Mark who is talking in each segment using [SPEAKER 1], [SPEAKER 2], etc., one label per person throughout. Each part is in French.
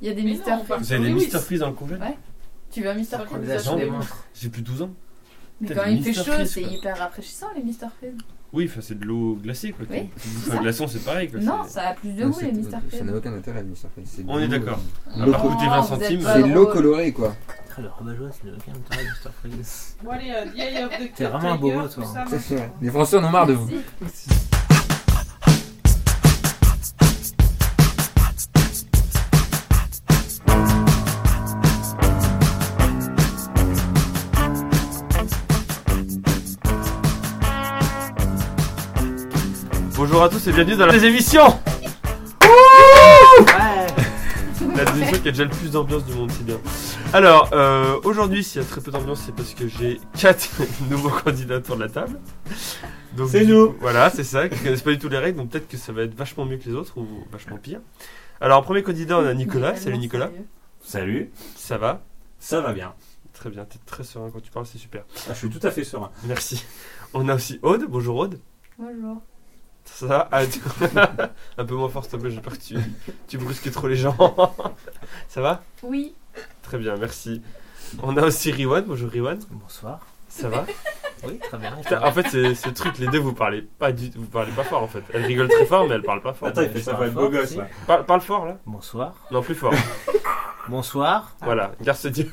[SPEAKER 1] Il y a des
[SPEAKER 2] Mais
[SPEAKER 1] Mister
[SPEAKER 2] non, on
[SPEAKER 1] Freeze.
[SPEAKER 2] parle-
[SPEAKER 3] Vous avez des
[SPEAKER 2] Oui, oui,
[SPEAKER 3] Mister Freeze dans le congé
[SPEAKER 1] Ouais. Tu veux un Mister
[SPEAKER 2] Par
[SPEAKER 1] Freeze
[SPEAKER 2] contre,
[SPEAKER 4] On
[SPEAKER 2] Vous
[SPEAKER 4] les achète
[SPEAKER 3] achetez
[SPEAKER 4] des
[SPEAKER 3] des
[SPEAKER 4] montres.
[SPEAKER 3] J'ai plus de 12 ans.
[SPEAKER 1] Mais
[SPEAKER 3] T'as
[SPEAKER 1] quand
[SPEAKER 3] des
[SPEAKER 1] il fait
[SPEAKER 3] Mr.
[SPEAKER 1] chaud,
[SPEAKER 3] Freeze,
[SPEAKER 1] c'est
[SPEAKER 3] quoi.
[SPEAKER 1] hyper rafraîchissant les Mister Freeze.
[SPEAKER 3] Oui, enfin, c'est de l'eau glacée quoi.
[SPEAKER 1] Oui, c'est
[SPEAKER 3] Enfin,
[SPEAKER 1] ça.
[SPEAKER 3] glaçon, c'est pareil quoi.
[SPEAKER 1] Non,
[SPEAKER 3] c'est-
[SPEAKER 1] ça a plus de goût les Mister
[SPEAKER 5] Ça
[SPEAKER 1] Freeze.
[SPEAKER 5] n'a aucun intérêt, le Mr. Freeze. C'est
[SPEAKER 3] On est
[SPEAKER 5] de l'eau,
[SPEAKER 3] d'accord.
[SPEAKER 5] euh,
[SPEAKER 3] À
[SPEAKER 5] l'eau
[SPEAKER 3] part
[SPEAKER 5] co-
[SPEAKER 3] coûter 20 centimes, euh,
[SPEAKER 1] pas
[SPEAKER 5] C'est de l'eau
[SPEAKER 1] drôle.
[SPEAKER 5] colorée, quoi.
[SPEAKER 4] Putain,
[SPEAKER 6] Ah,
[SPEAKER 4] Le rabat-joie, c'est le gamin de Mr. Freeze.
[SPEAKER 2] Bon, allez, euh, The Eye of the
[SPEAKER 4] T'es vraiment un bobo,
[SPEAKER 2] Tiger,
[SPEAKER 4] toi,
[SPEAKER 2] tout
[SPEAKER 4] hein.
[SPEAKER 2] ça,
[SPEAKER 5] Ça,
[SPEAKER 2] machin.
[SPEAKER 5] c'est vrai. Les Français en ont marre de vous.
[SPEAKER 1] Si.
[SPEAKER 3] Bonjour à tous et bienvenue dans la émission
[SPEAKER 4] Ouais
[SPEAKER 3] La deuxième fois qu'il y a déjà le plus d'ambiance du monde, c'est bien. Alors, euh, aujourd'hui, s'il y a très peu d'ambiance, c'est parce que j'ai 4 nouveaux candidats autour de la table. Donc,
[SPEAKER 4] C'est
[SPEAKER 3] du
[SPEAKER 4] nous.
[SPEAKER 3] coup, Voilà, c'est ça, qui connaissent pas du tout les règles, donc peut-être que ça va être vachement mieux que les autres, ou vachement pire. Alors, en premier candidat, on a Nicolas. Salut Nicolas,
[SPEAKER 6] Salut,
[SPEAKER 3] ça va
[SPEAKER 6] ça va bien.
[SPEAKER 3] Très bien, t'es très serein quand tu parles, c'est super.
[SPEAKER 6] Ah, je suis tout à fait serein.
[SPEAKER 3] Merci. On a aussi Aude, bonjour Aude.
[SPEAKER 1] Bonjour.
[SPEAKER 3] Ça va Ah, tu- Un peu moins fort, s'il te plaît, j'ai peur que tu, tu brusques trop les gens. ça va
[SPEAKER 1] Oui.
[SPEAKER 3] Très bien, merci. On a aussi Riwan, bonjour Riwan.
[SPEAKER 4] Bonsoir.
[SPEAKER 3] Ça va
[SPEAKER 4] Oui, très bien. et
[SPEAKER 3] Putain,
[SPEAKER 4] toi
[SPEAKER 3] En fait, c'est ce truc, les deux, vous parlez pas du vous parlez pas fort en fait. Elle rigole très fort, mais elle parle pas fort.
[SPEAKER 6] Attends, il fait
[SPEAKER 4] ça
[SPEAKER 6] ça
[SPEAKER 4] va
[SPEAKER 6] va être beau
[SPEAKER 4] fort,
[SPEAKER 6] gosse
[SPEAKER 4] si.
[SPEAKER 6] là.
[SPEAKER 3] Parle, parle fort là
[SPEAKER 4] Bonsoir.
[SPEAKER 3] Non, plus fort.
[SPEAKER 4] Bonsoir.
[SPEAKER 3] Voilà, garde ce dieu.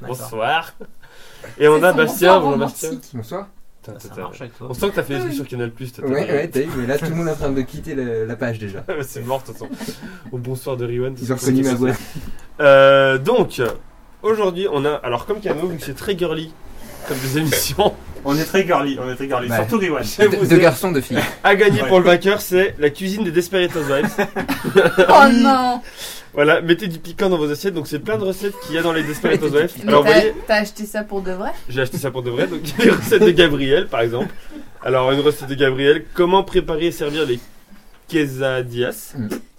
[SPEAKER 4] D'accord.
[SPEAKER 3] Bonsoir. Et on a
[SPEAKER 1] son
[SPEAKER 3] Bastien,
[SPEAKER 1] bonsoir
[SPEAKER 3] bonjour
[SPEAKER 1] romantique.
[SPEAKER 3] Bastien.
[SPEAKER 5] Bonsoir.
[SPEAKER 3] Putain,
[SPEAKER 4] Ça
[SPEAKER 3] putain,
[SPEAKER 4] marche avec toi.
[SPEAKER 3] On sent que t'as fait les trucs
[SPEAKER 1] Oui.
[SPEAKER 3] sur Canal Plus, toi. t'as
[SPEAKER 5] Ouais,
[SPEAKER 3] dit-
[SPEAKER 5] ouais, t'as vu, mais là tout le monde est en train de quitter le- la page déjà.
[SPEAKER 3] C'est mort, de toute façon. Au bonsoir de Riwan.
[SPEAKER 5] Ils ont reconnu ma boîte.
[SPEAKER 3] Euh, donc, aujourd'hui, on a. Alors, comme Cano, vu que c'est très girly comme des émissions,
[SPEAKER 6] On est très girly, on est très girly.
[SPEAKER 5] Ouais.
[SPEAKER 6] Surtout Riwan.
[SPEAKER 5] De, de garçons, de filles.
[SPEAKER 3] à gagner
[SPEAKER 6] Ouais.
[SPEAKER 3] pour le vainqueur, c'est la cuisine des Desperate Housewives.
[SPEAKER 1] Oh non
[SPEAKER 3] Voilà, mettez du piquant dans vos assiettes. Donc, c'est plein de recettes qu'il y a dans les Desperate Housewives.
[SPEAKER 1] Mais
[SPEAKER 3] Alors, vous
[SPEAKER 1] t'as-
[SPEAKER 3] voyez,
[SPEAKER 1] T'as acheté ça pour de vrai
[SPEAKER 3] j'ai acheté ça pour de vrai. Donc, il y a les recettes de Gabriel, par exemple. Alors, une recette de Gabriel comment préparer et servir les quesadillas.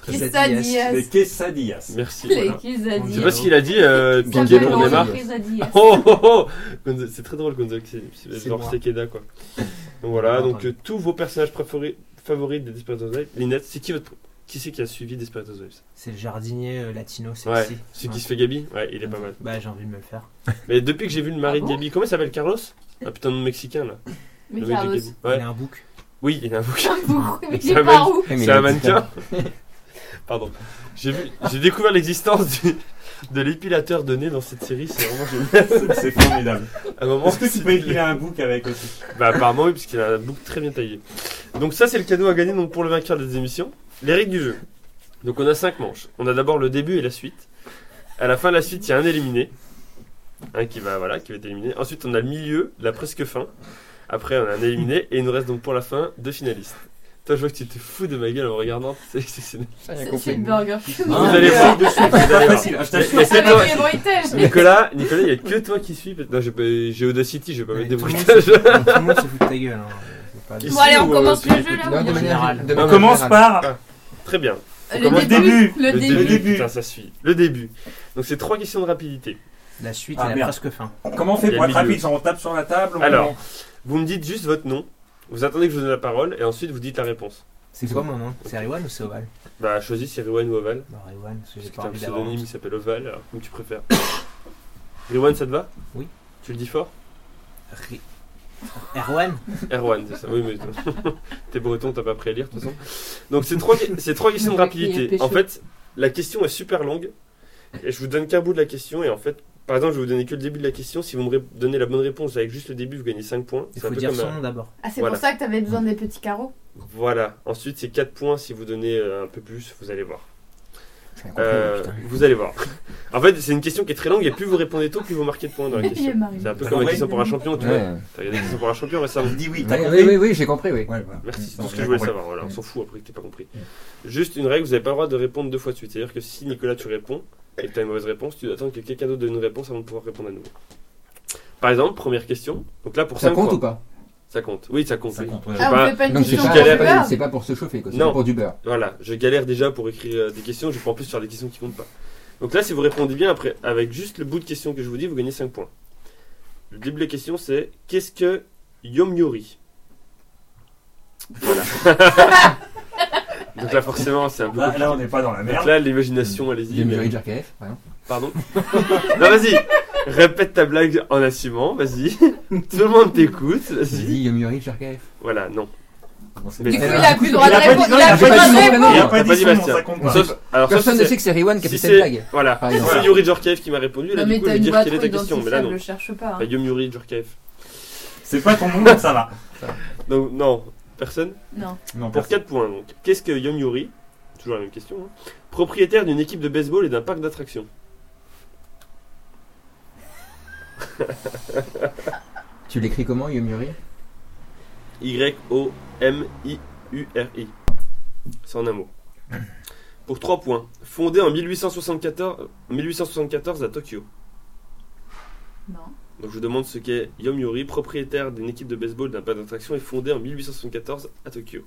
[SPEAKER 1] Qu'est-ce que ça
[SPEAKER 5] Quesadillas.
[SPEAKER 1] dit
[SPEAKER 6] Les quesadillas.
[SPEAKER 3] Merci.
[SPEAKER 1] Les
[SPEAKER 3] voilà.
[SPEAKER 5] On
[SPEAKER 3] Je
[SPEAKER 1] quesadillas.
[SPEAKER 3] sais pas ce qu'il a dit, euh,
[SPEAKER 5] Ça
[SPEAKER 3] Piqué,
[SPEAKER 5] peut
[SPEAKER 3] nous, on
[SPEAKER 5] être
[SPEAKER 3] est marre.
[SPEAKER 5] drôle.
[SPEAKER 3] Oh, oh, oh Gonzo- C'est très drôle, Gonzo, que c'est- c'est
[SPEAKER 4] C'est
[SPEAKER 3] genre
[SPEAKER 4] moi.
[SPEAKER 3] Sekeda, quoi. Donc voilà,
[SPEAKER 4] Ah,
[SPEAKER 3] donc
[SPEAKER 4] ouais.
[SPEAKER 3] euh, tous vos personnages préférés, favoris des Desperate Housewives. Linette, c'est qui votre... Qui c'est qui a suivi Desperate Housewives
[SPEAKER 4] C'est le jardinier euh, latino
[SPEAKER 3] Ouais,
[SPEAKER 4] sexy.
[SPEAKER 3] celui
[SPEAKER 4] Ouais.
[SPEAKER 3] qui se fait Gabi Ouais, il est pas mal.
[SPEAKER 4] Bah, j'ai envie de me le faire.
[SPEAKER 3] Mais depuis que j'ai vu le mari
[SPEAKER 1] Ah
[SPEAKER 3] de
[SPEAKER 1] bon
[SPEAKER 3] Gabi, comment il s'appelle Carlos Un putain de nom mexicain, là.
[SPEAKER 1] Mais
[SPEAKER 3] le mec de
[SPEAKER 1] Carlos,
[SPEAKER 3] Gabi.
[SPEAKER 4] Il
[SPEAKER 3] Ouais.
[SPEAKER 4] a un bouc.
[SPEAKER 3] Oui, il a un bouquin.
[SPEAKER 1] mais
[SPEAKER 3] Ça
[SPEAKER 1] j'ai pas
[SPEAKER 3] mène-
[SPEAKER 1] où
[SPEAKER 5] Eh, mais
[SPEAKER 3] C'est
[SPEAKER 5] il a
[SPEAKER 3] un
[SPEAKER 5] dit
[SPEAKER 3] mannequin Pardon. J'ai vu- j'ai découvert l'existence du- de l'épilateur de nez dans cette série, c'est vraiment génial.
[SPEAKER 6] C'est c'est formidable.
[SPEAKER 3] À un moment,
[SPEAKER 6] Est-ce que tu
[SPEAKER 3] c'est-
[SPEAKER 6] peux écrire un book avec aussi
[SPEAKER 3] Bah apparemment oui, parce qu'il a un bouc très bien taillé. Donc ça c'est le cadeau à gagner donc pour le vainqueur des émissions. Les règles du jeu. Donc on a cinq manches. On a d'abord le début et la suite. À la fin de la suite, il y a un éliminé. Un qui va voilà, qui va être éliminé. Ensuite, on a le milieu, la presque fin. Après, on a un éliminé et il nous reste donc pour la fin deux finalistes. Toi, je vois que tu te fous de ma gueule en me regardant. C'est exceptionnel.
[SPEAKER 5] Ça, j'ai
[SPEAKER 1] C'est
[SPEAKER 5] compris.
[SPEAKER 1] c'est le burger King.
[SPEAKER 3] Vous allez voir. Vous allez
[SPEAKER 6] Pas
[SPEAKER 3] voir.
[SPEAKER 6] facile, je
[SPEAKER 3] Mais-
[SPEAKER 6] t'assure.
[SPEAKER 3] mais c'est toi.
[SPEAKER 1] Avec les bruitages.
[SPEAKER 3] Nicolas, Nicolas, il n'y a que toi qui suis. parce- Non, j'ai pas- j'ai Audacity, je vais pas
[SPEAKER 4] Ouais,
[SPEAKER 3] mettre des
[SPEAKER 4] tout le monde
[SPEAKER 3] bruitages.
[SPEAKER 4] se- Tout le monde se fout de ta gueule. hein. C'est pas-
[SPEAKER 3] Ici
[SPEAKER 1] Bon allez, on
[SPEAKER 3] ou, euh,
[SPEAKER 1] commence
[SPEAKER 3] celui
[SPEAKER 1] le
[SPEAKER 3] qui
[SPEAKER 1] jeu
[SPEAKER 3] écoute
[SPEAKER 5] Non,
[SPEAKER 1] là.
[SPEAKER 5] de
[SPEAKER 1] on y va.
[SPEAKER 5] manière,
[SPEAKER 4] général.
[SPEAKER 5] de
[SPEAKER 3] On
[SPEAKER 5] manière
[SPEAKER 6] Commence
[SPEAKER 5] générale.
[SPEAKER 6] par
[SPEAKER 3] Très bien.
[SPEAKER 1] Le
[SPEAKER 3] commence-
[SPEAKER 1] début.
[SPEAKER 6] Le
[SPEAKER 1] Le
[SPEAKER 3] Le début,
[SPEAKER 1] début.
[SPEAKER 6] début.
[SPEAKER 3] putain, ça suit. Le début. Donc c'est trois questions de rapidité.
[SPEAKER 4] La suite,
[SPEAKER 6] Ah,
[SPEAKER 4] elle a
[SPEAKER 6] merde.
[SPEAKER 4] presque fin.
[SPEAKER 6] Comment on
[SPEAKER 3] Il
[SPEAKER 6] fait
[SPEAKER 3] y a
[SPEAKER 6] pour
[SPEAKER 3] le
[SPEAKER 6] être rapide
[SPEAKER 3] milieu.
[SPEAKER 6] Genre, On tape sur la table on-
[SPEAKER 3] Alors. Vous me dites juste votre nom, vous attendez que je vous donne la parole et ensuite vous dites la réponse.
[SPEAKER 4] C'est quoi mon nom C'est Riwan ou c'est Oval
[SPEAKER 3] Bah choisis si Rewan ou Oval.
[SPEAKER 4] Bah, Riwan, parce que j'ai
[SPEAKER 3] Parce que
[SPEAKER 4] pas
[SPEAKER 3] t'as un
[SPEAKER 4] envie d'avoir.
[SPEAKER 3] pseudonyme qui s'appelle Oval, alors comme tu préfères. Rewan, ça te va
[SPEAKER 4] Oui.
[SPEAKER 3] Tu le dis fort
[SPEAKER 4] Ri- Erwan
[SPEAKER 3] Erwan, c'est ça. Oui, mais t'es breton, t'as pas appris à lire de toute façon. Donc c'est trois, c'est trois questions de
[SPEAKER 1] Le mec, il est
[SPEAKER 3] rapidité.
[SPEAKER 1] pécho.
[SPEAKER 3] En fait, la question est super longue et je vous donne qu'un bout de la question et en fait, par exemple, je vais vous donner que le début de la question. Si vous me ré- donnez la bonne réponse avec juste le début, vous gagnez 5 points.
[SPEAKER 4] Il
[SPEAKER 3] C'est un
[SPEAKER 4] faut
[SPEAKER 3] peu
[SPEAKER 4] dire
[SPEAKER 3] comme
[SPEAKER 4] son
[SPEAKER 3] un-
[SPEAKER 4] nom d'abord.
[SPEAKER 1] Ah, c'est
[SPEAKER 3] Voilà.
[SPEAKER 1] pour ça que t'avais besoin des petits carreaux
[SPEAKER 3] Voilà. Ensuite, c'est 4 points si vous donnez euh, un peu plus, vous allez voir.
[SPEAKER 4] J'ai compris,
[SPEAKER 3] Euh,
[SPEAKER 4] putain.
[SPEAKER 3] vous allez voir. En fait, c'est une question qui est très longue et plus vous répondez tôt, plus vous marquez de points dans la
[SPEAKER 1] Il est
[SPEAKER 3] question.
[SPEAKER 1] marié.
[SPEAKER 3] C'est un peu
[SPEAKER 6] Bah,
[SPEAKER 3] comme
[SPEAKER 6] ouais.
[SPEAKER 3] la question pour un champion, tu vois.
[SPEAKER 5] Ouais.
[SPEAKER 3] T'as regardé la question pour un champion récemment.
[SPEAKER 6] Il dit oui, t'as
[SPEAKER 5] Ouais,
[SPEAKER 6] compris
[SPEAKER 5] Oui, oui, oui, j'ai compris, oui.
[SPEAKER 6] Ouais, voilà.
[SPEAKER 3] Merci, c'est
[SPEAKER 6] Non,
[SPEAKER 3] tout ce que
[SPEAKER 6] j'ai
[SPEAKER 3] je voulais
[SPEAKER 6] compris.
[SPEAKER 3] savoir. Voilà, on s'en fout après que t'aies pas compris. Juste une règle, vous n'avez pas le droit de répondre deux fois de suite. C'est-à-dire que si Nicolas tu réponds et que t'as une mauvaise réponse, tu dois attendre que quelqu'un d'autre donne une réponse avant de pouvoir répondre à nouveau. Par exemple, première question. Donc là pour
[SPEAKER 5] Ça
[SPEAKER 3] 5
[SPEAKER 5] compte
[SPEAKER 3] points.
[SPEAKER 5] ou pas
[SPEAKER 3] ça compte. Oui, ça compte.
[SPEAKER 6] Ça
[SPEAKER 3] oui.
[SPEAKER 6] compte, ouais.
[SPEAKER 3] Je
[SPEAKER 1] Ah,
[SPEAKER 3] sais
[SPEAKER 1] on
[SPEAKER 3] pas-
[SPEAKER 1] fait pas une
[SPEAKER 5] Donc c'est
[SPEAKER 1] question
[SPEAKER 5] pas,
[SPEAKER 1] pour
[SPEAKER 3] j'ai galère.
[SPEAKER 5] c'est pas-
[SPEAKER 1] le
[SPEAKER 5] c'est pas pour se chauffer, quoi. C'est
[SPEAKER 3] Non.
[SPEAKER 5] pas pour du beurre.
[SPEAKER 3] Voilà, je galère déjà pour écrire euh, des questions, je peux en plus faire des questions qui comptent pas. Donc là, si vous répondez bien après, avec juste le bout de question que je vous dis, vous gagnez 5 points. Le début de la question, c'est qu'est-ce que Yomyori Voilà. Donc là, forcément, c'est un peu.
[SPEAKER 5] Ah,
[SPEAKER 6] Là,
[SPEAKER 3] compliqué.
[SPEAKER 6] là, on n'est pas dans la
[SPEAKER 3] Donc
[SPEAKER 6] merde.
[SPEAKER 3] là, l'imagination, allez-y.
[SPEAKER 5] J'ai
[SPEAKER 3] mais-
[SPEAKER 5] mis Roger KF, par exemple.
[SPEAKER 3] Pardon Non, vas-y Répète ta blague en assumant, vas-y. Tout le monde t'écoute,
[SPEAKER 5] J'ai
[SPEAKER 3] vas-y.
[SPEAKER 5] dit Yomuri Roger KF.
[SPEAKER 3] Voilà, non.
[SPEAKER 6] Bon, c'est-
[SPEAKER 3] Mais-
[SPEAKER 1] Du coup,
[SPEAKER 5] Mais-
[SPEAKER 1] il a plus le droit
[SPEAKER 6] Il
[SPEAKER 1] de
[SPEAKER 6] a pas
[SPEAKER 1] répondre.
[SPEAKER 6] dit- non,
[SPEAKER 1] Il a
[SPEAKER 5] il a
[SPEAKER 1] plus le
[SPEAKER 5] pas
[SPEAKER 1] droit
[SPEAKER 5] dit-
[SPEAKER 1] de
[SPEAKER 5] non,
[SPEAKER 6] Il n'y a
[SPEAKER 1] répondre.
[SPEAKER 6] pas
[SPEAKER 3] Pas
[SPEAKER 6] dit son nom,
[SPEAKER 3] Bastien.
[SPEAKER 6] ça compte pas.
[SPEAKER 3] Sauf, alors, sauf
[SPEAKER 5] Personne
[SPEAKER 3] si
[SPEAKER 5] ne
[SPEAKER 3] c'est-
[SPEAKER 5] sait que c'est Riwan qui a fait
[SPEAKER 3] si
[SPEAKER 5] cette
[SPEAKER 3] c'est-
[SPEAKER 5] blague.
[SPEAKER 3] Voilà.
[SPEAKER 5] Par
[SPEAKER 3] Sauf
[SPEAKER 5] exemple.
[SPEAKER 3] C'est Yuri Djorkaev qui m'a répondu, là,
[SPEAKER 1] Non,
[SPEAKER 3] du
[SPEAKER 1] mais
[SPEAKER 3] coup, je
[SPEAKER 1] t'as
[SPEAKER 3] vais
[SPEAKER 1] une
[SPEAKER 3] dire
[SPEAKER 1] boîte
[SPEAKER 3] quelle est ta question, mais là,
[SPEAKER 1] identifiable,
[SPEAKER 3] non.
[SPEAKER 1] le cherche pas.
[SPEAKER 3] Bah,
[SPEAKER 1] hein.
[SPEAKER 3] Guillaume Yuri Djorkaev.
[SPEAKER 6] C'est pas ton nom, donc ça va.
[SPEAKER 3] Donc, non, personne
[SPEAKER 1] Non.
[SPEAKER 6] Non,
[SPEAKER 3] Pour 4 points, donc. Qu'est-ce que Yom Yuri Toujours la même question. hein. Propriétaire d'une équipe de baseball et d'un parc d'attractions.
[SPEAKER 5] Tu l'écris comment, Yomuri
[SPEAKER 3] Y-O-M-I-U-R-I. C'est en un mot. Pour 3 points. Fondé en 1874, 1874 à Tokyo.
[SPEAKER 1] Non.
[SPEAKER 3] Donc je vous demande ce qu'est Yom Yuri, propriétaire d'une équipe de baseball d'un parc d'attraction et fondé en 1874 à Tokyo.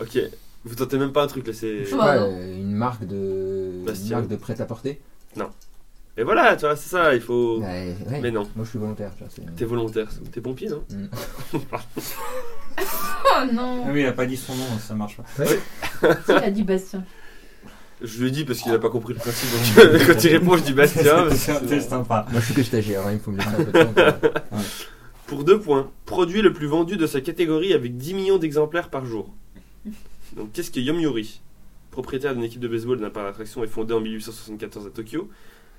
[SPEAKER 3] Ok, vous tentez même pas un truc là, c'est.
[SPEAKER 5] Je sais
[SPEAKER 1] Ouais,
[SPEAKER 5] pas,
[SPEAKER 1] non.
[SPEAKER 5] euh, une marque de. Une
[SPEAKER 3] Bastien.
[SPEAKER 5] marque de prêt-à-porter
[SPEAKER 3] Mais voilà, tu vois, c'est ça, il faut.
[SPEAKER 5] Ouais, ouais.
[SPEAKER 3] Oh. Mais non,
[SPEAKER 5] Moi, je suis volontaire, tu vois. c'est-
[SPEAKER 3] t'es volontaire, t'es pompier, non
[SPEAKER 1] Oh
[SPEAKER 6] Ah
[SPEAKER 1] non.
[SPEAKER 6] Oui, il a pas dit son nom, ça marche pas.
[SPEAKER 1] Il a dit Bastien.
[SPEAKER 3] Je le dis parce qu'il a pas compris le principe. Donc quand il répond, je dis bah, Bastien. parce que-
[SPEAKER 6] C'était sympa.
[SPEAKER 5] Moi, je suis que stagiaire, hein, il faut me laisser un peu de temps. quoi.
[SPEAKER 3] Pour 2 points, produit le plus vendu de sa catégorie avec 10 millions d'exemplaires par jour. Donc qu'est-ce que Yom Yuri Propriétaire d'une équipe de baseball d'un parc d'attraction et fondé en 1874 à Tokyo.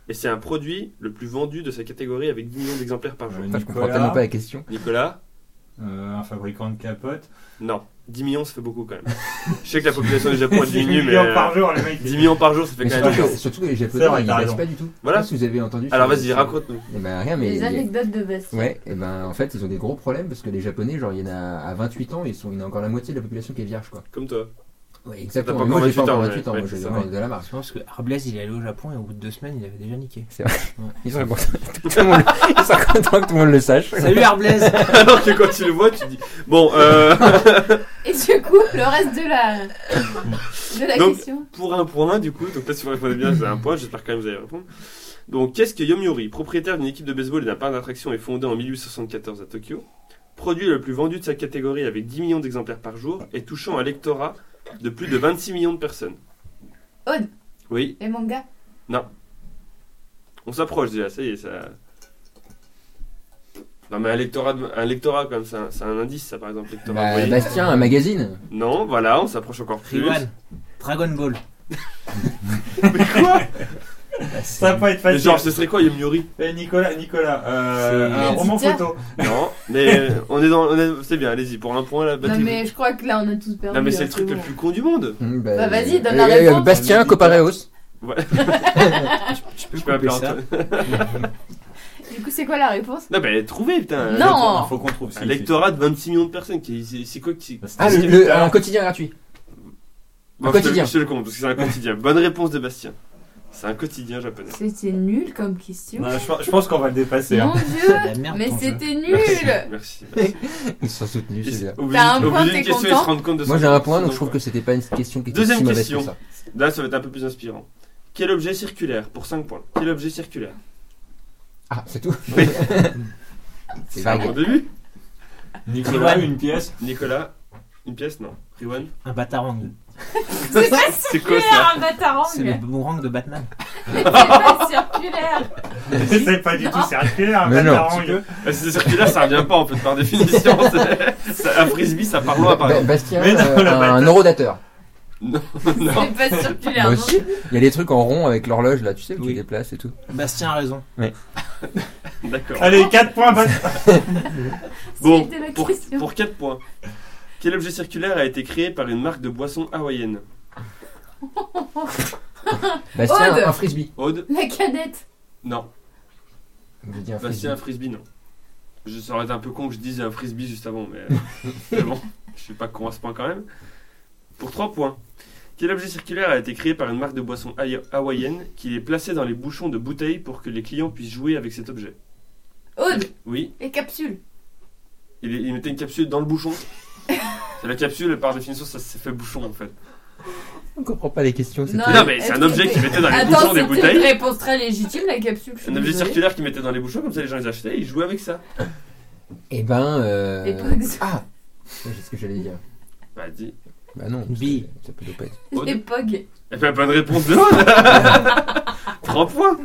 [SPEAKER 3] Et c'est un produit le plus vendu de sa catégorie avec 10 millions d'exemplaires par jour.
[SPEAKER 6] Ouais.
[SPEAKER 5] Putain, Je comprends
[SPEAKER 6] Nicolas.
[SPEAKER 5] tellement pas la question.
[SPEAKER 3] Nicolas
[SPEAKER 6] Euh, un fabricant de capotes.
[SPEAKER 3] Non. 10 millions, ça fait beaucoup quand même. Je sais que la population du Japon a
[SPEAKER 6] C'est
[SPEAKER 3] diminué, mais.
[SPEAKER 6] millions
[SPEAKER 3] euh,
[SPEAKER 6] par jour, les mecs.
[SPEAKER 3] 10 millions par jour, ça fait
[SPEAKER 5] Mais
[SPEAKER 3] quand même.
[SPEAKER 5] surtout, que, surtout que les
[SPEAKER 6] C'est
[SPEAKER 5] japonais,
[SPEAKER 6] vrai,
[SPEAKER 5] ils
[SPEAKER 6] t'as
[SPEAKER 5] connaissent
[SPEAKER 6] raison.
[SPEAKER 5] pas du tout.
[SPEAKER 3] Voilà.
[SPEAKER 5] Je sais pas Si vous avez entendu.
[SPEAKER 3] Alors
[SPEAKER 5] sur-
[SPEAKER 3] vas-y,
[SPEAKER 5] sur-
[SPEAKER 3] raconte-nous.
[SPEAKER 5] Eh ben, rien, mais.
[SPEAKER 1] Les anecdotes de Bastien.
[SPEAKER 5] Ouais, et ben en fait ils ont des gros problèmes parce que les japonais, genre il y en a à 28 ans, ils sont, il y en a encore la moitié de la population qui est vierge quoi.
[SPEAKER 3] Comme toi.
[SPEAKER 5] Ouais, exactement.
[SPEAKER 3] pas
[SPEAKER 5] Moi
[SPEAKER 3] encore
[SPEAKER 5] j'ai pas
[SPEAKER 3] 28 ans,
[SPEAKER 5] encore
[SPEAKER 3] ouais,
[SPEAKER 5] 28 ans,
[SPEAKER 3] ouais,
[SPEAKER 5] moi j'ai
[SPEAKER 3] c'est
[SPEAKER 5] vraiment de la hein. marque.
[SPEAKER 4] Je pense que Arblaise il est allé au Japon et au bout de deux semaines il avait déjà niqué.
[SPEAKER 5] Ils sont contents, tout le monde- ils sont contents que tout le monde le sache.
[SPEAKER 4] Salut Arblaise
[SPEAKER 3] Alors que quand tu le vois, tu dis. Bon, euh.
[SPEAKER 1] Et du coup, le reste de la, de la
[SPEAKER 3] Donc-
[SPEAKER 1] question.
[SPEAKER 3] pour un point, du coup. Donc là, si vous répondez bien, c'est un point. J'espère quand même que vous allez répondre. Donc, qu'est-ce que Yomiuri, propriétaire d'une équipe de baseball et d'un parc d'attractions, est fondé en 1874 à Tokyo Produit le plus vendu de sa catégorie avec 10 millions d'exemplaires par jour et touchant un lectorat de plus de 26 millions de personnes.
[SPEAKER 1] Aude.
[SPEAKER 3] Oui,
[SPEAKER 1] Les mangas.
[SPEAKER 3] on s'approche déjà, ça y est, ça... Non mais un lectorat, de- un lectorat comme ça, c'est un indice ça par exemple, lectorat.
[SPEAKER 5] Bah,
[SPEAKER 3] oui.
[SPEAKER 5] Bastien, un magazine.
[SPEAKER 3] Non, voilà, on s'approche encore plus.
[SPEAKER 4] Riwan Dragon Ball
[SPEAKER 3] Mais quoi
[SPEAKER 6] Ça va pas être
[SPEAKER 3] Mais
[SPEAKER 6] facile.
[SPEAKER 3] Genre, ce serait quoi Yomiuri
[SPEAKER 6] Eh, Nicolas, Nicolas, euh,
[SPEAKER 4] C'est-
[SPEAKER 6] un
[SPEAKER 1] Mais
[SPEAKER 6] roman
[SPEAKER 1] dis-toi.
[SPEAKER 6] photo.
[SPEAKER 3] Non, mais euh, on est dans. on est- C'est bien, allez-y, pour un point là,
[SPEAKER 1] Non,
[SPEAKER 3] battez-vous.
[SPEAKER 1] mais je crois que là, on a tous perdu.
[SPEAKER 3] Non, mais c'est
[SPEAKER 1] hein,
[SPEAKER 3] le truc le
[SPEAKER 1] bon.
[SPEAKER 3] plus con du monde.
[SPEAKER 5] Hmm,
[SPEAKER 1] Bah, vas-y, donne la
[SPEAKER 5] euh, euh,
[SPEAKER 1] réponse.
[SPEAKER 5] Bastien, Copareos.
[SPEAKER 4] Je
[SPEAKER 3] Je
[SPEAKER 4] peux
[SPEAKER 3] peux appeler
[SPEAKER 4] couper ça
[SPEAKER 3] Antoine.
[SPEAKER 1] Du coup, c'est quoi la réponse
[SPEAKER 3] Non, mais trouvez, putain.
[SPEAKER 1] Non.
[SPEAKER 6] Il Ah, faut qu'on trouve.
[SPEAKER 3] Un lectorat de 26 millions de personnes. qui- C'est c'est quoi qui.
[SPEAKER 5] Ah, le, le- un quotidien gratuit.
[SPEAKER 3] Bon,
[SPEAKER 5] un
[SPEAKER 3] je te-
[SPEAKER 5] quotidien.
[SPEAKER 3] Je te le compte parce que c'est un quotidien. Bonne réponse de Bastien. C'est un quotidien japonais.
[SPEAKER 1] C'était nul comme question.
[SPEAKER 6] Non, je, pense- je pense qu'on va le dépasser. hein.
[SPEAKER 1] Mon dieu
[SPEAKER 4] La merde,
[SPEAKER 1] Mais
[SPEAKER 4] ton jeu.
[SPEAKER 1] c'était
[SPEAKER 3] Merci.
[SPEAKER 1] nul
[SPEAKER 3] Merci. merci.
[SPEAKER 5] Ils sont soutenus, c'est bien.
[SPEAKER 3] Au bout
[SPEAKER 1] T'as
[SPEAKER 3] d'une-
[SPEAKER 1] un
[SPEAKER 3] au
[SPEAKER 1] point,
[SPEAKER 3] bout d'une
[SPEAKER 1] t'es
[SPEAKER 3] question,
[SPEAKER 1] content
[SPEAKER 3] ils se rendent compte de
[SPEAKER 5] Moi
[SPEAKER 3] ce-
[SPEAKER 5] j'ai un point, donc
[SPEAKER 3] ce
[SPEAKER 5] je trouve que c'était pas une question qui était
[SPEAKER 3] Deuxième
[SPEAKER 5] si mauvaise
[SPEAKER 3] question.
[SPEAKER 5] que ça.
[SPEAKER 3] Là, ça va être un peu plus inspirant. Quel objet circulaire Pour 5 points. Quel objet circulaire
[SPEAKER 5] Ah, c'est tout C'est
[SPEAKER 3] Un
[SPEAKER 5] vague.
[SPEAKER 3] point de vue
[SPEAKER 6] Nicolas,
[SPEAKER 4] Riwan.
[SPEAKER 6] une pièce.
[SPEAKER 3] Nicolas Une pièce Non. Riwan
[SPEAKER 4] Un batarang.
[SPEAKER 1] C'est pas
[SPEAKER 3] C'est quoi ça
[SPEAKER 1] circulaire, un batarang
[SPEAKER 4] C'est le boomerang de Batman.
[SPEAKER 1] C'est pas circulaire
[SPEAKER 6] c'est pas du tout circulaire.
[SPEAKER 5] Mais
[SPEAKER 6] un
[SPEAKER 5] non.
[SPEAKER 6] batarang.
[SPEAKER 3] Ah, C'est circulaire, ça revient pas en fait par définition. C'est- c'est- Un frisbee, ça part loin par
[SPEAKER 5] Ba-
[SPEAKER 3] exemple.
[SPEAKER 5] Bastien,
[SPEAKER 6] Mais non,
[SPEAKER 5] euh,
[SPEAKER 6] le
[SPEAKER 5] un
[SPEAKER 6] bâtard.
[SPEAKER 5] horodateur.
[SPEAKER 3] Non.
[SPEAKER 1] C'est pas circulaire
[SPEAKER 5] Moi
[SPEAKER 1] non.
[SPEAKER 5] aussi. Il y a des trucs en rond avec l'horloge là, tu sais, que
[SPEAKER 4] Oui.
[SPEAKER 5] tu déplaces et tout.
[SPEAKER 4] Bastien a raison.
[SPEAKER 3] D'accord.
[SPEAKER 6] Allez, 4 points. bas-
[SPEAKER 3] Bon,
[SPEAKER 1] C'était la
[SPEAKER 3] pour,
[SPEAKER 1] question.
[SPEAKER 3] pour 4 points. Quel objet circulaire a été créé par une marque de boissons hawaïenne
[SPEAKER 5] Bastien,
[SPEAKER 1] Aude
[SPEAKER 5] un frisbee.
[SPEAKER 3] Aude
[SPEAKER 1] La canette
[SPEAKER 3] Non.
[SPEAKER 5] Je dis un
[SPEAKER 3] Bastien, un
[SPEAKER 5] frisbee.
[SPEAKER 3] frisbee, non. Je ça aurait été un peu con que je dise un frisbee juste avant, mais, mais bon, je suis pas con à ce point quand même. Pour 3 points. Quel objet circulaire a été créé par une marque de boissons haï- hawaïenne qui est placé dans les bouchons de bouteilles pour que les clients puissent jouer avec cet objet
[SPEAKER 1] Aude
[SPEAKER 3] Oui,
[SPEAKER 1] Les capsules
[SPEAKER 3] il, il mettait une capsule dans le bouchon. C'est la capsule, par définition, ça s'est fait bouchon en fait.
[SPEAKER 5] On comprend pas les questions. c'est-
[SPEAKER 1] Non.
[SPEAKER 3] Mais non, mais c'est un
[SPEAKER 1] Ah, est-ce
[SPEAKER 3] objet
[SPEAKER 1] que-
[SPEAKER 3] qui mettait dans les bouchons
[SPEAKER 1] Attends,
[SPEAKER 3] des
[SPEAKER 1] c'était une
[SPEAKER 3] bouteilles.
[SPEAKER 1] réponse très légitime, la capsule je suis
[SPEAKER 3] Un objet
[SPEAKER 1] désolée.
[SPEAKER 3] circulaire qui mettait dans les bouchons, comme ça les gens les achetaient, ils jouaient avec ça.
[SPEAKER 5] Eh ben. euh,
[SPEAKER 1] Et pas que-
[SPEAKER 5] Ah C'est ce que j'allais dire.
[SPEAKER 3] Bah, dis.
[SPEAKER 5] Bah non. parce
[SPEAKER 4] Bille.
[SPEAKER 5] que Ça peut pas être.
[SPEAKER 1] Les POG.
[SPEAKER 3] Eh ben, pas de réponse de l'autre. 30 points.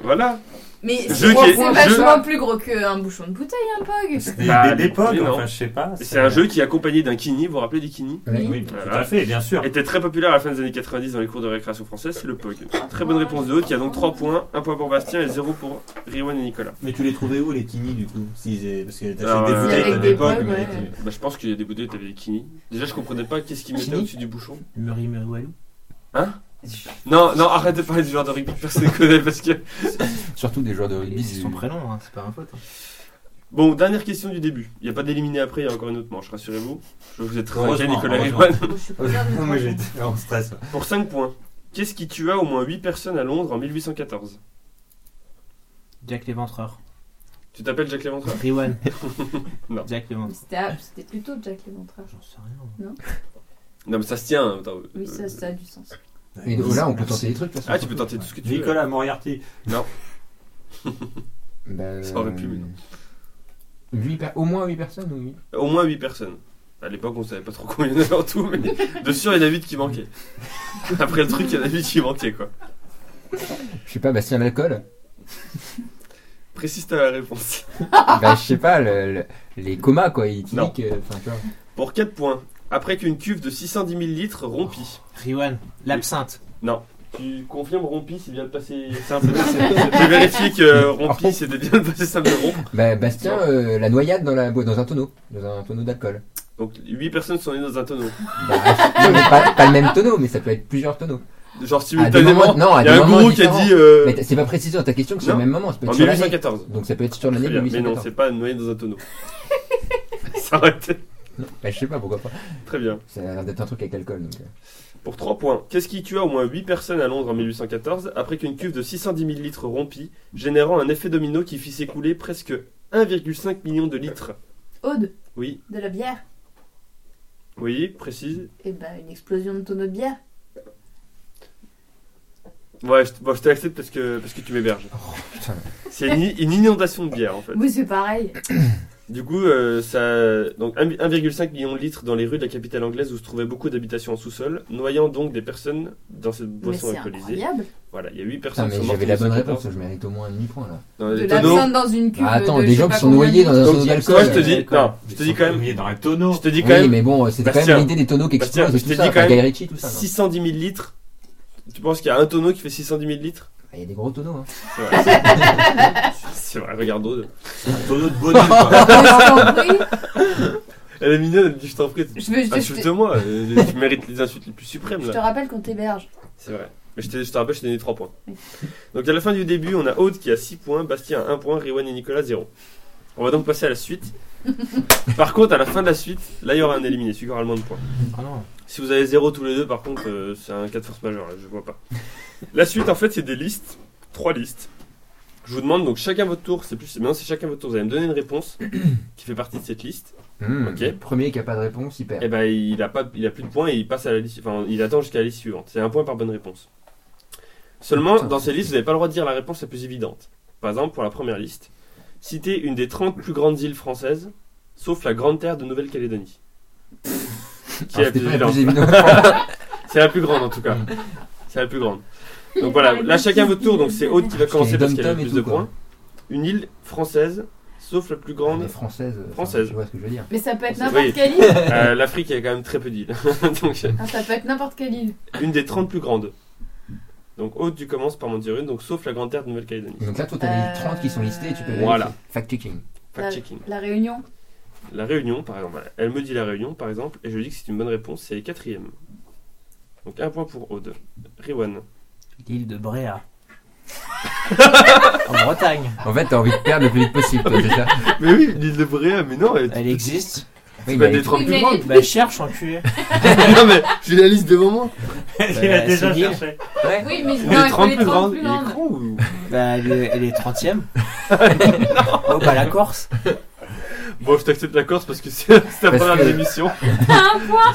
[SPEAKER 3] Voilà.
[SPEAKER 1] Mais
[SPEAKER 3] Jeu
[SPEAKER 1] c'est
[SPEAKER 3] qui
[SPEAKER 1] c'est
[SPEAKER 3] est- jeu-
[SPEAKER 1] vachement plus gros qu'un bouchon de bouteille, un POG.
[SPEAKER 6] Des
[SPEAKER 3] Bah,
[SPEAKER 6] bébés
[SPEAKER 3] oui,
[SPEAKER 6] POG,
[SPEAKER 3] non.
[SPEAKER 6] enfin, je sais pas.
[SPEAKER 3] C'est un jeu qui est accompagné d'un kini. Vous vous rappelez des kini
[SPEAKER 1] Oui.
[SPEAKER 6] Oui, tout
[SPEAKER 3] Voilà.
[SPEAKER 6] à fait, bien sûr.
[SPEAKER 3] était très populaire à la fin des années 90 dans les cours de récréation française, c'est le POG. Très bonne réponse de Haute, qui a donc 3 points, 1 point pour Bastien et 0 pour Riwan et Nicolas.
[SPEAKER 2] Mais tu les trouvais où les Kini du coup S'ils aient- Parce que
[SPEAKER 3] Ah,
[SPEAKER 2] t'achètes des
[SPEAKER 3] ouais.
[SPEAKER 2] bouteilles
[SPEAKER 1] Avec
[SPEAKER 2] t'as
[SPEAKER 1] des
[SPEAKER 2] des pogs,
[SPEAKER 1] pogs,
[SPEAKER 2] mais
[SPEAKER 1] ouais.
[SPEAKER 2] tu-
[SPEAKER 3] Bah, je pense qu'il y a des bouteilles, t'avais des kini. Déjà, je comprenais pas qu'est-ce qu'ils mettaient
[SPEAKER 4] Kini
[SPEAKER 3] au-dessus du bouchon.
[SPEAKER 4] Murray Murray Walou.
[SPEAKER 3] Non, non, arrête de parler du genre de rugby que personne ne connaît parce que.
[SPEAKER 5] Surtout des joueurs de
[SPEAKER 3] Euh,
[SPEAKER 5] rugby.
[SPEAKER 4] C'est son prénom, hein, c'est pas un faute. hein.
[SPEAKER 3] Bon, dernière question du début. Il n'y a pas d'éliminé après, il y a encore une autre manche, rassurez-vous. Je vous ai trinqué,
[SPEAKER 2] Heureusement,
[SPEAKER 3] Nicolas et
[SPEAKER 2] heureusement.
[SPEAKER 3] Riwan.
[SPEAKER 1] Oh, Je suis pas sûre de
[SPEAKER 2] Non, mais
[SPEAKER 1] ça.
[SPEAKER 2] j'étais en stress. ouais.
[SPEAKER 3] Pour 5 points. Qu'est-ce qui tua au moins 8 personnes à Londres en 1814
[SPEAKER 4] Jack l'éventreur.
[SPEAKER 3] Tu t'appelles Jacques Léventreur
[SPEAKER 4] Riwan.
[SPEAKER 3] Non.
[SPEAKER 4] Jack l'éventreur.
[SPEAKER 1] C'était ah, c'était plutôt Jack l'éventreur.
[SPEAKER 4] J'en sais rien.
[SPEAKER 3] Non, mais ça se tient. hein, attends,
[SPEAKER 1] Oui, ça,
[SPEAKER 3] euh,
[SPEAKER 1] ça a du sens.
[SPEAKER 5] Et donc là, on peut
[SPEAKER 2] Merci.
[SPEAKER 5] tenter des trucs. de toute façon.
[SPEAKER 3] Ah, tu peux tenter tout ce que tu veux.
[SPEAKER 2] Nicolas Moriarty.
[SPEAKER 5] Bah,
[SPEAKER 3] Ça aurait pu, mais non.
[SPEAKER 5] euh, huit per- Au moins 8 personnes ou huit
[SPEAKER 3] Au moins 8 personnes. À l'époque, on savait pas trop combien il y en avait en tout, mais de sûr, il y en a 8 qui manquaient. Après le truc, il y en a 8 qui manquaient, quoi.
[SPEAKER 5] Je sais pas, Bastien l'alcool
[SPEAKER 3] Précise ta réponse.
[SPEAKER 5] Bah, je sais pas, le- le- les comas quoi,
[SPEAKER 3] Non.
[SPEAKER 5] éthyliques. euh, Enfin, tu vois.
[SPEAKER 3] Pour 4 points, après qu'une cuve de 610 000 litres rompit.
[SPEAKER 4] Riwan. L'absinthe.
[SPEAKER 3] Tu confirmes rompit, c'est bien le passé simple. J'ai vérifié que rompit, c'était bien le passé simple de rompre.
[SPEAKER 5] Bah, Bastien, euh, la noyade dans, la, bo- dans un tonneau. Dans un tonneau d'alcool.
[SPEAKER 3] Donc 8 personnes sont nées dans un tonneau.
[SPEAKER 5] Bah, non, mais pas, pas le même tonneau, mais ça peut être plusieurs tonneaux.
[SPEAKER 3] Genre
[SPEAKER 5] À des
[SPEAKER 3] simultanément,
[SPEAKER 5] moments- non, à
[SPEAKER 3] il y a
[SPEAKER 5] des
[SPEAKER 3] un
[SPEAKER 5] moments
[SPEAKER 3] gourou qui a
[SPEAKER 5] différents.
[SPEAKER 3] dit euh,
[SPEAKER 5] Mais t- c'est pas précisé dans ta question que c'est
[SPEAKER 3] Non.
[SPEAKER 5] au même moment, ça peut
[SPEAKER 3] en
[SPEAKER 5] être sur l'année.
[SPEAKER 3] 1814.
[SPEAKER 5] Donc ça peut être sur l'année
[SPEAKER 3] Très
[SPEAKER 5] de
[SPEAKER 3] bien, Mais non,
[SPEAKER 5] 1814.
[SPEAKER 3] c'est pas noyé dans un tonneau. Ça aurait été
[SPEAKER 5] Non, Bah, je sais pas pourquoi pas.
[SPEAKER 3] très bien.
[SPEAKER 5] Ça a l'air d'être un truc avec l'alcool. donc, euh.
[SPEAKER 3] Pour 3 points, qu'est-ce qui tua au moins 8 personnes à Londres en 1814 après qu'une cuve de 610 000 litres rompit, générant un effet domino qui fit s'écouler presque 1,5 million de litres
[SPEAKER 1] Aude,
[SPEAKER 3] Oui,
[SPEAKER 1] de la bière.
[SPEAKER 3] oui, précise.
[SPEAKER 1] Et bah, une explosion de tonneau de bière.
[SPEAKER 3] Ouais, je, bon, je te l'accepte parce que, parce que tu m'héberges.
[SPEAKER 5] Oh, putain.
[SPEAKER 3] C'est une, une inondation de bière en fait.
[SPEAKER 1] Oui, c'est pareil.
[SPEAKER 3] Du coup, euh, ça, donc un- 1,5 million de litres dans les rues de la capitale anglaise où se trouvaient beaucoup d'habitations en sous-sol, noyant donc des personnes dans cette
[SPEAKER 1] Mais
[SPEAKER 3] boisson
[SPEAKER 1] c'est
[SPEAKER 3] alcoolisée.
[SPEAKER 1] incroyable.
[SPEAKER 3] Voilà, il y a 8
[SPEAKER 5] Putain,
[SPEAKER 3] personnes qui
[SPEAKER 5] mais
[SPEAKER 3] sont mortes
[SPEAKER 5] j'avais la
[SPEAKER 3] en
[SPEAKER 5] bonne
[SPEAKER 3] 1814.
[SPEAKER 5] réponse, je mérite au moins un demi-point là.
[SPEAKER 3] Dans
[SPEAKER 1] De
[SPEAKER 3] les tonneaux.
[SPEAKER 1] l'absinthe dans une cuve.
[SPEAKER 5] Ah, attends,
[SPEAKER 1] de
[SPEAKER 5] des
[SPEAKER 1] je
[SPEAKER 5] gens
[SPEAKER 1] sais
[SPEAKER 5] qui
[SPEAKER 1] pas
[SPEAKER 5] sont
[SPEAKER 1] combien de
[SPEAKER 5] noyés dans un
[SPEAKER 1] litres.
[SPEAKER 5] tonneau
[SPEAKER 3] Toi, je te
[SPEAKER 5] d'alcool.
[SPEAKER 3] dis, non, je te dis quand même,
[SPEAKER 2] Mouillé dans un tonneau.
[SPEAKER 3] je te dis quand
[SPEAKER 5] Oui,
[SPEAKER 3] même
[SPEAKER 5] mais bon, c'était quand
[SPEAKER 3] Bastien.
[SPEAKER 5] même l'idée des tonneaux qui
[SPEAKER 3] Bastien,
[SPEAKER 5] explosent
[SPEAKER 3] je
[SPEAKER 5] et tout
[SPEAKER 3] te
[SPEAKER 5] ça.
[SPEAKER 3] dis quand
[SPEAKER 5] enfin,
[SPEAKER 3] même
[SPEAKER 5] Guy Ritchie, tout ça. non
[SPEAKER 3] 610 000 litres. Tu penses qu'il y a un tonneau qui fait 610 000 litres
[SPEAKER 5] Ah, Il y a des gros tonneaux. Hein.
[SPEAKER 3] C'est vrai. C'est vrai, regarde Aude.
[SPEAKER 2] Un tonneau de bonheur. quoi.
[SPEAKER 1] Mais je t'en prie,
[SPEAKER 3] Elle est mignonne, elle dit je t'en prie.
[SPEAKER 1] Je veux juste. je te-
[SPEAKER 3] Insulte-moi, euh, tu mérites les insultes les plus suprêmes
[SPEAKER 1] Je te
[SPEAKER 3] là.
[SPEAKER 1] rappelle qu'on t'héberge.
[SPEAKER 3] C'est vrai. Mais je te, je te rappelle, je t'ai donné 3 points.
[SPEAKER 1] Oui.
[SPEAKER 3] Donc à la fin du début, on a Aude qui a 6 points, Bastien a 1 point, Riwan et Nicolas 0. On va donc passer à la suite. Par contre, à la fin de la suite, là il y aura un éliminé, celui qui aura le moins de points.
[SPEAKER 4] Ah non.
[SPEAKER 3] Si vous avez zéro tous les deux, par contre, euh, c'est un cas de force majeure, là, je vois pas. La suite, en fait, c'est des listes, trois listes. Je vous demande donc chacun votre tour, c'est plus. Maintenant, c'est chacun votre tour, vous allez me donner une réponse qui fait partie de cette liste.
[SPEAKER 5] Hmm.
[SPEAKER 3] Ok.
[SPEAKER 5] Premier qui a pas de réponse, il perd.
[SPEAKER 3] Et ben, il a, pas, il a plus de points et il passe à la liste. Enfin, il attend jusqu'à la liste suivante. C'est un point par bonne réponse. Seulement,
[SPEAKER 5] Putain,
[SPEAKER 3] dans ces
[SPEAKER 5] c'est-
[SPEAKER 3] listes, vous n'avez pas le droit de dire la réponse la plus évidente. Par exemple, pour la première liste, citez une des 30 plus grandes îles françaises, sauf la Grande Terre de Nouvelle-Calédonie. qui est la plus
[SPEAKER 5] Alors, Ah, c'était pas la
[SPEAKER 3] évidente
[SPEAKER 5] plus évidente.
[SPEAKER 3] C'est la plus grande en tout cas. C'est la plus grande. Donc voilà, là chacun votre tour, donc c'est Aude qui va commencer
[SPEAKER 5] les
[SPEAKER 3] parce
[SPEAKER 5] dom-toms
[SPEAKER 3] qu'elle a le
[SPEAKER 5] et
[SPEAKER 3] plus
[SPEAKER 5] tout,
[SPEAKER 3] de
[SPEAKER 5] quoi.
[SPEAKER 3] points. Une île française, sauf la plus
[SPEAKER 5] Elle
[SPEAKER 3] grande.
[SPEAKER 5] est française. euh,
[SPEAKER 3] Française.
[SPEAKER 5] enfin, Tu vois ce que je veux dire.
[SPEAKER 1] Mais ça peut être
[SPEAKER 3] Oui.
[SPEAKER 1] n'importe quelle île.
[SPEAKER 3] Euh, L'Afrique, il y a quand même très peu d'îles. donc euh,
[SPEAKER 1] Ah, ça peut être n'importe quelle île.
[SPEAKER 3] une des 30 plus grandes. Donc Aude, tu commences par m'en dire une, donc sauf la Grande Terre de Nouvelle-Calédonie.
[SPEAKER 5] Et Donc là, toi, t'as mis
[SPEAKER 1] Euh,
[SPEAKER 5] 30 qui sont listés et tu peux vérifier.
[SPEAKER 3] Voilà.
[SPEAKER 5] Fact-checking.
[SPEAKER 3] Fact-checking.
[SPEAKER 1] La Réunion.
[SPEAKER 3] La Réunion, par exemple. voilà. Elle me dit la Réunion, par exemple, et je lui dis que c'est une bonne réponse, c'est quatrième. Donc un point pour Aude. Riwan.
[SPEAKER 4] L'île de Bréa. en Bretagne.
[SPEAKER 5] En fait, t'as envie de perdre le plus vite possible, toi, c'est ça
[SPEAKER 3] Mais oui, l'île de Bréa, mais non, elle
[SPEAKER 4] Elle existe.
[SPEAKER 5] Oui, bah,
[SPEAKER 3] pas
[SPEAKER 5] mais
[SPEAKER 3] des 30 plus
[SPEAKER 1] mais-
[SPEAKER 3] grandes.
[SPEAKER 4] Bah cherche enculé.
[SPEAKER 3] non, mais j'ai la liste de moment.
[SPEAKER 6] Il a
[SPEAKER 4] Bah,
[SPEAKER 6] déjà
[SPEAKER 4] c'est dire.
[SPEAKER 6] cherché.
[SPEAKER 1] Oui, mais
[SPEAKER 3] Une
[SPEAKER 1] non,
[SPEAKER 3] des
[SPEAKER 1] il faut
[SPEAKER 3] 30
[SPEAKER 1] les
[SPEAKER 3] plus
[SPEAKER 1] 30
[SPEAKER 3] grandes.
[SPEAKER 1] plus
[SPEAKER 3] Il est
[SPEAKER 1] grandes.
[SPEAKER 3] grand ou
[SPEAKER 4] Bah elle est, elle est 30ème. oh bah la Corse.
[SPEAKER 3] Bon, je t'accepte la Corse parce que c'est c'est la
[SPEAKER 5] Parce
[SPEAKER 3] première
[SPEAKER 5] que-
[SPEAKER 3] émission.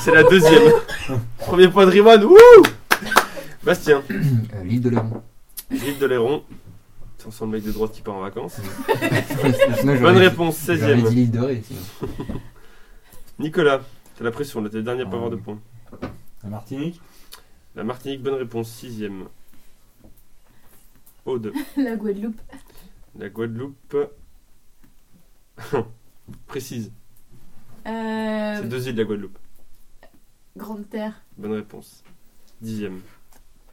[SPEAKER 3] C'est la deuxième. Premier point de Rivan. Wouh Bastien,
[SPEAKER 5] Euh, L'île de Léron.
[SPEAKER 3] Gilles de Léron. Ça sent le mec de droite qui part en vacances.
[SPEAKER 5] Sinon, j'aurais
[SPEAKER 3] Bonne
[SPEAKER 5] dit-
[SPEAKER 3] réponse,
[SPEAKER 5] J'aurais dit
[SPEAKER 3] 16ème.
[SPEAKER 5] l'île de Ré. sinon.
[SPEAKER 3] Nicolas, T'as la pression, là, t'es le dernier à pas avoir de points.
[SPEAKER 2] La Martinique
[SPEAKER 3] La Martinique, bonne réponse, sixième. Aude,
[SPEAKER 1] La Guadeloupe.
[SPEAKER 3] la Guadeloupe. Précise,
[SPEAKER 1] Euh,
[SPEAKER 3] c'est deux îles de la Guadeloupe.
[SPEAKER 1] Grande Terre.
[SPEAKER 3] Bonne réponse. Dixième.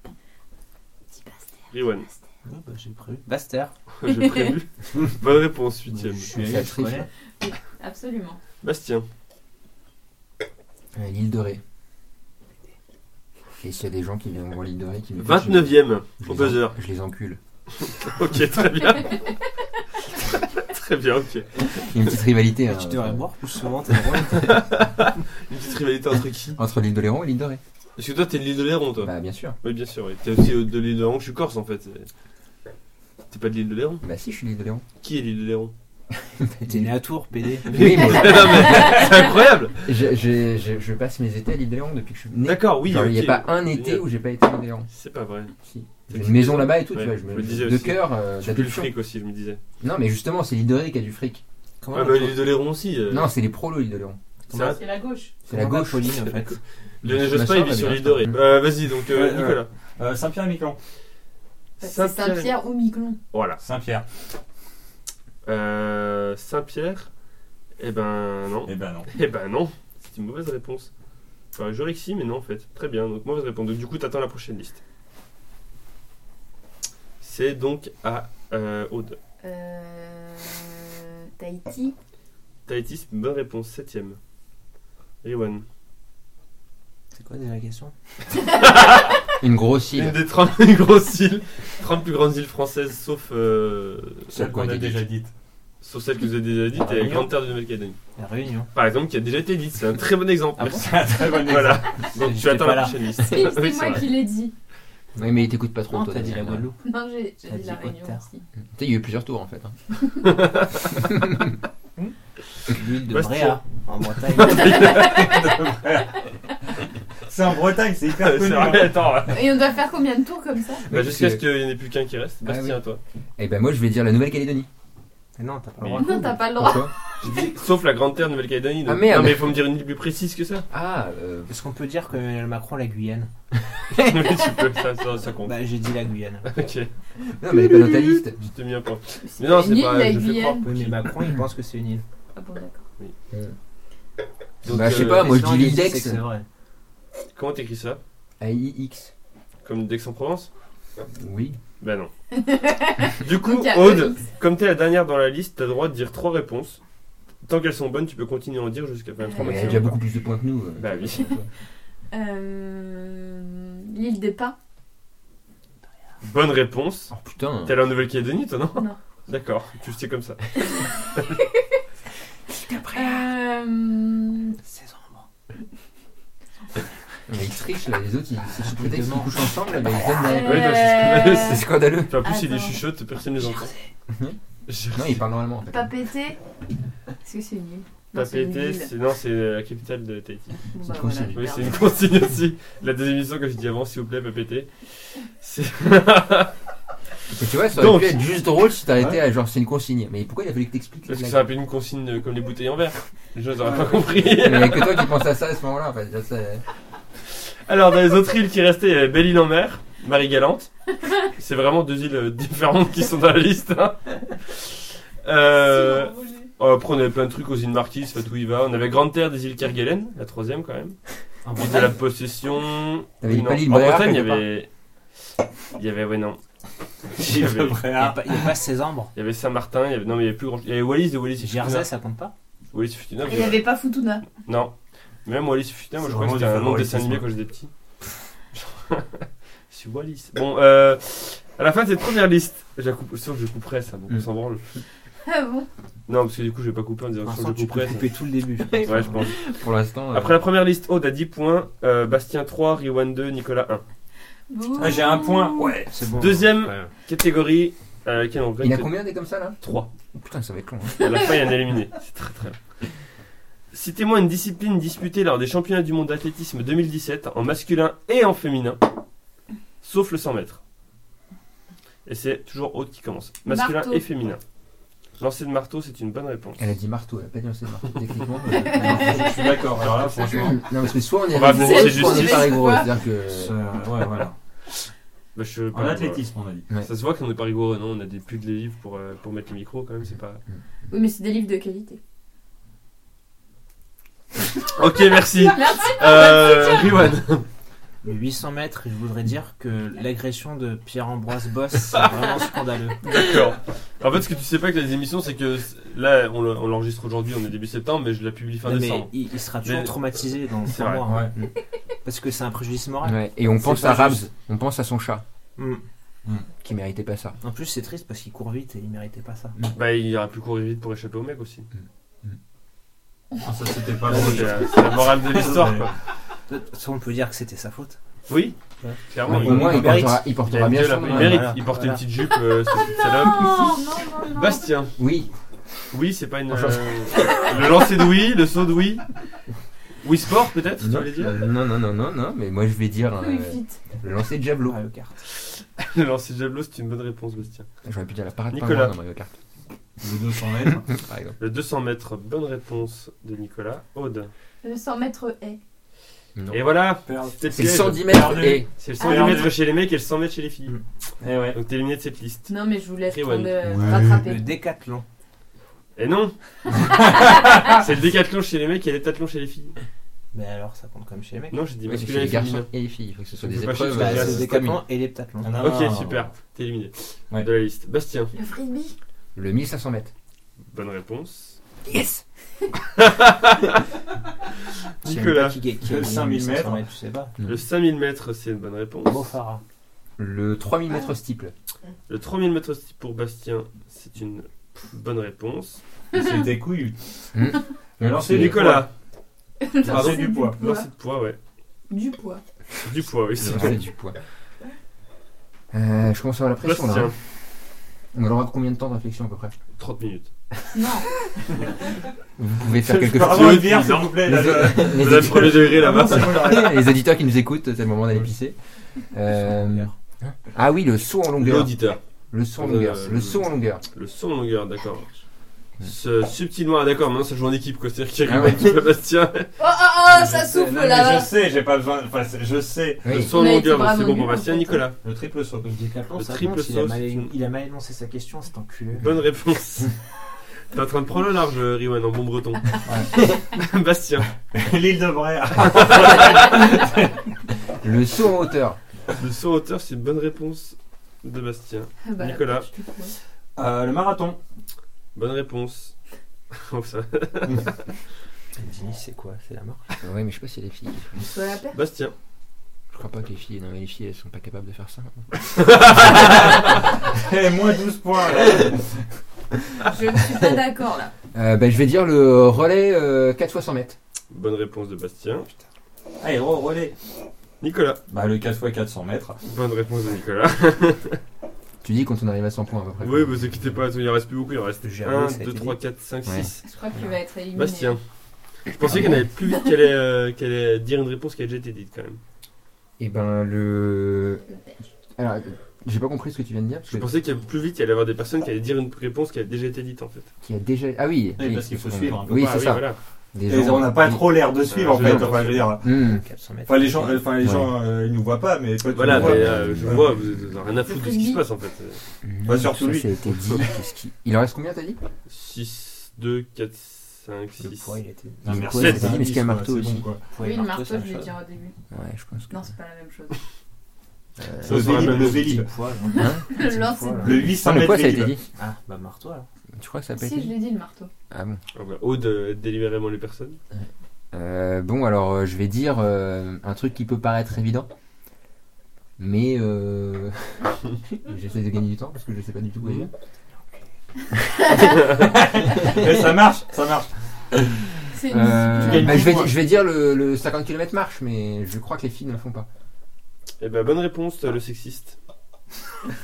[SPEAKER 1] Petit Pasteur.
[SPEAKER 3] Riwan,
[SPEAKER 2] Ouais, bah, j'ai prévu.
[SPEAKER 4] Baster.
[SPEAKER 3] j'ai prévu. Bonne réponse,
[SPEAKER 2] Je
[SPEAKER 3] huitième.
[SPEAKER 2] suis
[SPEAKER 5] Ça
[SPEAKER 2] allé, je
[SPEAKER 5] triche.
[SPEAKER 2] connais.
[SPEAKER 1] Absolument.
[SPEAKER 3] Bastien,
[SPEAKER 5] Euh, L'île de Ré. Et s'il y a des gens qui viennent voir l'île de Ré qui me disent,
[SPEAKER 3] 29ème
[SPEAKER 5] je
[SPEAKER 3] au
[SPEAKER 5] les en-
[SPEAKER 3] buzzer.
[SPEAKER 5] Je les encule.
[SPEAKER 3] Ok, très bien. très bien, ok.
[SPEAKER 5] Il y a une petite rivalité
[SPEAKER 4] Et
[SPEAKER 5] hein,
[SPEAKER 4] Ah, tu devrais
[SPEAKER 5] euh,
[SPEAKER 4] boire plus souvent tes drôle.
[SPEAKER 3] Une petite rivalité entre qui
[SPEAKER 5] entre l'île de Léron et l'île de Ré.
[SPEAKER 3] Parce que toi, t'es de l'île de Léron, toi.
[SPEAKER 5] Bah bien sûr.
[SPEAKER 3] Oui, bien sûr, oui. T'es aussi euh, de l'île de Léron, je suis corse en fait. T'es pas de l'île de Léron
[SPEAKER 5] Bah si, je suis l'île de Léron.
[SPEAKER 3] Qui est l'île de Léron
[SPEAKER 4] T'es né à Tours, PD.
[SPEAKER 5] Oui, mais
[SPEAKER 3] Non, mais C'est incroyable
[SPEAKER 5] je, je- je- je passe mes étés à l'île de Léron depuis que je suis né.
[SPEAKER 3] D'accord, oui.
[SPEAKER 5] Genre, Il n'y
[SPEAKER 3] ok.
[SPEAKER 5] a pas un été où Bah, j'ai pas été à l'île de Léron.
[SPEAKER 3] C'est pas vrai.
[SPEAKER 5] Si.
[SPEAKER 3] C'est
[SPEAKER 5] J'ai
[SPEAKER 3] que-
[SPEAKER 5] une maison là-bas et tout,
[SPEAKER 3] Ouais,
[SPEAKER 5] tu vois. Je
[SPEAKER 3] je me
[SPEAKER 5] me,
[SPEAKER 3] disais
[SPEAKER 5] de
[SPEAKER 3] aussi.
[SPEAKER 5] cœur, euh,
[SPEAKER 3] J'ai plus le
[SPEAKER 5] d'adoption.
[SPEAKER 3] fric aussi, je me disais.
[SPEAKER 5] Non, mais justement, c'est l'île de Ré qui a du fric.
[SPEAKER 4] Comment
[SPEAKER 5] bah
[SPEAKER 3] Ouais, mais l'île de Léron aussi. euh,
[SPEAKER 5] Non, c'est les prolos, l'île de Léron.
[SPEAKER 3] c'est un-
[SPEAKER 1] C'est la gauche.
[SPEAKER 5] C'est la
[SPEAKER 4] comment va
[SPEAKER 5] gauche.
[SPEAKER 4] Pauline, en fait.
[SPEAKER 3] Lionel
[SPEAKER 5] Ma
[SPEAKER 3] Jospin,
[SPEAKER 5] soeur,
[SPEAKER 3] il vit
[SPEAKER 5] elle
[SPEAKER 3] sur
[SPEAKER 5] vient
[SPEAKER 3] l'île de Ré.
[SPEAKER 5] pas.
[SPEAKER 3] Euh, Vas-y, donc euh,
[SPEAKER 2] Ouais, ouais.
[SPEAKER 3] Nicolas.
[SPEAKER 2] Euh, Saint-Pierre-et-Miquelon.
[SPEAKER 1] C'est Saint-Pierre ou Miquelon.
[SPEAKER 3] Voilà.
[SPEAKER 2] Saint-Pierre.
[SPEAKER 3] Euh, Saint-Pierre Eh ben non.
[SPEAKER 2] Eh ben non.
[SPEAKER 3] Eh ben non. C'est une mauvaise réponse. Enfin, j'aurais que si, mais non en fait. Très bien, donc mauvaise réponse. Donc du coup, t'attends la prochaine liste. C'est donc à euh, Aude.
[SPEAKER 1] Euh, Tahiti.
[SPEAKER 3] Tahiti, c'est une bonne réponse, septième. Riwan.
[SPEAKER 4] C'est quoi déjà la question
[SPEAKER 5] Une grosse
[SPEAKER 3] Une
[SPEAKER 5] île.
[SPEAKER 3] des 30 plus grosses îles, 30 plus grandes îles françaises, sauf, euh,
[SPEAKER 5] Celle qu'on a déjà
[SPEAKER 2] dite.
[SPEAKER 3] sauf celle que vous avez déjà dite, et la
[SPEAKER 4] Réunion.
[SPEAKER 3] Grande Terre de Nouvelle-Calédonie.
[SPEAKER 4] La Réunion.
[SPEAKER 3] Par exemple, qui a déjà été dite, c'est un très bon exemple.
[SPEAKER 4] Ah bon
[SPEAKER 3] Merci.
[SPEAKER 6] Très bonne
[SPEAKER 3] voilà, donc tu
[SPEAKER 4] J'étais
[SPEAKER 3] attends la
[SPEAKER 4] pas là.
[SPEAKER 3] prochaine liste.
[SPEAKER 1] C'est
[SPEAKER 3] Oui, c'est
[SPEAKER 1] moi
[SPEAKER 3] vrai.
[SPEAKER 1] qui l'ai dit.
[SPEAKER 5] Oui, mais t'écoutes pas trop,
[SPEAKER 4] Non,
[SPEAKER 5] toi.
[SPEAKER 4] t'as dit la
[SPEAKER 5] Daniel.
[SPEAKER 4] Guadeloupe.
[SPEAKER 1] Non, j'ai j'ai
[SPEAKER 4] T'as
[SPEAKER 1] dit
[SPEAKER 4] dit
[SPEAKER 1] la
[SPEAKER 4] Haute
[SPEAKER 1] Réunion
[SPEAKER 4] Terre.
[SPEAKER 1] aussi.
[SPEAKER 5] Tu sais, il y a eu plusieurs tours en fait. hein.
[SPEAKER 4] L'huile de
[SPEAKER 3] Bastien.
[SPEAKER 4] Bréa. En Bretagne.
[SPEAKER 2] C'est en Bretagne, c'est hyper
[SPEAKER 3] C'est
[SPEAKER 2] connu. hein.
[SPEAKER 3] vrai, attends. ouais.
[SPEAKER 1] Et on doit faire combien de tours comme ça
[SPEAKER 3] Bah,
[SPEAKER 5] Oui,
[SPEAKER 3] Jusqu'à
[SPEAKER 5] parce
[SPEAKER 3] ce
[SPEAKER 5] que-
[SPEAKER 3] qu'il n'y en ait plus qu'un qui reste.
[SPEAKER 5] Ah oui.
[SPEAKER 3] Bastien, à toi.
[SPEAKER 5] Eh ben moi, je vais dire la Nouvelle-Calédonie.
[SPEAKER 4] Mais non, t'as pas le
[SPEAKER 3] Mais-
[SPEAKER 4] droit.
[SPEAKER 1] Non, t'as pas le droit.
[SPEAKER 5] Pourquoi
[SPEAKER 3] Sauf la Grande Terre de Nouvelle-Calédonie. donc-
[SPEAKER 5] Ah, merde.
[SPEAKER 3] Non, mais il faut me dire une île plus précise que ça.
[SPEAKER 5] Ah, euh,
[SPEAKER 4] Est-ce qu'on peut dire que Emmanuel Macron, la Guyane
[SPEAKER 3] Mais tu peux, ça, ça, ça compte.
[SPEAKER 4] Bah, j'ai dit la Guyane.
[SPEAKER 3] Ok,
[SPEAKER 5] non, mais elle est pas dans ta liste.
[SPEAKER 3] je te mis un point. Mais
[SPEAKER 1] C'est
[SPEAKER 3] non, c'est
[SPEAKER 1] nul,
[SPEAKER 3] pas.
[SPEAKER 1] la
[SPEAKER 3] Je fais croire.
[SPEAKER 1] Guyane.
[SPEAKER 4] Oui, mais Macron, il pense que c'est une île.
[SPEAKER 1] Ah bon, d'accord.
[SPEAKER 3] Donc,
[SPEAKER 5] bah, je sais
[SPEAKER 3] euh,
[SPEAKER 5] pas, moi je
[SPEAKER 4] Sinon,
[SPEAKER 5] dis
[SPEAKER 4] ils disent que
[SPEAKER 5] l'Idex.
[SPEAKER 4] C'est vrai.
[SPEAKER 3] Comment t'écris ça
[SPEAKER 5] AIX.
[SPEAKER 3] Comme d'Aix-en-Provence
[SPEAKER 5] Oui.
[SPEAKER 3] Bah non. du coup,
[SPEAKER 1] Donc, il y a
[SPEAKER 3] Aude,
[SPEAKER 1] Onyx.
[SPEAKER 3] comme t'es la dernière dans la liste, t'as le droit de dire trois réponses. Tant qu'elles sont bonnes, tu peux continuer à en dire jusqu'à faire un
[SPEAKER 1] Ouais,
[SPEAKER 5] Ah,
[SPEAKER 3] trois
[SPEAKER 5] mais elle a
[SPEAKER 3] maximum.
[SPEAKER 5] déjà beaucoup plus de points que nous. euh.
[SPEAKER 3] Bah oui.
[SPEAKER 1] Euh, L'île des Pins.
[SPEAKER 3] Bonne réponse.
[SPEAKER 5] Oh putain.
[SPEAKER 3] T'es allé en Nouvelle-Calédonie, toi, non
[SPEAKER 1] Non.
[SPEAKER 3] D'accord, tu le sais comme ça.
[SPEAKER 1] Euh,
[SPEAKER 4] Saison.
[SPEAKER 5] Mais ils trichent là, les autres ils, c'est sous
[SPEAKER 4] Ils
[SPEAKER 5] prétexte qu'ils
[SPEAKER 4] demandent.
[SPEAKER 5] couchent ensemble, là, bah, ils donnent la-
[SPEAKER 1] euh,
[SPEAKER 3] Ouais, bah, c'est
[SPEAKER 5] C'est scandaleux.
[SPEAKER 3] Enfin, en plus, il les
[SPEAKER 1] Attends.
[SPEAKER 3] chuchote, personne ne les entend.
[SPEAKER 5] Non, ils parlent normalement en fait.
[SPEAKER 1] Pas pété. Est-ce que c'est une île Non,
[SPEAKER 3] Pas
[SPEAKER 1] c'est une
[SPEAKER 3] pété,
[SPEAKER 1] ville.
[SPEAKER 3] c'est non, c'est la capitale de Tahiti.
[SPEAKER 1] Bon,
[SPEAKER 5] C'est
[SPEAKER 1] bah,
[SPEAKER 5] une
[SPEAKER 1] voilà,
[SPEAKER 5] consigne.
[SPEAKER 1] j'ai
[SPEAKER 3] Oui, c'est
[SPEAKER 1] perdu.
[SPEAKER 3] une consigne aussi. La deuxième émission que je dis avant, s'il vous plaît, pas péter. C'est-
[SPEAKER 5] Et tu vois, ça aurait
[SPEAKER 3] Donc-
[SPEAKER 5] pu être juste drôle si t'arrêtais à genre c'est une consigne. Mais pourquoi il a fallu que t'expliques
[SPEAKER 3] Parce que
[SPEAKER 5] blague
[SPEAKER 3] ça rappelle une consigne euh, comme les bouteilles en verre. Les gens n'auraient pas compris.
[SPEAKER 5] Mais il y a que toi qui penses à ça à ce moment-là en fait. Ça, c'est-
[SPEAKER 3] Alors, dans les autres îles qui restaient, il y avait Belle-Île en mer, Marie-Galante. C'est vraiment deux îles euh, différentes qui sont dans la liste. hein. Euh, oh, après, on avait plein de trucs aux îles Marquises, enfin, tout y va. On avait Grande Terre des îles Kerguelen, la troisième quand même. Île
[SPEAKER 4] En
[SPEAKER 3] de la
[SPEAKER 4] Bretagne.
[SPEAKER 3] Possession.
[SPEAKER 5] T'avais Bah, dit
[SPEAKER 3] Non.
[SPEAKER 5] pas l'île
[SPEAKER 3] En
[SPEAKER 5] Bréa,
[SPEAKER 3] Bretagne, il y
[SPEAKER 5] quelque
[SPEAKER 3] avait. Il y avait, ouais, non. Il y
[SPEAKER 6] J'ai
[SPEAKER 3] avait-
[SPEAKER 4] Il n'y a, pas- il y a pas Césambre.
[SPEAKER 3] Il y avait Saint-Martin, il y avait, non, mais il y avait plus grand. Il y avait Wallis et Wallis et Futuna.
[SPEAKER 4] Jersey, ça compte pas
[SPEAKER 3] Wallis et Futuna,
[SPEAKER 1] Et
[SPEAKER 3] mais-
[SPEAKER 1] Ah, Il n'y avait pas Futuna.
[SPEAKER 3] Non. Même Wallis et Futuna, moi je
[SPEAKER 6] C'est
[SPEAKER 3] crois que
[SPEAKER 6] vraiment
[SPEAKER 3] c'était
[SPEAKER 6] des
[SPEAKER 3] un nom de dessin
[SPEAKER 6] favoritismes.
[SPEAKER 3] animé quand j'étais petit. C'est Wallis. Bon, euh, à la fin de cette première liste, je la coupe, sauf que je couperai ça, donc on
[SPEAKER 5] Mm.
[SPEAKER 3] s'en branle.
[SPEAKER 1] Ah bon
[SPEAKER 3] Non, parce que du coup je vais pas couper en disant sauf
[SPEAKER 4] Vincent,
[SPEAKER 3] que je
[SPEAKER 4] tu peux
[SPEAKER 3] couperai. ça.
[SPEAKER 4] couper tout le début.
[SPEAKER 3] Ouais, je pense.
[SPEAKER 5] Pour l'instant. euh,
[SPEAKER 3] Après la première liste, Aude a 10 points, euh, Bastien 3, Riwan 2, Nicolas 1.
[SPEAKER 6] Ah, j'ai un point. Ouais.
[SPEAKER 4] C'est bon.
[SPEAKER 3] Deuxième catégorie, euh, à laquelle on
[SPEAKER 5] Il y en
[SPEAKER 3] regrette
[SPEAKER 5] a combien des comme ça là
[SPEAKER 3] 3.
[SPEAKER 5] Oh, Putain, ça va être long. hein.
[SPEAKER 3] À la fin, il y en a éliminé. C'est très très bien. Citez-moi une discipline disputée lors des championnats du monde d'athlétisme 2017 en masculin et en féminin, sauf le 100 mètres. Et c'est toujours Aude qui commence. Masculin
[SPEAKER 1] Marteau.
[SPEAKER 3] et féminin. Lancer de marteau, c'est une bonne réponse.
[SPEAKER 5] Elle a dit marteau, elle a pas dit lancer de marteau. Techniquement, euh,
[SPEAKER 2] Je suis d'accord, alors là, franchement.
[SPEAKER 5] non, parce que soit on est
[SPEAKER 3] On va
[SPEAKER 5] rigoureux,
[SPEAKER 3] avancer
[SPEAKER 5] soit on est pas
[SPEAKER 1] justice.
[SPEAKER 5] rigoureux. C'est-à-dire
[SPEAKER 2] c'est-
[SPEAKER 5] que.
[SPEAKER 2] euh, ouais, voilà.
[SPEAKER 3] Bah, je suis pas-
[SPEAKER 2] En athlétisme, on a dit.
[SPEAKER 3] Ça se voit qu'on n'est pas rigoureux, non On a des pubs de livres pour, euh, pour mettre les micros quand même, c'est pas.
[SPEAKER 1] Oui, mais c'est des livres de qualité.
[SPEAKER 3] Ok, merci.
[SPEAKER 1] Merci.
[SPEAKER 3] Euh, Riwan.
[SPEAKER 4] 800 mètres, et je voudrais dire que l'agression de Pierre-Ambroise Boss, c'est vraiment scandaleux.
[SPEAKER 3] D'accord. En fait, ce que tu sais pas que les émissions, c'est que c- là, on le- on l'enregistre aujourd'hui, on est début septembre, mais je la publie fin
[SPEAKER 4] Non, mais
[SPEAKER 3] décembre.
[SPEAKER 4] il, il sera toujours
[SPEAKER 3] Mais-
[SPEAKER 4] traumatisé dans
[SPEAKER 3] C'est
[SPEAKER 4] un
[SPEAKER 3] vrai,
[SPEAKER 4] mois. hein. Parce que c'est un préjudice moral.
[SPEAKER 5] Ouais, Et on
[SPEAKER 4] C'est
[SPEAKER 5] pense
[SPEAKER 4] pas
[SPEAKER 5] à Rabs,
[SPEAKER 4] juste.
[SPEAKER 5] on pense à son chat,
[SPEAKER 4] Mm.
[SPEAKER 5] qui méritait pas ça.
[SPEAKER 4] En plus, c'est triste parce qu'il court vite et il méritait pas ça.
[SPEAKER 3] Bah, il aurait pu courir vite pour échapper au mec aussi.
[SPEAKER 2] Ah, ça, c'était pas
[SPEAKER 3] C'est
[SPEAKER 2] drôle.
[SPEAKER 3] la, c'est la morale de l'histoire, quoi.
[SPEAKER 4] De toute façon, on peut dire que c'était sa faute.
[SPEAKER 3] Oui,
[SPEAKER 4] Ouais.
[SPEAKER 3] clairement.
[SPEAKER 5] Au moins, il
[SPEAKER 4] mérite.
[SPEAKER 5] portera, il
[SPEAKER 3] Ah, il a
[SPEAKER 5] portera
[SPEAKER 3] une
[SPEAKER 5] bien
[SPEAKER 3] gueule,
[SPEAKER 5] son
[SPEAKER 3] après, il
[SPEAKER 5] nom.
[SPEAKER 3] mérite.
[SPEAKER 4] Voilà.
[SPEAKER 3] Il porte une
[SPEAKER 4] Voilà.
[SPEAKER 3] petite jupe, euh, cette petite salope.
[SPEAKER 1] Non, non, non, non.
[SPEAKER 3] Bastien.
[SPEAKER 5] Oui,
[SPEAKER 3] Oui, c'est pas une.
[SPEAKER 5] Enfin,
[SPEAKER 3] euh, le lancer de oui, le saut de oui. Oui, sport peut-être, tu
[SPEAKER 5] non,
[SPEAKER 3] voulais dire
[SPEAKER 5] Euh, non, non, non, non, non, mais moi je vais
[SPEAKER 4] Ah,
[SPEAKER 5] dire
[SPEAKER 1] Oui,
[SPEAKER 5] euh,
[SPEAKER 1] vite.
[SPEAKER 5] le lancer de javelot.
[SPEAKER 4] Mario Kart.
[SPEAKER 3] Le lancer de javelot, c'est une bonne réponse, Bastien.
[SPEAKER 5] J'aurais pu dire la parade
[SPEAKER 3] Nicolas.
[SPEAKER 5] pingouin dans Mario Kart,
[SPEAKER 2] Les 200 mètres.
[SPEAKER 5] par exemple.
[SPEAKER 3] Le 200 mètres, bonne réponse de Nicolas. Aude.
[SPEAKER 1] Le 100 mètres est.
[SPEAKER 5] Non.
[SPEAKER 3] Et voilà,
[SPEAKER 2] Perdu.
[SPEAKER 4] Eh
[SPEAKER 3] c'était le
[SPEAKER 5] C'est le
[SPEAKER 3] piège.
[SPEAKER 5] 110 mètres
[SPEAKER 2] Perdu.
[SPEAKER 5] et.
[SPEAKER 3] C'est le 110
[SPEAKER 2] Ah.
[SPEAKER 3] mètres chez les mecs et le 100 mètres chez les filles.
[SPEAKER 5] Mm.
[SPEAKER 2] Eh ouais.
[SPEAKER 3] Donc t'es éliminé de cette liste.
[SPEAKER 1] Non, mais je vous laisse le temps
[SPEAKER 3] Riwan.
[SPEAKER 1] de
[SPEAKER 2] Ouais.
[SPEAKER 4] Le
[SPEAKER 1] rattraper.
[SPEAKER 4] décathlon.
[SPEAKER 3] Et non C'est le décathlon chez les mecs et le détathlon chez les filles.
[SPEAKER 4] Mais Ben alors, ça compte comme chez les mecs.
[SPEAKER 3] Non, j'ai dit
[SPEAKER 5] Oui, c'est
[SPEAKER 3] masculin
[SPEAKER 5] chez
[SPEAKER 3] et
[SPEAKER 5] les garçons
[SPEAKER 3] féminin.
[SPEAKER 5] et les filles, il faut que ce soit
[SPEAKER 3] Tu
[SPEAKER 5] des
[SPEAKER 3] peux pas chier
[SPEAKER 5] épreuves.
[SPEAKER 3] sur
[SPEAKER 4] Bah,
[SPEAKER 3] les
[SPEAKER 5] euh,
[SPEAKER 4] c'est le
[SPEAKER 3] c'est
[SPEAKER 4] décathlon et l'heptathlon.
[SPEAKER 2] Ah, non.
[SPEAKER 3] Ok, super, t'es éliminé
[SPEAKER 2] Ouais.
[SPEAKER 3] de la liste. Bastien,
[SPEAKER 1] Le frisbee.
[SPEAKER 5] Le 1500 mètres.
[SPEAKER 3] bonne réponse.
[SPEAKER 1] Yes.
[SPEAKER 4] Je sais même
[SPEAKER 3] Nicolas.
[SPEAKER 4] pas qui- qui- qui a
[SPEAKER 2] Le
[SPEAKER 4] gagné
[SPEAKER 2] 5000
[SPEAKER 4] 1500
[SPEAKER 2] mètres.
[SPEAKER 4] Tu sais pas.
[SPEAKER 3] Le 5000 mètres, c'est une bonne
[SPEAKER 4] Bon,
[SPEAKER 3] réponse.
[SPEAKER 4] Farah.
[SPEAKER 5] Le 3000 mètres steeple.
[SPEAKER 3] Le 3000 mètres aussi pour Bastien, c'est une bonne réponse.
[SPEAKER 2] C'est des couilles.
[SPEAKER 5] Hmm.
[SPEAKER 2] Le lancer du
[SPEAKER 3] Nicolas,
[SPEAKER 2] Pardon,
[SPEAKER 1] C'est
[SPEAKER 2] du poids.
[SPEAKER 3] lancer de poids, ouais.
[SPEAKER 1] Du poids.
[SPEAKER 3] Du poids, oui,
[SPEAKER 5] Le
[SPEAKER 3] c'est
[SPEAKER 5] lancer
[SPEAKER 3] vrai.
[SPEAKER 5] du poids. Euh, je commence à avoir la pression là.
[SPEAKER 3] Bastien,
[SPEAKER 5] hein. On a le droit de combien de temps de réflexion à peu près
[SPEAKER 3] 30 minutes.
[SPEAKER 1] Non.
[SPEAKER 5] Vous pouvez faire quelque chose.
[SPEAKER 2] Pardon, une bière, s'il vous plaît.
[SPEAKER 5] Les,
[SPEAKER 2] là, je-
[SPEAKER 5] les-
[SPEAKER 3] Vous avez premier degré
[SPEAKER 2] Ah, non,
[SPEAKER 3] là-bas.
[SPEAKER 2] c'est bon, j'arrête.
[SPEAKER 5] les auditeurs qui nous écoutent, c'est le moment d'aller pisser. Euh, ah oui, le saut en longueur.
[SPEAKER 3] L'auditeur.
[SPEAKER 5] Le saut en
[SPEAKER 3] Euh,
[SPEAKER 5] longueur.
[SPEAKER 3] le-
[SPEAKER 5] Le saut en longueur.
[SPEAKER 3] Le son en longueur, d'accord. Ce subtilement, ah, d'accord, maintenant ça joue en équipe, quoi. C'est-à-dire qu'il
[SPEAKER 5] Ah
[SPEAKER 3] remet
[SPEAKER 5] ouais.
[SPEAKER 3] tout à Bastien.
[SPEAKER 1] Oh, oh, oh, ça
[SPEAKER 2] Je sais,
[SPEAKER 1] souffle
[SPEAKER 2] non, mais
[SPEAKER 1] là.
[SPEAKER 2] Je sais, j'ai pas besoin. Enfin, c'est- je sais.
[SPEAKER 3] Le
[SPEAKER 5] Oui.
[SPEAKER 3] son en
[SPEAKER 1] Mais
[SPEAKER 3] longueur,
[SPEAKER 1] c'est pas
[SPEAKER 3] c'est bon pour
[SPEAKER 1] longueur,
[SPEAKER 3] Bastien.
[SPEAKER 1] en fait.
[SPEAKER 3] Nicolas,
[SPEAKER 2] Le triple saut.
[SPEAKER 4] Le décathlon,
[SPEAKER 3] Le
[SPEAKER 4] ça
[SPEAKER 3] triple
[SPEAKER 4] compte. Il a
[SPEAKER 3] sauce,
[SPEAKER 4] mal-
[SPEAKER 3] c'est une-
[SPEAKER 4] il a mal énoncé sa question, cet enculé.
[SPEAKER 3] bonne réponse. T'es en train de prendre le large, euh, Riwan, en bon breton. Bastien,
[SPEAKER 2] L'île de Bray.
[SPEAKER 5] Le saut en hauteur.
[SPEAKER 3] le saut en hauteur, c'est une bonne réponse de Bastien.
[SPEAKER 1] Ah bah,
[SPEAKER 3] Nicolas.
[SPEAKER 1] je te crois.
[SPEAKER 2] Euh, le marathon.
[SPEAKER 3] Bonne réponse. Oh, ça.
[SPEAKER 4] Dini, c'est quoi C'est la marque
[SPEAKER 5] Ouais, mais je sais pas si les filles.
[SPEAKER 1] Soit la paire.
[SPEAKER 3] Bastien,
[SPEAKER 5] Je crois pas que les filles. Non, mais les filles, elles sont pas capables de faire ça.
[SPEAKER 2] Eh, moins 12 points. là.
[SPEAKER 1] Je ne suis pas d'accord là.
[SPEAKER 5] Euh, ben, je vais dire le relais euh, 4 fois 100 mètres.
[SPEAKER 3] bonne réponse de Bastien.
[SPEAKER 2] Allez, gros relais.
[SPEAKER 3] Nicolas,
[SPEAKER 2] Bah, le 4 x 400 mètres.
[SPEAKER 3] bonne réponse de Nicolas.
[SPEAKER 5] Tu dis quand on arrive à 100 points à peu près.
[SPEAKER 3] Oui, bah,
[SPEAKER 2] bah,
[SPEAKER 3] vous inquiétez pas, il en reste plus beaucoup. Il en reste
[SPEAKER 4] Le javelot,
[SPEAKER 3] 1,
[SPEAKER 4] ça a
[SPEAKER 3] 2,
[SPEAKER 4] été
[SPEAKER 3] 3, 4, 5,
[SPEAKER 5] Ouais.
[SPEAKER 3] 6.
[SPEAKER 1] Je crois que tu vas être éliminé.
[SPEAKER 3] Bastien. Je pensais qu'elle allait plus vite qu'elle allait, euh, qu'elle allait dire une réponse qui a déjà été dite quand même.
[SPEAKER 5] Et ben le. Alors, j'ai pas compris ce que tu viens de dire. Parce
[SPEAKER 3] Je
[SPEAKER 5] que...
[SPEAKER 3] pensais qu'il y avait plus vite, il y allait y avoir des personnes qui allaient dire une réponse qui a déjà été dite en fait.
[SPEAKER 5] Qui a déjà. Ah oui.
[SPEAKER 2] Oui, parce qu'il faut suivre un peu. Bah
[SPEAKER 5] Oui,
[SPEAKER 3] Ah
[SPEAKER 5] c'est ça.
[SPEAKER 3] voilà.
[SPEAKER 5] Des
[SPEAKER 2] Et
[SPEAKER 5] gens-
[SPEAKER 2] on n'a pas trop l'air de suivre, en
[SPEAKER 3] Je
[SPEAKER 2] fait.
[SPEAKER 3] vois.
[SPEAKER 2] Enfin, je veux dire.
[SPEAKER 5] Hmm.
[SPEAKER 4] 400 mètres.
[SPEAKER 2] Enfin, les gens, euh, enfin, les
[SPEAKER 5] Ouais.
[SPEAKER 2] gens euh, ils nous voient pas, mais toi, tu
[SPEAKER 3] Voilà,
[SPEAKER 2] nous vois.
[SPEAKER 3] mais euh, je
[SPEAKER 2] Ouais.
[SPEAKER 3] vois, vous vous en avez rien à foutre de ce qui
[SPEAKER 1] frisbee.
[SPEAKER 3] se passe en fait.
[SPEAKER 2] Pas sûr que
[SPEAKER 5] Ça,
[SPEAKER 2] lui.
[SPEAKER 5] ça a été dit. Qu'est-ce qui- Il en reste combien, t'as dit
[SPEAKER 3] 6, 2, 4, 5,
[SPEAKER 4] Le
[SPEAKER 3] 6.
[SPEAKER 4] poids, il était.
[SPEAKER 2] Non,
[SPEAKER 5] Ouais,
[SPEAKER 2] Ah, merci,
[SPEAKER 3] c'est
[SPEAKER 2] c'est
[SPEAKER 3] dit,
[SPEAKER 5] mais est-ce qu'il y a un
[SPEAKER 2] quoi,
[SPEAKER 5] marteau
[SPEAKER 2] c'est bon,
[SPEAKER 5] aussi
[SPEAKER 2] quoi.
[SPEAKER 4] Poids et
[SPEAKER 1] Oui, le marteau,
[SPEAKER 4] marteau, c'est la
[SPEAKER 1] je vais
[SPEAKER 4] même
[SPEAKER 1] dire au début.
[SPEAKER 5] Ouais, je pense que.
[SPEAKER 1] Non, c'est pas la même chose.
[SPEAKER 5] Euh,
[SPEAKER 2] Le
[SPEAKER 3] Ça, c'est
[SPEAKER 2] Vélib,
[SPEAKER 3] un
[SPEAKER 2] le
[SPEAKER 3] peu
[SPEAKER 4] chose.
[SPEAKER 2] Vélib.
[SPEAKER 4] Le poids, genre.
[SPEAKER 5] Hein
[SPEAKER 1] Le lancer.
[SPEAKER 4] poids,
[SPEAKER 1] de-
[SPEAKER 4] là.
[SPEAKER 2] Le 800
[SPEAKER 5] Non, mais
[SPEAKER 2] mètres
[SPEAKER 5] quoi, ça a été
[SPEAKER 2] Vélib.
[SPEAKER 5] dit
[SPEAKER 4] Ah, bah marteau alors.
[SPEAKER 5] Tu crois que ça a pas été
[SPEAKER 1] Si, je
[SPEAKER 5] dit
[SPEAKER 1] l'ai dit le marteau.
[SPEAKER 5] Ah bon.
[SPEAKER 3] Ah, voilà. Aude euh, délibérément les personnes.
[SPEAKER 5] Euh, bon, alors euh, je vais dire euh, un truc qui peut paraître évident, mais euh, j'essaie de gagner du temps parce que je sais pas du tout où aller.
[SPEAKER 2] Eh, ça marche, ça marche.
[SPEAKER 1] C'est une
[SPEAKER 5] Euh,
[SPEAKER 2] gagnes
[SPEAKER 5] bah,
[SPEAKER 2] du
[SPEAKER 5] je, vais,
[SPEAKER 2] temps.
[SPEAKER 5] je vais dire le, le 50 km marche, mais je crois que les filles ne le font pas.
[SPEAKER 3] Eh ben bonne réponse,
[SPEAKER 5] Ah.
[SPEAKER 3] euh, le sexiste.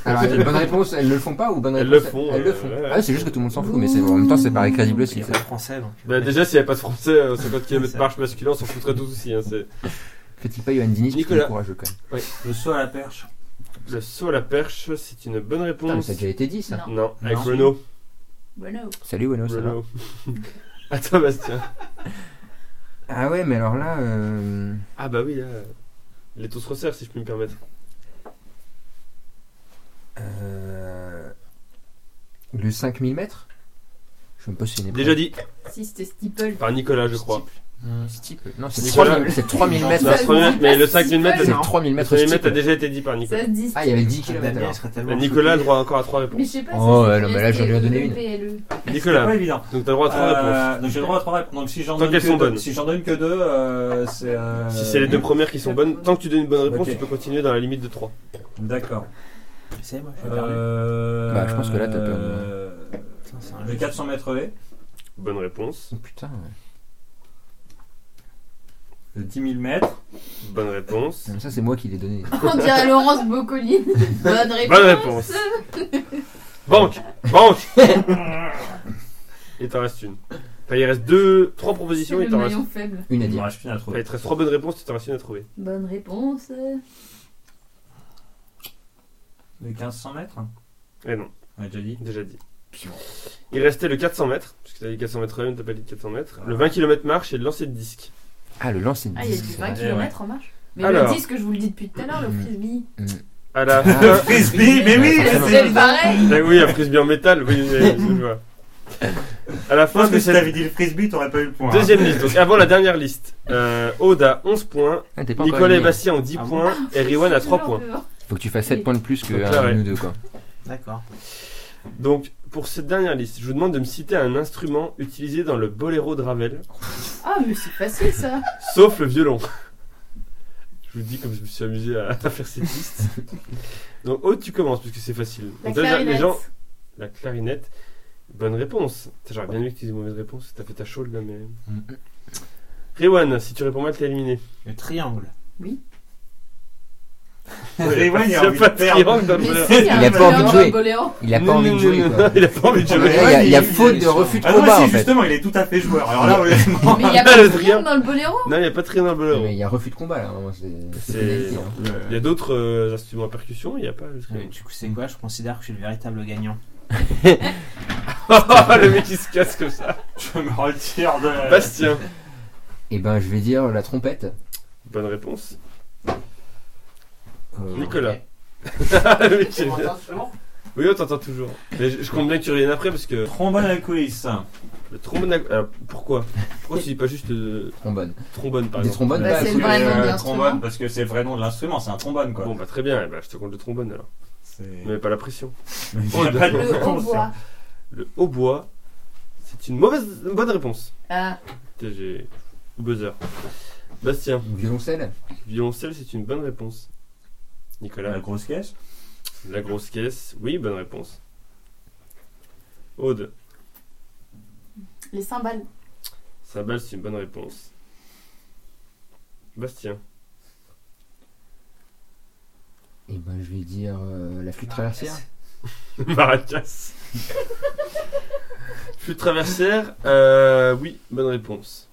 [SPEAKER 5] Alors, euh, bonne réponse, elles ne le font pas ou bonne
[SPEAKER 3] Elles
[SPEAKER 5] réponse
[SPEAKER 3] le font,
[SPEAKER 5] Elles le
[SPEAKER 3] euh,
[SPEAKER 5] font.
[SPEAKER 3] ouais.
[SPEAKER 5] Ah, c'est juste que tout le monde s'en fout, mais c'est- en même temps, c'est pas
[SPEAKER 4] Il
[SPEAKER 5] crédible aussi.
[SPEAKER 4] est
[SPEAKER 5] ça.
[SPEAKER 4] pas français donc.
[SPEAKER 3] Bah, déjà, s'il n'y avait pas de français, euh, 50
[SPEAKER 4] C'est
[SPEAKER 3] km
[SPEAKER 4] ça.
[SPEAKER 3] marche masculin, on s'en foutrait tous aussi. Hein, c'est-
[SPEAKER 5] Fait-il pas Johan Dini, c'est
[SPEAKER 3] Nicolas.
[SPEAKER 5] plus courageux quand même.
[SPEAKER 2] Le saut à la perche.
[SPEAKER 3] le saut à la perche, c'est une bonne
[SPEAKER 5] Putain, mais
[SPEAKER 3] réponse.
[SPEAKER 5] ça a déjà été dit ça.
[SPEAKER 1] Non.
[SPEAKER 3] Non, avec
[SPEAKER 2] Non.
[SPEAKER 3] Renault.
[SPEAKER 1] Bueno.
[SPEAKER 5] Salut Wano, ça va
[SPEAKER 3] Bruno. À toi, Bastien.
[SPEAKER 5] Ah ouais, mais alors là, euh,
[SPEAKER 3] Ah bah oui, là. Les taux se resserrent, si je puis me permettre.
[SPEAKER 5] euh, le 5000 mètres Je sais même pas si c'est une épreuve.
[SPEAKER 3] Déjà dit
[SPEAKER 1] Si c'était Steeple.
[SPEAKER 3] par Nicolas, je crois.
[SPEAKER 5] Hum, steeple. Non, c'est
[SPEAKER 3] Nicolas.
[SPEAKER 5] 3000 c'est 3000 mètres.
[SPEAKER 3] Non, 3000 mètres, mais le 5000 mètres,
[SPEAKER 5] C'est
[SPEAKER 3] le
[SPEAKER 1] non.
[SPEAKER 5] 3000 mètres.
[SPEAKER 3] 3000 mètres a
[SPEAKER 5] steeple.
[SPEAKER 3] déjà été dit par Nicolas.
[SPEAKER 1] Ça se dit.
[SPEAKER 5] Ah, il y avait 10
[SPEAKER 4] Ah,
[SPEAKER 5] km
[SPEAKER 4] Damien,
[SPEAKER 5] alors.
[SPEAKER 4] il serait tellement
[SPEAKER 3] Bah, Nicolas a le
[SPEAKER 4] choqué.
[SPEAKER 3] droit encore à 3
[SPEAKER 1] Mais
[SPEAKER 3] réponses.
[SPEAKER 1] je sais pas
[SPEAKER 5] Oh,
[SPEAKER 1] si
[SPEAKER 5] ouais, non, mais là, j'en ai
[SPEAKER 1] PSP,
[SPEAKER 5] donné une.
[SPEAKER 1] PLE.
[SPEAKER 2] C'est pas
[SPEAKER 3] Nicolas,
[SPEAKER 2] évident.
[SPEAKER 3] donc t'as le droit à 3 réponses.
[SPEAKER 2] Euh, donc j'ai le droit à trois réponses. Donc si j'en
[SPEAKER 3] Tant
[SPEAKER 2] donne,
[SPEAKER 3] qu'elles
[SPEAKER 2] que
[SPEAKER 3] sont
[SPEAKER 2] deux-
[SPEAKER 3] bonnes.
[SPEAKER 2] si j'en donne que deux, euh, c'est. euh,
[SPEAKER 3] Si c'est les deux premières qui sont bonnes, tant que tu donnes une bonne réponse,
[SPEAKER 2] Ok.
[SPEAKER 3] tu peux continuer dans la limite de 3.
[SPEAKER 2] D'accord.
[SPEAKER 4] C'est moi, j'ai perdu.
[SPEAKER 2] Euh,
[SPEAKER 5] Bah, je pense que là, t'as perdu.
[SPEAKER 2] euh,
[SPEAKER 4] Putain, c'est un
[SPEAKER 2] Le
[SPEAKER 4] jeu.
[SPEAKER 2] 400 mètres haies,
[SPEAKER 3] Bonne réponse.
[SPEAKER 5] Oh, putain. ouais.
[SPEAKER 2] le 10 000 mètres.
[SPEAKER 3] Bonne réponse.
[SPEAKER 5] Non, mais Ça, c'est moi qui l'ai donné.
[SPEAKER 1] On dirait Laurence Boccolini. Bonne réponse.
[SPEAKER 3] Bonne réponse. Banque Banque Il t'en reste une. Enfin, il reste deux, trois
[SPEAKER 1] C'est
[SPEAKER 3] propositions et
[SPEAKER 1] le
[SPEAKER 3] t'en reste.
[SPEAKER 1] maillon faible.
[SPEAKER 5] Une à
[SPEAKER 2] Il m'en
[SPEAKER 5] dire.
[SPEAKER 2] reste qu'une à
[SPEAKER 3] Enfin,
[SPEAKER 2] trouver.
[SPEAKER 3] il te reste trois bonnes réponses, tu t'en restes une à trouver.
[SPEAKER 1] Bonne réponse.
[SPEAKER 2] Le 1500 mètres, hein.
[SPEAKER 3] Eh non,
[SPEAKER 2] on a déjà dit.
[SPEAKER 3] déjà dit. Il restait le 400 mètres, puisque t'as dit 400 mètres même, t'as pas dit 400 mètres. Le 20 km marche et le lancer de disque.
[SPEAKER 5] Ah, le lancer de
[SPEAKER 1] Ah, il y a
[SPEAKER 5] disque.
[SPEAKER 1] du
[SPEAKER 5] c'est
[SPEAKER 1] 20
[SPEAKER 5] vrai.
[SPEAKER 1] km en marche. Mais
[SPEAKER 3] Alors.
[SPEAKER 1] le disque, je vous le dis depuis tout à l'heure, le
[SPEAKER 5] Mm.
[SPEAKER 1] frisbee.
[SPEAKER 3] À la
[SPEAKER 5] Ah,
[SPEAKER 3] fin.
[SPEAKER 2] Frisbee, mais oui,
[SPEAKER 5] Ouais,
[SPEAKER 2] mais
[SPEAKER 5] forcément.
[SPEAKER 2] c'est-
[SPEAKER 1] C'est pareil.
[SPEAKER 3] Ah oui, un frisbee en métal, oui, je je vois. À la
[SPEAKER 2] Je
[SPEAKER 3] fin
[SPEAKER 2] pense
[SPEAKER 3] de
[SPEAKER 2] que si
[SPEAKER 3] cette
[SPEAKER 2] t'avais dit le frisbee, t'aurais pas eu le point. hein.
[SPEAKER 3] deuxième liste, donc avant la dernière liste, euh, Aude a 11 points,
[SPEAKER 5] Ah, t'es pas encore
[SPEAKER 3] Nicolas et
[SPEAKER 5] éliminé.
[SPEAKER 3] Bastien ont 10
[SPEAKER 4] Ah bon
[SPEAKER 3] points, et Riwan a 3 points.
[SPEAKER 5] Faut que tu fasses 7 points de plus que
[SPEAKER 3] Donc là,
[SPEAKER 5] un de
[SPEAKER 3] ouais.
[SPEAKER 5] nous deux, quoi.
[SPEAKER 4] D'accord.
[SPEAKER 3] Donc, pour cette dernière liste, je vous demande de me citer un instrument utilisé dans le boléro de Ravel,
[SPEAKER 1] Ah, mais c'est facile ça.
[SPEAKER 3] sauf le violon. Je vous dis comme je me suis amusé à, à faire cette liste. Donc, Aude, tu commences, parce que c'est facile.
[SPEAKER 1] La
[SPEAKER 3] Donc, déjà, les
[SPEAKER 1] clarinette.
[SPEAKER 3] gens- La clarinette. Bonne réponse. Putain, J'aurais bien aimé que tu dises une mauvaise réponse. T'as fait ta chaude là, mais.
[SPEAKER 5] Mm.
[SPEAKER 3] Rewan, si tu réponds mal, t'es éliminé.
[SPEAKER 4] Le triangle.
[SPEAKER 2] Rewan, il a
[SPEAKER 3] S'il y
[SPEAKER 2] envie de
[SPEAKER 3] pas de
[SPEAKER 2] perdre.
[SPEAKER 3] triangle dans le
[SPEAKER 1] Mais
[SPEAKER 3] boléro.
[SPEAKER 1] si,
[SPEAKER 2] Ah,
[SPEAKER 5] Il a pas envie de jouer.
[SPEAKER 1] Boléro.
[SPEAKER 5] Il a pas
[SPEAKER 3] Non,
[SPEAKER 5] envie
[SPEAKER 3] non,
[SPEAKER 5] de jouer,
[SPEAKER 3] non,
[SPEAKER 5] quoi.
[SPEAKER 3] non, Il a pas envie de
[SPEAKER 5] Mais
[SPEAKER 3] jouer.
[SPEAKER 5] là, Il y a- il y a
[SPEAKER 2] Ouais, il-
[SPEAKER 5] faute de refus de
[SPEAKER 2] Ah non,
[SPEAKER 5] combat,
[SPEAKER 2] si,
[SPEAKER 5] en fait.
[SPEAKER 2] justement, il est tout à fait joueur. Alors là, honnêtement.
[SPEAKER 1] Mais il y a
[SPEAKER 3] Le
[SPEAKER 1] pas de
[SPEAKER 3] triangle.
[SPEAKER 1] triangle dans le boléro.
[SPEAKER 3] Non, il n'y a pas de triangle dans le boléro.
[SPEAKER 5] Mais il y a refus de combat, là, à un moment, c'est-
[SPEAKER 3] C'est-
[SPEAKER 5] c'est pénalité, hein.
[SPEAKER 3] Il y a d'autres euh, instruments à percussion, il n'y a pas le
[SPEAKER 4] Ouais,
[SPEAKER 3] triangle.
[SPEAKER 4] Euh, Du coup, c'est quoi Je considère que je suis le véritable gagnant.
[SPEAKER 3] le mec il se casse comme ça.
[SPEAKER 2] Je me retire de.
[SPEAKER 3] Bastien.
[SPEAKER 5] Eh ben, je vais dire la trompette.
[SPEAKER 3] Bonne réponse.
[SPEAKER 5] Euh,
[SPEAKER 3] Nicolas. le mec, il est bien.
[SPEAKER 4] Moi,
[SPEAKER 3] Oui, on t'entend toujours. Mais je, je compte bien que tu reviennes après parce que
[SPEAKER 2] Trombone à coulisses.
[SPEAKER 5] Bah,
[SPEAKER 3] le trombone. à- Alors, pourquoi Pourquoi tu dis pas juste euh,
[SPEAKER 5] trombone.
[SPEAKER 3] trombone par
[SPEAKER 5] Des
[SPEAKER 3] exemple
[SPEAKER 5] trombones,
[SPEAKER 1] Bah,
[SPEAKER 5] pas
[SPEAKER 1] c'est
[SPEAKER 5] assez.
[SPEAKER 1] le vrai nom de l'instrument.
[SPEAKER 2] euh, trombone, parce que c'est le vrai nom de l'instrument, c'est un trombone quoi.
[SPEAKER 3] Bon, bah très bien, eh ben, je te compte le trombone alors.
[SPEAKER 2] C'est-
[SPEAKER 3] Mais pas la pression.
[SPEAKER 2] Mais il y a
[SPEAKER 3] Oh,
[SPEAKER 2] pas de
[SPEAKER 1] Le
[SPEAKER 2] réponse, hein.
[SPEAKER 1] hautbois.
[SPEAKER 3] Le hautbois, c'est une mauvaise bonne réponse.
[SPEAKER 1] Ah,
[SPEAKER 3] Putain, J'ai au buzzer. Bastien,
[SPEAKER 5] Violoncelle.
[SPEAKER 3] violoncelle, c'est une bonne réponse. Nicolas,
[SPEAKER 2] La grosse caisse.
[SPEAKER 3] la grosse caisse, oui, bonne réponse. Aude,
[SPEAKER 1] les cymbales.
[SPEAKER 3] cymbale, c'est une bonne réponse. Bastien,
[SPEAKER 5] Et ben, je vais dire euh, la flûte traversière.
[SPEAKER 3] Maracas. Flûte traversière, euh, oui, bonne réponse.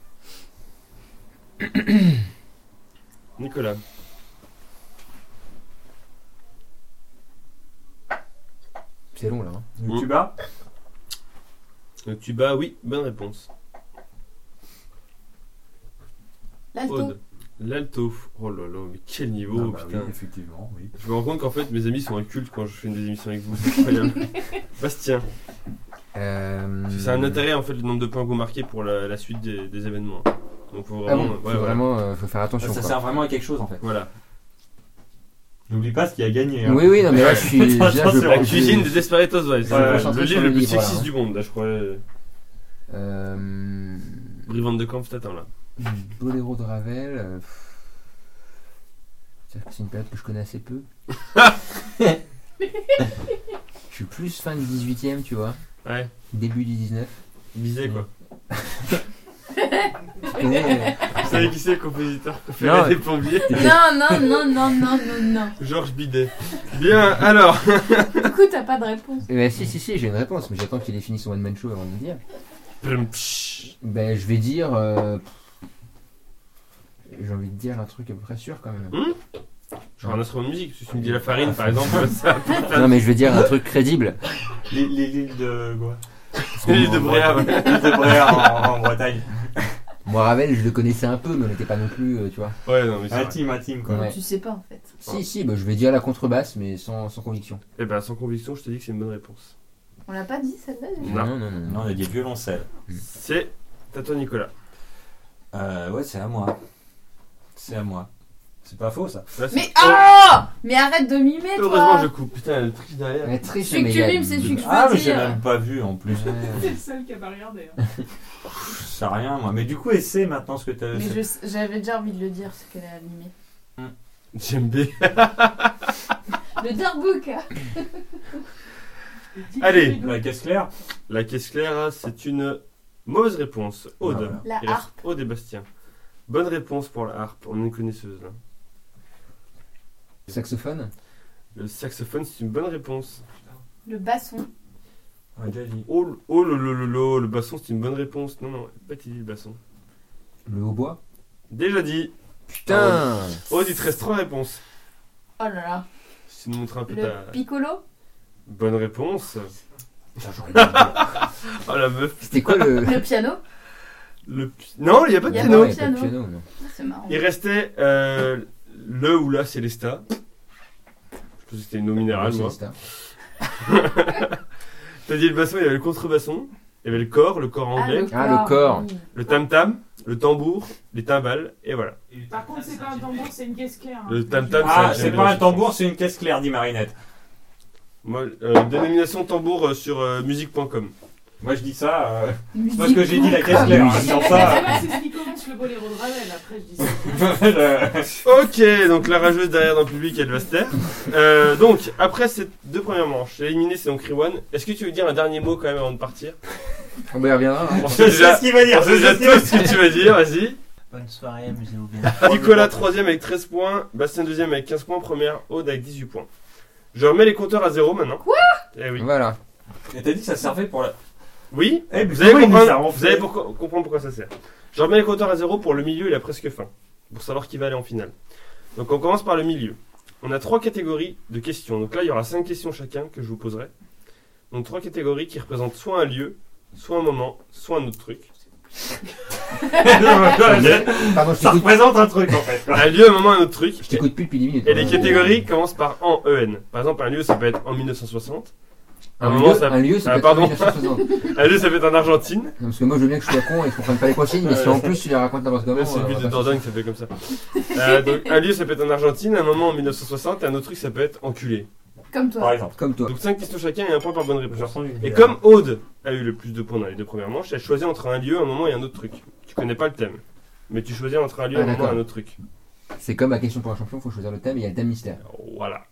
[SPEAKER 3] Nicolas.
[SPEAKER 5] C'est long, là. hein.
[SPEAKER 2] Le
[SPEAKER 3] Mm.
[SPEAKER 2] tuba.
[SPEAKER 3] Le Euh, tuba, oui, bonne réponse.
[SPEAKER 1] L'alto.
[SPEAKER 3] Aude. L'alto. Oh là là, mais quel niveau,
[SPEAKER 2] Ah bah
[SPEAKER 3] Oh, putain.
[SPEAKER 2] oui, effectivement, oui.
[SPEAKER 3] Je me rends compte qu'en fait, mes amis sont un culte quand je fais des émissions avec vous. C'est incroyable. Bastien.
[SPEAKER 5] Euh,
[SPEAKER 3] Parce que C'est un intérêt, en fait, le nombre de points que vous marquez pour la, la suite des, des événements. Donc, faut
[SPEAKER 5] Ah
[SPEAKER 3] vraiment.
[SPEAKER 5] bon,
[SPEAKER 3] ouais,
[SPEAKER 5] faut
[SPEAKER 3] voilà.
[SPEAKER 5] vraiment, euh, faut faire attention. quoi.
[SPEAKER 2] vraiment à quelque chose en fait.
[SPEAKER 3] Voilà.
[SPEAKER 2] N'oublie pas ce qu'il a gagné. hein.
[SPEAKER 5] Oui, oui, non, mais là, je suis.
[SPEAKER 2] Attention,
[SPEAKER 5] déjà, je
[SPEAKER 2] c'est
[SPEAKER 5] pense
[SPEAKER 3] La
[SPEAKER 5] que-
[SPEAKER 3] cuisine des Desperate Housewives.
[SPEAKER 5] Je
[SPEAKER 3] Euh,
[SPEAKER 5] me concentre
[SPEAKER 3] le
[SPEAKER 5] sur
[SPEAKER 3] livre
[SPEAKER 5] le
[SPEAKER 3] le plus
[SPEAKER 5] livre,
[SPEAKER 3] sexiste
[SPEAKER 5] voilà.
[SPEAKER 3] du monde, là, je crois. euh,
[SPEAKER 5] Euh,
[SPEAKER 3] Brie Van de Kamp t'attends là.
[SPEAKER 5] Boléro de Ravel. euh, pff. C'est-à-dire que C'est une période que je connais assez peu. je suis plus fin du 18ème, tu vois.
[SPEAKER 3] Ouais,
[SPEAKER 5] Début du 19.
[SPEAKER 3] Bizet quoi.
[SPEAKER 5] Je connais, euh,
[SPEAKER 3] Vous savez qui c'est le compositeur
[SPEAKER 5] Non,
[SPEAKER 3] préféré des plombiers
[SPEAKER 1] Non, non, non, non, non, non, non.
[SPEAKER 3] Georges Bidet. Bien, alors.
[SPEAKER 1] Du coup, t'as pas de réponse.
[SPEAKER 5] eh ben, si, si, si, j'ai une réponse, mais j'attends qu'il ait fini son one-man show avant de le dire.
[SPEAKER 3] Plum, tch.
[SPEAKER 5] Ben, je vais dire. euh, pff, J'ai envie de dire un truc à peu près sûr quand même.
[SPEAKER 3] Genre un instrument de musique, si tu me dis la farine par exemple, ça.
[SPEAKER 5] Non, mais je vais dire un truc crédible.
[SPEAKER 2] Les, les, l'île de quoi
[SPEAKER 5] puisque
[SPEAKER 3] Les livres
[SPEAKER 5] moi,
[SPEAKER 3] de Bréa, ouais.
[SPEAKER 2] L'île de Bréa en, en Bretagne.
[SPEAKER 5] moi, Ravel, je le connaissais un peu, mais on n'était pas non plus, euh, tu vois.
[SPEAKER 3] Ouais, non, mais c'est vrai.
[SPEAKER 2] Intime, intime, quoi.
[SPEAKER 5] Ouais.
[SPEAKER 1] Tu sais pas en fait.
[SPEAKER 5] Si, si, bah, je vais dire la contrebasse, mais sans, sans conviction.
[SPEAKER 3] Eh ben, sans conviction, je te dis que c'est une bonne réponse.
[SPEAKER 1] On l'a pas dit celle-là déjà
[SPEAKER 3] Non.
[SPEAKER 5] non, non.
[SPEAKER 2] Non, on a dit violoncelle.
[SPEAKER 3] C'est à toi, Nicolas.
[SPEAKER 2] Euh, ouais, c'est à moi. C'est à moi. C'est pas faux, ça.
[SPEAKER 3] Là, c'est-
[SPEAKER 1] Mais ah Mais arrête de mimer toi
[SPEAKER 3] Heureusement, je coupe. Putain, le triche derrière.
[SPEAKER 5] Ouais, triche,
[SPEAKER 1] Celui que
[SPEAKER 5] mais
[SPEAKER 1] tu
[SPEAKER 5] il y a-
[SPEAKER 1] mimes, c'est celui que je
[SPEAKER 2] Ah,
[SPEAKER 1] veux
[SPEAKER 2] mais j'ai
[SPEAKER 1] dire.
[SPEAKER 2] même pas vu, en plus.
[SPEAKER 5] Ouais.
[SPEAKER 6] le seul qui a pas regardé. hein.
[SPEAKER 2] Je sais rien, moi. Mais du coup, essaie maintenant ce que t'as...
[SPEAKER 1] Mais
[SPEAKER 2] c'est-
[SPEAKER 1] je- j'avais déjà envie de le dire, ce qu'elle a animé.
[SPEAKER 3] J'aime bien.
[SPEAKER 1] Le Darbuka
[SPEAKER 3] Allez.
[SPEAKER 2] La caisse claire
[SPEAKER 3] La caisse claire, c'est une mauvaise réponse. Aude.
[SPEAKER 2] Ah, voilà.
[SPEAKER 1] La
[SPEAKER 3] Il reste
[SPEAKER 1] harpe.
[SPEAKER 3] Aude et Bastien. Bonne réponse pour la harpe. On est une connaisseuse là.
[SPEAKER 5] Saxophone
[SPEAKER 3] Le saxophone, c'est une bonne réponse.
[SPEAKER 1] Le basson.
[SPEAKER 2] On a déjà dit.
[SPEAKER 3] Oh, le- oh le, le, le, le, le basson, c'est une bonne réponse. Non, non, pas dit le basson.
[SPEAKER 5] Le hautbois
[SPEAKER 3] Déjà dit.
[SPEAKER 5] Putain
[SPEAKER 3] Aude, il te reste trois réponses.
[SPEAKER 1] Oh là là.
[SPEAKER 3] Je te montre un peu ta.
[SPEAKER 1] Le piccolo
[SPEAKER 3] Bonne réponse.
[SPEAKER 5] Putain, j'aurais dû-
[SPEAKER 3] Oh la meuf.
[SPEAKER 5] C'était quoi le.
[SPEAKER 1] Le piano
[SPEAKER 3] Le pi- Non, il n'y a pas de
[SPEAKER 1] Il y a
[SPEAKER 3] piano.
[SPEAKER 1] pas
[SPEAKER 5] Ouais, pas de
[SPEAKER 1] piano.
[SPEAKER 5] piano, non.
[SPEAKER 1] Ah, C'est marrant.
[SPEAKER 3] Il restait euh, le ou la Célesta. Je pense que c'était une eau minérale,
[SPEAKER 5] Ouais,
[SPEAKER 3] moi.
[SPEAKER 5] c'est ça.
[SPEAKER 3] T'as dit le basson, il y avait le contrebasson, il y avait le corps, le corps anglais,
[SPEAKER 5] Ah, le corps.
[SPEAKER 1] oui.
[SPEAKER 3] le tam-tam, le tambour, les timbales, et voilà.
[SPEAKER 6] Par contre, c'est pas un tambour, c'est une hein. caisse claire.
[SPEAKER 3] Le tam-tam,
[SPEAKER 2] Ah,
[SPEAKER 3] ça,
[SPEAKER 2] c'est
[SPEAKER 3] j'aime
[SPEAKER 2] pas
[SPEAKER 3] bien.
[SPEAKER 2] un tambour, c'est une caisse claire, dit Marinette.
[SPEAKER 3] Moi, euh, dénomination tambour euh, sur euh, musique.com.
[SPEAKER 2] Moi, je dis ça... euh,
[SPEAKER 1] Mmh. Musique.
[SPEAKER 2] C'est parce que j'ai dit la caisse claire. hein. Sans ça...
[SPEAKER 6] Ah, c'est ce qui commence le boléro de Ravel, après je dis ça.
[SPEAKER 2] je-
[SPEAKER 3] Ok, donc la rageuse derrière dans le public, elle va se taire. Euh, donc, après ces deux premières manches, j'ai éliminé, c'est donc Riwan. Est-ce que tu veux dire un dernier mot quand même avant de partir
[SPEAKER 5] On y reviendra. hein.
[SPEAKER 3] On
[SPEAKER 2] Je
[SPEAKER 3] sait
[SPEAKER 2] sais
[SPEAKER 3] déjà,
[SPEAKER 2] ce qu'il va dire.
[SPEAKER 3] on sait
[SPEAKER 2] Je
[SPEAKER 3] déjà
[SPEAKER 2] sais ce qu'il va
[SPEAKER 3] tout ce que tu vas dire, vas-y.
[SPEAKER 4] Bonne soirée, amusez-vous bien.
[SPEAKER 3] Nicolas troisième avec 13 points, Bastien deuxième avec 15 points, première, Aude avec 18 points. Je remets les compteurs à zéro maintenant. Quoi Eh oui.
[SPEAKER 5] Voilà.
[SPEAKER 2] Et t'as dit que ça servait pour la.
[SPEAKER 3] Oui,
[SPEAKER 2] Eh,
[SPEAKER 3] vous allez,
[SPEAKER 2] comprendre-
[SPEAKER 3] comprendre, vous allez pourquoi- comprendre pourquoi ça sert. Je remets les compteurs à zéro pour le milieu et la presque fin, pour savoir qui va aller en finale. Donc on commence par le milieu. On a trois catégories de questions. Donc là, il y aura cinq questions chacun que je vous poserai. Donc trois catégories qui représentent soit un lieu, soit un moment, soit un autre truc.
[SPEAKER 5] Pardon, je
[SPEAKER 2] Ça
[SPEAKER 5] t'écoute.
[SPEAKER 2] représente un truc en fait.
[SPEAKER 3] un lieu, un moment, un autre truc.
[SPEAKER 5] Je t'écoute plus depuis 10 minutes. Euh,
[SPEAKER 3] Et les
[SPEAKER 5] Ouais.
[SPEAKER 3] catégories commencent par en EN. Par exemple, un lieu, ça peut être en 1960.
[SPEAKER 5] Un
[SPEAKER 3] moment,
[SPEAKER 5] lieu,
[SPEAKER 3] ça-
[SPEAKER 5] un lieu, ça
[SPEAKER 3] Ah,
[SPEAKER 5] peut être
[SPEAKER 3] pardon.
[SPEAKER 5] 1960. Non,
[SPEAKER 3] Un lieu, ça peut être en Argentine.
[SPEAKER 5] parce que moi, je veux bien que je sois con et que je comprenne pas les consignes, mais si en plus tu les racontes n'importe comment.
[SPEAKER 3] C'est
[SPEAKER 5] euh,
[SPEAKER 3] le
[SPEAKER 5] on
[SPEAKER 3] but
[SPEAKER 5] va
[SPEAKER 3] de
[SPEAKER 5] pas-
[SPEAKER 3] Dordogne, ça fait comme ça. Euh, donc, un lieu, ça peut être en Argentine, un moment en 1960, et un autre truc, ça peut être enculé.
[SPEAKER 1] Comme
[SPEAKER 2] Par
[SPEAKER 1] toi.
[SPEAKER 2] exemple.
[SPEAKER 5] Comme toi.
[SPEAKER 3] Donc, 5 questions chacun et un point par bonne réponse. Et
[SPEAKER 2] Et
[SPEAKER 3] comme Aude a eu le plus de points dans les deux premières manches, elle choisit entre un lieu, un moment et un autre truc. Tu connais pas le thème, mais tu choisis entre un lieu,
[SPEAKER 5] Ah,
[SPEAKER 3] un moment et
[SPEAKER 5] d'accord.
[SPEAKER 3] un autre truc.
[SPEAKER 5] C'est comme la question pour un champion, faut choisir le thème et il y a le thème mystère.
[SPEAKER 3] Voilà.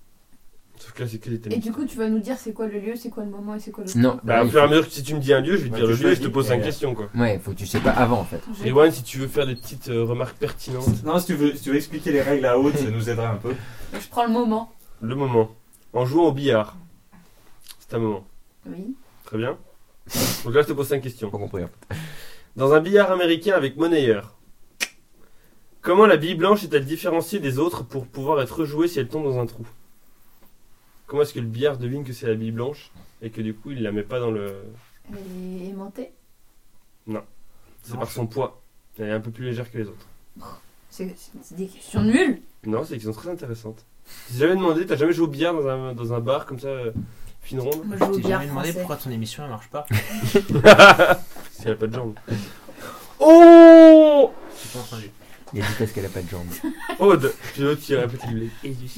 [SPEAKER 3] Sauf que là, c'est que des
[SPEAKER 1] Et
[SPEAKER 3] thèmes.
[SPEAKER 1] du coup, tu vas nous dire c'est quoi le lieu, c'est quoi le moment et c'est quoi le.
[SPEAKER 5] Non,
[SPEAKER 3] Bah, au
[SPEAKER 5] il
[SPEAKER 3] fur et à
[SPEAKER 5] faut...
[SPEAKER 3] mesure que si tu me dis un lieu, je vais te
[SPEAKER 2] Bah,
[SPEAKER 3] dire
[SPEAKER 2] tu
[SPEAKER 3] le lieu et je te
[SPEAKER 2] choisis,
[SPEAKER 3] pose
[SPEAKER 2] et,
[SPEAKER 3] 5
[SPEAKER 2] euh,
[SPEAKER 3] questions, quoi.
[SPEAKER 5] ouais, faut que tu sais pas avant en fait.
[SPEAKER 1] J'ai-
[SPEAKER 3] Ewan, si tu veux faire des petites euh, remarques pertinentes.
[SPEAKER 2] Non, si tu, veux, si tu veux expliquer les règles à haute, ça nous aiderait un peu.
[SPEAKER 1] Je prends le moment.
[SPEAKER 3] Le moment. En jouant au billard. C'est un moment.
[SPEAKER 1] Oui.
[SPEAKER 3] Très bien. Donc là, je te pose cinq questions.
[SPEAKER 5] Pas compris. hein.
[SPEAKER 3] Dans un billard américain avec monnayeur, comment la bille blanche est-elle différenciée des autres pour pouvoir être rejouée si elle tombe dans un trou Comment est-ce que le billard devine que c'est la bille blanche et que du coup, il la met pas dans le.
[SPEAKER 1] Elle est aimantée.
[SPEAKER 3] C'est par son poids. Elle est un peu plus légère que les autres.
[SPEAKER 1] C'est c'est des questions nulles.
[SPEAKER 3] Non, c'est une question très intéressante. Si j'avais demandé, t'as jamais joué au billard dans un, dans un bar comme ça, euh, fine ronde
[SPEAKER 1] Moi, je joue
[SPEAKER 4] Je
[SPEAKER 1] au
[SPEAKER 4] t'ai
[SPEAKER 1] billard
[SPEAKER 4] jamais demandé
[SPEAKER 1] français.
[SPEAKER 4] pourquoi ton émission elle marche pas.
[SPEAKER 3] Si elle a pas de jambes. Oh
[SPEAKER 4] J'ai pas entendu.
[SPEAKER 5] Il y a dit parce qu'elle a pas de jambes.
[SPEAKER 3] Aude, j'ai l'autre qui répète le blé.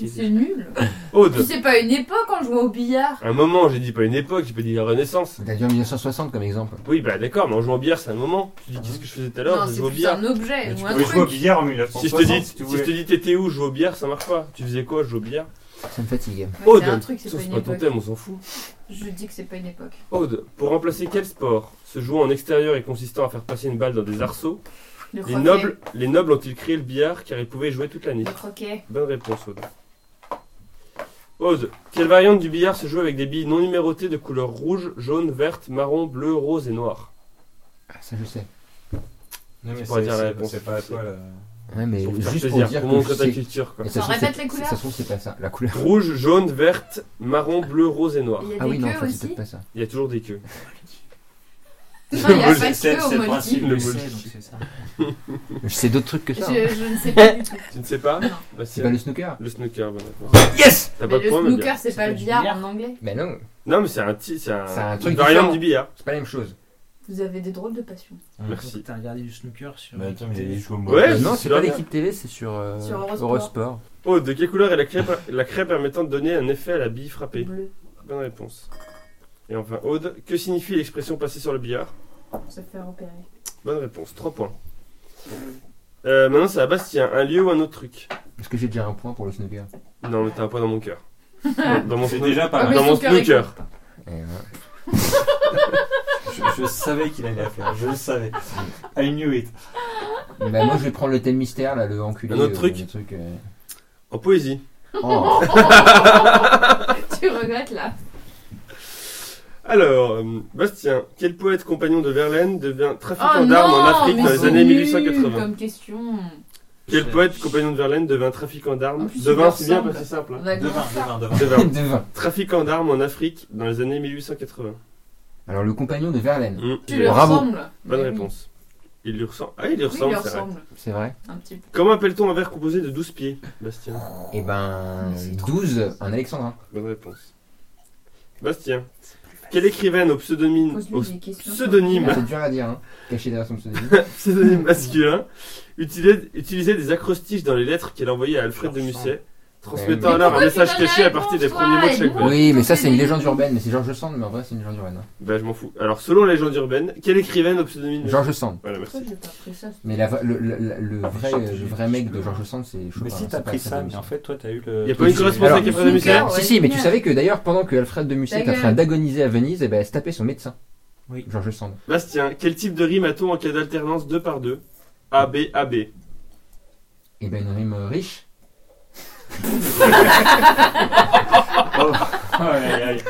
[SPEAKER 1] C'est nul. Puis
[SPEAKER 3] Aude,
[SPEAKER 1] c'est pas une époque en jouant au billard.
[SPEAKER 3] un moment, j'ai dit pas une époque, j'ai pas dit la Renaissance.
[SPEAKER 5] T'as dit en 1960 comme exemple.
[SPEAKER 3] Oui, bah d'accord, mais en jouant au billard, c'est un moment. Tu dis qu'est-ce que je faisais tout à l'heure,
[SPEAKER 1] Non,
[SPEAKER 3] je
[SPEAKER 1] c'est
[SPEAKER 3] jouais au
[SPEAKER 1] plus
[SPEAKER 3] billard.
[SPEAKER 1] un objet
[SPEAKER 2] Mais tu
[SPEAKER 1] ou un
[SPEAKER 2] pouvais jouer au
[SPEAKER 1] truc.
[SPEAKER 2] billard en
[SPEAKER 3] Si je te dis,
[SPEAKER 2] 1960 si
[SPEAKER 3] si
[SPEAKER 2] tu
[SPEAKER 3] je
[SPEAKER 2] voulais.
[SPEAKER 3] te dis t'étais où, je jouais au billard, ça marche pas. Tu faisais quoi, je jouais au billard
[SPEAKER 5] Ça me fatigue.
[SPEAKER 1] Ouais,
[SPEAKER 3] Aude,
[SPEAKER 1] C'est un truc, c'est
[SPEAKER 3] Ça,
[SPEAKER 1] pas
[SPEAKER 3] c'est
[SPEAKER 1] une
[SPEAKER 3] pas ton
[SPEAKER 1] époque.
[SPEAKER 3] thème, on s'en fout.
[SPEAKER 1] Je dis que c'est pas une époque.
[SPEAKER 3] Aude, pour remplacer quel sport se jouant en extérieur et consistant à faire passer une balle dans des arceaux,
[SPEAKER 1] Le
[SPEAKER 3] les
[SPEAKER 1] croquet.
[SPEAKER 3] nobles, les nobles ont-ils créé le billard car ils pouvaient y jouer toute l'année
[SPEAKER 1] Le croquet.
[SPEAKER 3] Bonne réponse, Aude. Aude, quelle variante du billard se joue avec des billes non numérotées de couleur rouge, jaune, verte, marron, bleu, rose et noir
[SPEAKER 5] Ah, ça je sais.
[SPEAKER 2] Non, mais
[SPEAKER 3] Tu pourras
[SPEAKER 2] c'est-
[SPEAKER 3] dire la
[SPEAKER 2] c'est-
[SPEAKER 3] réponse.
[SPEAKER 2] C'est pas à toi là.
[SPEAKER 5] Ouais, mais
[SPEAKER 3] Pour te faire
[SPEAKER 5] juste pour
[SPEAKER 3] plaisir,
[SPEAKER 5] dire
[SPEAKER 3] pour
[SPEAKER 5] que
[SPEAKER 3] montrer
[SPEAKER 5] je
[SPEAKER 3] ta
[SPEAKER 5] sais.
[SPEAKER 3] culture. Quoi.
[SPEAKER 5] Et ça se
[SPEAKER 1] On
[SPEAKER 5] trouve,
[SPEAKER 1] répète
[SPEAKER 5] c'est-
[SPEAKER 1] les couleurs
[SPEAKER 5] Ça se trouve, c'est pas ça. La couleur.
[SPEAKER 3] Rouge, jaune, verte, marron, bleu, rose et noir.
[SPEAKER 1] Il y a
[SPEAKER 5] Ah
[SPEAKER 1] des
[SPEAKER 5] oui, non,
[SPEAKER 1] queues
[SPEAKER 5] ça, c'est
[SPEAKER 1] aussi.
[SPEAKER 5] peut-être pas ça.
[SPEAKER 3] Il y a toujours des queues.
[SPEAKER 1] Non, il n'y a
[SPEAKER 3] Le
[SPEAKER 1] pas de
[SPEAKER 2] c'est-
[SPEAKER 1] feu
[SPEAKER 2] c'est
[SPEAKER 1] au
[SPEAKER 2] le
[SPEAKER 1] Molki.
[SPEAKER 2] principe.
[SPEAKER 4] Il
[SPEAKER 3] Le
[SPEAKER 4] le sait,
[SPEAKER 3] Molki.
[SPEAKER 4] donc c'est ça.
[SPEAKER 5] Je sais d'autres trucs que
[SPEAKER 1] Je,
[SPEAKER 5] ça.
[SPEAKER 3] hein.
[SPEAKER 1] je ne sais pas du tout.
[SPEAKER 3] Tu ne sais pas
[SPEAKER 1] Non.
[SPEAKER 3] Bah,
[SPEAKER 5] C'est pas le snooker
[SPEAKER 3] le snooker. bah, d'accord.
[SPEAKER 5] Yes
[SPEAKER 3] T'as
[SPEAKER 1] Mais
[SPEAKER 3] pas de
[SPEAKER 1] le
[SPEAKER 3] point, ma gueule.
[SPEAKER 1] snooker, c'est pas le
[SPEAKER 4] du
[SPEAKER 1] billard
[SPEAKER 4] billard.
[SPEAKER 1] en anglais.
[SPEAKER 5] Ben non,
[SPEAKER 3] Non, mais c'est un, ti- c'est
[SPEAKER 5] C'est un
[SPEAKER 3] un,
[SPEAKER 5] truc
[SPEAKER 3] une variante
[SPEAKER 5] différent.
[SPEAKER 3] du billard.
[SPEAKER 5] c'est pas la même chose.
[SPEAKER 1] Vous avez des drôles de passion.
[SPEAKER 3] Merci. Bah,
[SPEAKER 4] T'as regardé du snooker sur.
[SPEAKER 2] Mais attends, mais il joue au
[SPEAKER 3] Ouais,
[SPEAKER 5] Euh,
[SPEAKER 2] Monopoly.
[SPEAKER 5] non,
[SPEAKER 3] c'est
[SPEAKER 5] c'est pas
[SPEAKER 3] bien.
[SPEAKER 5] l'équipe télé, c'est sur, euh,
[SPEAKER 1] Sur Eurosport.
[SPEAKER 3] Oh, de quelle couleur est la craie, per- la craie permettant de donner un effet à la bille frappée
[SPEAKER 1] Bleu.
[SPEAKER 3] Bonne réponse. Et enfin, Aude, que signifie l'expression passer sur le billard
[SPEAKER 1] Se faire repérer.
[SPEAKER 3] Bonne réponse, 3 points. Euh, maintenant, c'est à la base s'il y a un lieu ou un autre truc.
[SPEAKER 5] Est-ce que j'ai déjà un point pour le snooker
[SPEAKER 3] Non, mais t'as un point dans mon cœur. Dans dans mon
[SPEAKER 2] C'est
[SPEAKER 3] snoo-
[SPEAKER 2] déjà pas
[SPEAKER 1] Ah,
[SPEAKER 2] mal.
[SPEAKER 1] mais
[SPEAKER 3] Dans mon
[SPEAKER 1] son cœur est
[SPEAKER 3] snooker.
[SPEAKER 5] Eh, ouais.
[SPEAKER 2] Je, je savais qu'il allait la faire, je le savais. I knew it.
[SPEAKER 5] Bah moi je vais prendre le thème mystère là, le enculé.
[SPEAKER 3] Un autre
[SPEAKER 5] euh,
[SPEAKER 3] truc
[SPEAKER 5] le truc euh.
[SPEAKER 3] En poésie.
[SPEAKER 5] Oh,
[SPEAKER 1] tu regrettes là.
[SPEAKER 3] Alors, euh, Bastien, quel poète compagnon de Verlaine devient
[SPEAKER 1] Oh
[SPEAKER 3] trafiquant d'armes en
[SPEAKER 1] non,
[SPEAKER 3] Afrique
[SPEAKER 1] mais
[SPEAKER 3] dans les
[SPEAKER 1] c'est
[SPEAKER 3] années
[SPEAKER 1] nul
[SPEAKER 3] 1880
[SPEAKER 1] Comme question.
[SPEAKER 3] Quel
[SPEAKER 4] Je-
[SPEAKER 3] poète compagnon de Verlaine devint trafiquant
[SPEAKER 1] En
[SPEAKER 3] d'armes
[SPEAKER 1] plus, il
[SPEAKER 3] Devin,
[SPEAKER 1] me
[SPEAKER 3] c'est bien
[SPEAKER 1] ressemble.
[SPEAKER 3] parce que c'est simple. hein.
[SPEAKER 1] Vaguement
[SPEAKER 2] Devin,
[SPEAKER 1] ça.
[SPEAKER 2] devin, devin.
[SPEAKER 3] Devin.
[SPEAKER 5] devin.
[SPEAKER 3] Trafiquant d'armes en Afrique dans les années 1880.
[SPEAKER 5] Alors le compagnon de Verlaine,
[SPEAKER 3] Hmm.
[SPEAKER 1] Tu lui
[SPEAKER 5] Bravo.
[SPEAKER 1] ressembles.
[SPEAKER 3] Bonne
[SPEAKER 1] Mais oui.
[SPEAKER 3] réponse. Il lui ressemble. Ah, il
[SPEAKER 1] Oui,
[SPEAKER 3] lui
[SPEAKER 1] il
[SPEAKER 3] ressemble,
[SPEAKER 1] lui
[SPEAKER 3] c'est vrai.
[SPEAKER 1] ressemble.
[SPEAKER 5] c'est vrai
[SPEAKER 1] Un petit peu.
[SPEAKER 3] Comment appelle-t-on un verre composé de 12 pieds, Bastien
[SPEAKER 5] Et ben
[SPEAKER 1] Mais c'est trop
[SPEAKER 5] 12, un alexandrin.
[SPEAKER 3] Bonne réponse. Bastien, quelle écrivaine au pseudonyme, au
[SPEAKER 1] Pose-lui des questions.
[SPEAKER 3] pseudonyme.
[SPEAKER 5] C'est dur à dire hein, caché derrière son pseudonyme.
[SPEAKER 3] pseudonyme masculin utilisait, utilisait des acrostiches dans les lettres qu'elle envoyait à Alfred de
[SPEAKER 4] Je
[SPEAKER 3] Musset,
[SPEAKER 5] Mais
[SPEAKER 3] transmettant alors un
[SPEAKER 1] pourquoi tu
[SPEAKER 3] message
[SPEAKER 1] donnes la
[SPEAKER 3] caché à partir des
[SPEAKER 1] réponse,
[SPEAKER 3] premiers mots de
[SPEAKER 1] toi,
[SPEAKER 3] chaque
[SPEAKER 1] Edmond
[SPEAKER 3] lettre.
[SPEAKER 5] Oui mais ça c'est une légende urbaine, mais c'est Georges Sand, mais en vrai c'est une légende urbaine. hein.
[SPEAKER 3] Bah, je m'en fous. Alors, selon la légende urbaine, quelle écrivaine au pseudonyme masculin
[SPEAKER 5] Georges Sand.
[SPEAKER 3] Voilà, merci.
[SPEAKER 1] Pourquoi j'ai pas pris ça
[SPEAKER 5] Mais la, le, le- le- le vrai,
[SPEAKER 2] Chanté,
[SPEAKER 5] le vrai mec de
[SPEAKER 2] je-
[SPEAKER 5] Georges Sand c'est Chopin. hein,
[SPEAKER 2] Mais si
[SPEAKER 5] c'est
[SPEAKER 2] t'as
[SPEAKER 5] pas
[SPEAKER 2] pris
[SPEAKER 5] Alfred
[SPEAKER 2] ça,
[SPEAKER 5] de
[SPEAKER 2] mais en
[SPEAKER 5] Musset.
[SPEAKER 2] fait, toi t'as eu le.
[SPEAKER 3] Y a pas une correspondance
[SPEAKER 5] Alors,
[SPEAKER 3] avec Alfred de Musset
[SPEAKER 1] Flicker, ouais,
[SPEAKER 5] si, si, mais tu
[SPEAKER 1] génial.
[SPEAKER 5] savais que d'ailleurs, pendant que Alfred de Musset
[SPEAKER 1] Ta
[SPEAKER 5] est en train
[SPEAKER 1] gueule.
[SPEAKER 5] d'agoniser à Venise, et ben, elle se tapait son médecin.
[SPEAKER 4] Oui.
[SPEAKER 5] Georges Sand.
[SPEAKER 3] Bastien, quel type de rime a-t-on en cas d'alternance 2 par 2 A, B, A, B.
[SPEAKER 5] Et ben, une rime euh, riche.
[SPEAKER 2] Oh. Aïe, aïe, aïe.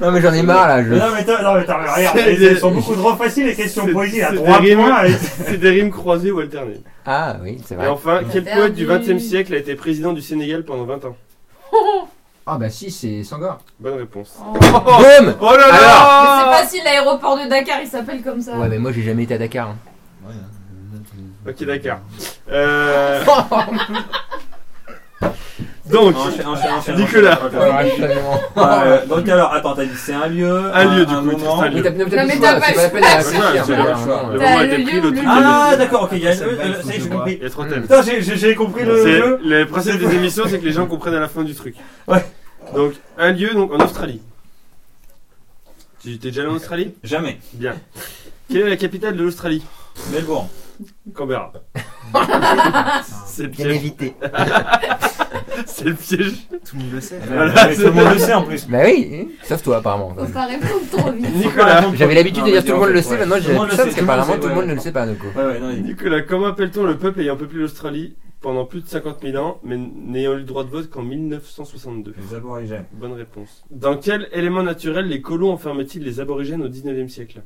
[SPEAKER 5] Non, mais j'en ai marre, là. Je...
[SPEAKER 2] Mais Non, mais t'as- non, mais t'as- regarde,
[SPEAKER 3] C'est
[SPEAKER 2] elles
[SPEAKER 3] des-
[SPEAKER 2] sont beaucoup trop faciles les questions
[SPEAKER 3] c'est-
[SPEAKER 2] poésie à
[SPEAKER 3] c'est
[SPEAKER 2] 3
[SPEAKER 3] des rimes.
[SPEAKER 2] points. et-
[SPEAKER 3] C'est des rimes croisées ou alternées.
[SPEAKER 5] Ah, oui, c'est
[SPEAKER 3] Et
[SPEAKER 5] vrai.
[SPEAKER 3] enfin, quel
[SPEAKER 1] Perdu.
[SPEAKER 3] poète du XXe siècle a été président du Sénégal pendant 20 ans
[SPEAKER 5] Ah, bah, si, c'est Sangor.
[SPEAKER 3] Bonne réponse.
[SPEAKER 1] Oh.
[SPEAKER 5] Boum
[SPEAKER 3] Oh là
[SPEAKER 1] Mais
[SPEAKER 3] là
[SPEAKER 1] c'est facile, l'aéroport de Dakar, il s'appelle comme ça.
[SPEAKER 5] Ouais, mais moi, j'ai jamais été à Dakar. hein.
[SPEAKER 3] Ok, d'accord. Euh...
[SPEAKER 5] Oh,
[SPEAKER 3] Donc,
[SPEAKER 1] Ah,
[SPEAKER 2] Enchaîne, enchaîne, enchaîne,
[SPEAKER 3] Nicolas.
[SPEAKER 2] enchaîne, enchaîne.
[SPEAKER 5] Ah, tellement.
[SPEAKER 2] Euh, donc alors, attends, t'as dit c'est un lieu,
[SPEAKER 3] Un lieu, du coup,
[SPEAKER 2] moment.
[SPEAKER 3] c'est un lieu.
[SPEAKER 5] Mais t'as-
[SPEAKER 1] Non, mais
[SPEAKER 5] plus le
[SPEAKER 1] t'as
[SPEAKER 5] choix,
[SPEAKER 1] pas
[SPEAKER 5] c'est
[SPEAKER 1] le
[SPEAKER 5] pas la peine
[SPEAKER 1] choix,
[SPEAKER 5] de
[SPEAKER 1] c'est
[SPEAKER 5] réfléchir,
[SPEAKER 3] pas le
[SPEAKER 5] voilà,
[SPEAKER 3] choix.
[SPEAKER 5] voilà.
[SPEAKER 3] Le
[SPEAKER 1] T'as
[SPEAKER 3] moment a
[SPEAKER 1] le
[SPEAKER 3] été pris,
[SPEAKER 1] lieu,
[SPEAKER 3] l'autre
[SPEAKER 1] le
[SPEAKER 3] truc
[SPEAKER 1] lieu.
[SPEAKER 2] Ah
[SPEAKER 3] a été
[SPEAKER 2] d'accord, ok, il y a-
[SPEAKER 4] Ça me va,
[SPEAKER 2] euh,
[SPEAKER 4] il
[SPEAKER 2] ça
[SPEAKER 4] faut
[SPEAKER 2] y est,
[SPEAKER 4] que
[SPEAKER 2] j'ai
[SPEAKER 4] je
[SPEAKER 2] compris.
[SPEAKER 3] pris. Il y a trois thèmes.
[SPEAKER 2] Putain, j'ai- j'ai j'ai compris le
[SPEAKER 3] C'est-
[SPEAKER 2] jeu.
[SPEAKER 3] Le principe des émissions, c'est que les gens comprennent à la fin du truc.
[SPEAKER 2] Ouais.
[SPEAKER 3] Donc, un lieu donc, en Australie. Tu t'es déjà allé en Australie
[SPEAKER 2] Jamais.
[SPEAKER 3] Bien. Quelle est la capitale de l'Australie
[SPEAKER 2] Melbourne.
[SPEAKER 3] Canberra. c'est le
[SPEAKER 5] Bien
[SPEAKER 3] piège.
[SPEAKER 5] évité.
[SPEAKER 3] C'est le piège.
[SPEAKER 4] Tout le monde le sait.
[SPEAKER 3] Voilà,
[SPEAKER 2] Mais tout le monde le sait en plus.
[SPEAKER 5] Bah oui, hein. sauf toi, apparemment.
[SPEAKER 1] Faut pas répondre trop vite.
[SPEAKER 3] Nicolas,
[SPEAKER 5] J'avais l'habitude de
[SPEAKER 2] Non,
[SPEAKER 5] dire
[SPEAKER 2] mais
[SPEAKER 5] tout le
[SPEAKER 2] en
[SPEAKER 5] monde
[SPEAKER 2] fait,
[SPEAKER 5] le sait,
[SPEAKER 2] ouais.
[SPEAKER 5] maintenant, j'ai
[SPEAKER 2] Tout le monde
[SPEAKER 5] plus ça,
[SPEAKER 2] le sait,
[SPEAKER 5] parce
[SPEAKER 2] tout le monde
[SPEAKER 5] qu'apparemment,
[SPEAKER 2] sait,
[SPEAKER 5] tout le
[SPEAKER 2] ouais,
[SPEAKER 5] monde ne
[SPEAKER 2] ouais.
[SPEAKER 5] le sait pas, donc.
[SPEAKER 2] Ouais, ouais, non, il-
[SPEAKER 3] Nicolas, comment appelle-t-on le peuple ayant peuplé l'Australie pendant plus de 50 000 ans, mais n'ayant eu le droit de vote qu'en 1962
[SPEAKER 2] Les aborigènes.
[SPEAKER 3] Bonne réponse. Dans quel élément naturel les colons enferment-ils les aborigènes au 19e siècle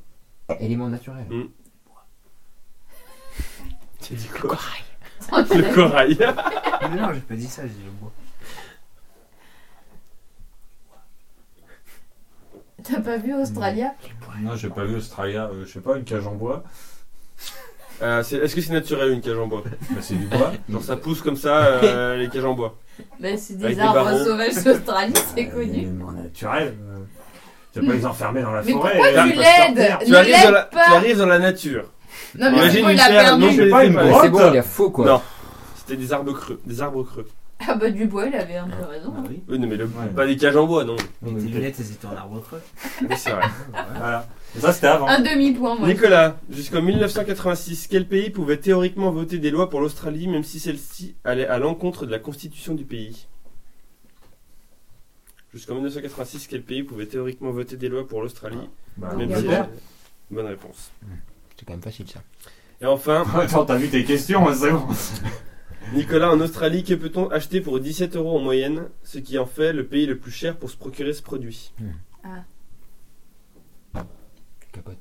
[SPEAKER 5] Élément naturel.
[SPEAKER 3] J'ai dit quoi Le corail.
[SPEAKER 4] Mais Ah non, j'ai pas dit ça, j'ai dit le bois.
[SPEAKER 1] T'as pas vu Australia
[SPEAKER 2] Non, j'ai pas vu Australia, euh, je sais pas, une cage en bois.
[SPEAKER 3] Euh, c'est- Est-ce que c'est naturel une cage en bois
[SPEAKER 2] Bah, c'est du bois.
[SPEAKER 3] Genre ça pousse comme ça euh, les cages en bois.
[SPEAKER 1] Bah, c'est
[SPEAKER 3] Avec
[SPEAKER 1] des
[SPEAKER 3] des
[SPEAKER 1] arbres
[SPEAKER 3] barreaux.
[SPEAKER 1] sauvages d'Australie, c'est connu.
[SPEAKER 2] Euh, naturel. euh, Tu vas pas les enfermer dans la
[SPEAKER 1] Mais
[SPEAKER 2] forêt.
[SPEAKER 1] pourquoi
[SPEAKER 2] euh,
[SPEAKER 1] tu
[SPEAKER 2] ils peuvent
[SPEAKER 1] l'aides
[SPEAKER 2] sortir.
[SPEAKER 3] Tu arrives, dans
[SPEAKER 1] l'aide
[SPEAKER 3] la,
[SPEAKER 1] pas.
[SPEAKER 3] tu arrives dans la nature.
[SPEAKER 1] Non, mais c'est
[SPEAKER 3] Imagine
[SPEAKER 1] bon, il
[SPEAKER 3] une
[SPEAKER 1] a
[SPEAKER 3] serre. Non,
[SPEAKER 1] perdu.
[SPEAKER 3] je l'ai
[SPEAKER 2] pas
[SPEAKER 3] fait,
[SPEAKER 2] une
[SPEAKER 3] pas.
[SPEAKER 5] Mais
[SPEAKER 2] grotte.
[SPEAKER 5] c'est bon, il y a faux, quoi.
[SPEAKER 3] Non. C'était des arbres creux, des arbres creux.
[SPEAKER 1] Ah bah, Dubois, il avait un peu raison. hein.
[SPEAKER 4] Bah oui.
[SPEAKER 3] Oui, non, mais le-
[SPEAKER 2] Ouais.
[SPEAKER 3] pas des cages en bois, non.
[SPEAKER 4] Mais tes lunettes, elles étaient en arbre creux.
[SPEAKER 3] Oui, c'est vrai.
[SPEAKER 2] Voilà. Et Ça, c'était avant.
[SPEAKER 1] Un demi-point, moi.
[SPEAKER 3] Nicolas, jusqu'en 1986, quel pays pouvait théoriquement voter des lois pour l'Australie, même si celle-ci allait à l'encontre de la constitution du pays Jusqu'en 1986, quel pays pouvait théoriquement voter des lois pour l'Australie,
[SPEAKER 2] Bah,
[SPEAKER 3] même
[SPEAKER 1] Bien
[SPEAKER 3] si...
[SPEAKER 1] sûr.
[SPEAKER 2] Angleterre.
[SPEAKER 3] Bonne réponse.
[SPEAKER 5] C'est quand même facile, ça.
[SPEAKER 3] Et enfin,
[SPEAKER 2] Attends, t'as vu tes questions, hein, c'est bon.
[SPEAKER 3] Nicolas, en Australie, que peut-on acheter pour 17 euros en moyenne, ce qui en fait le pays le plus cher pour se procurer ce produit
[SPEAKER 5] Capote.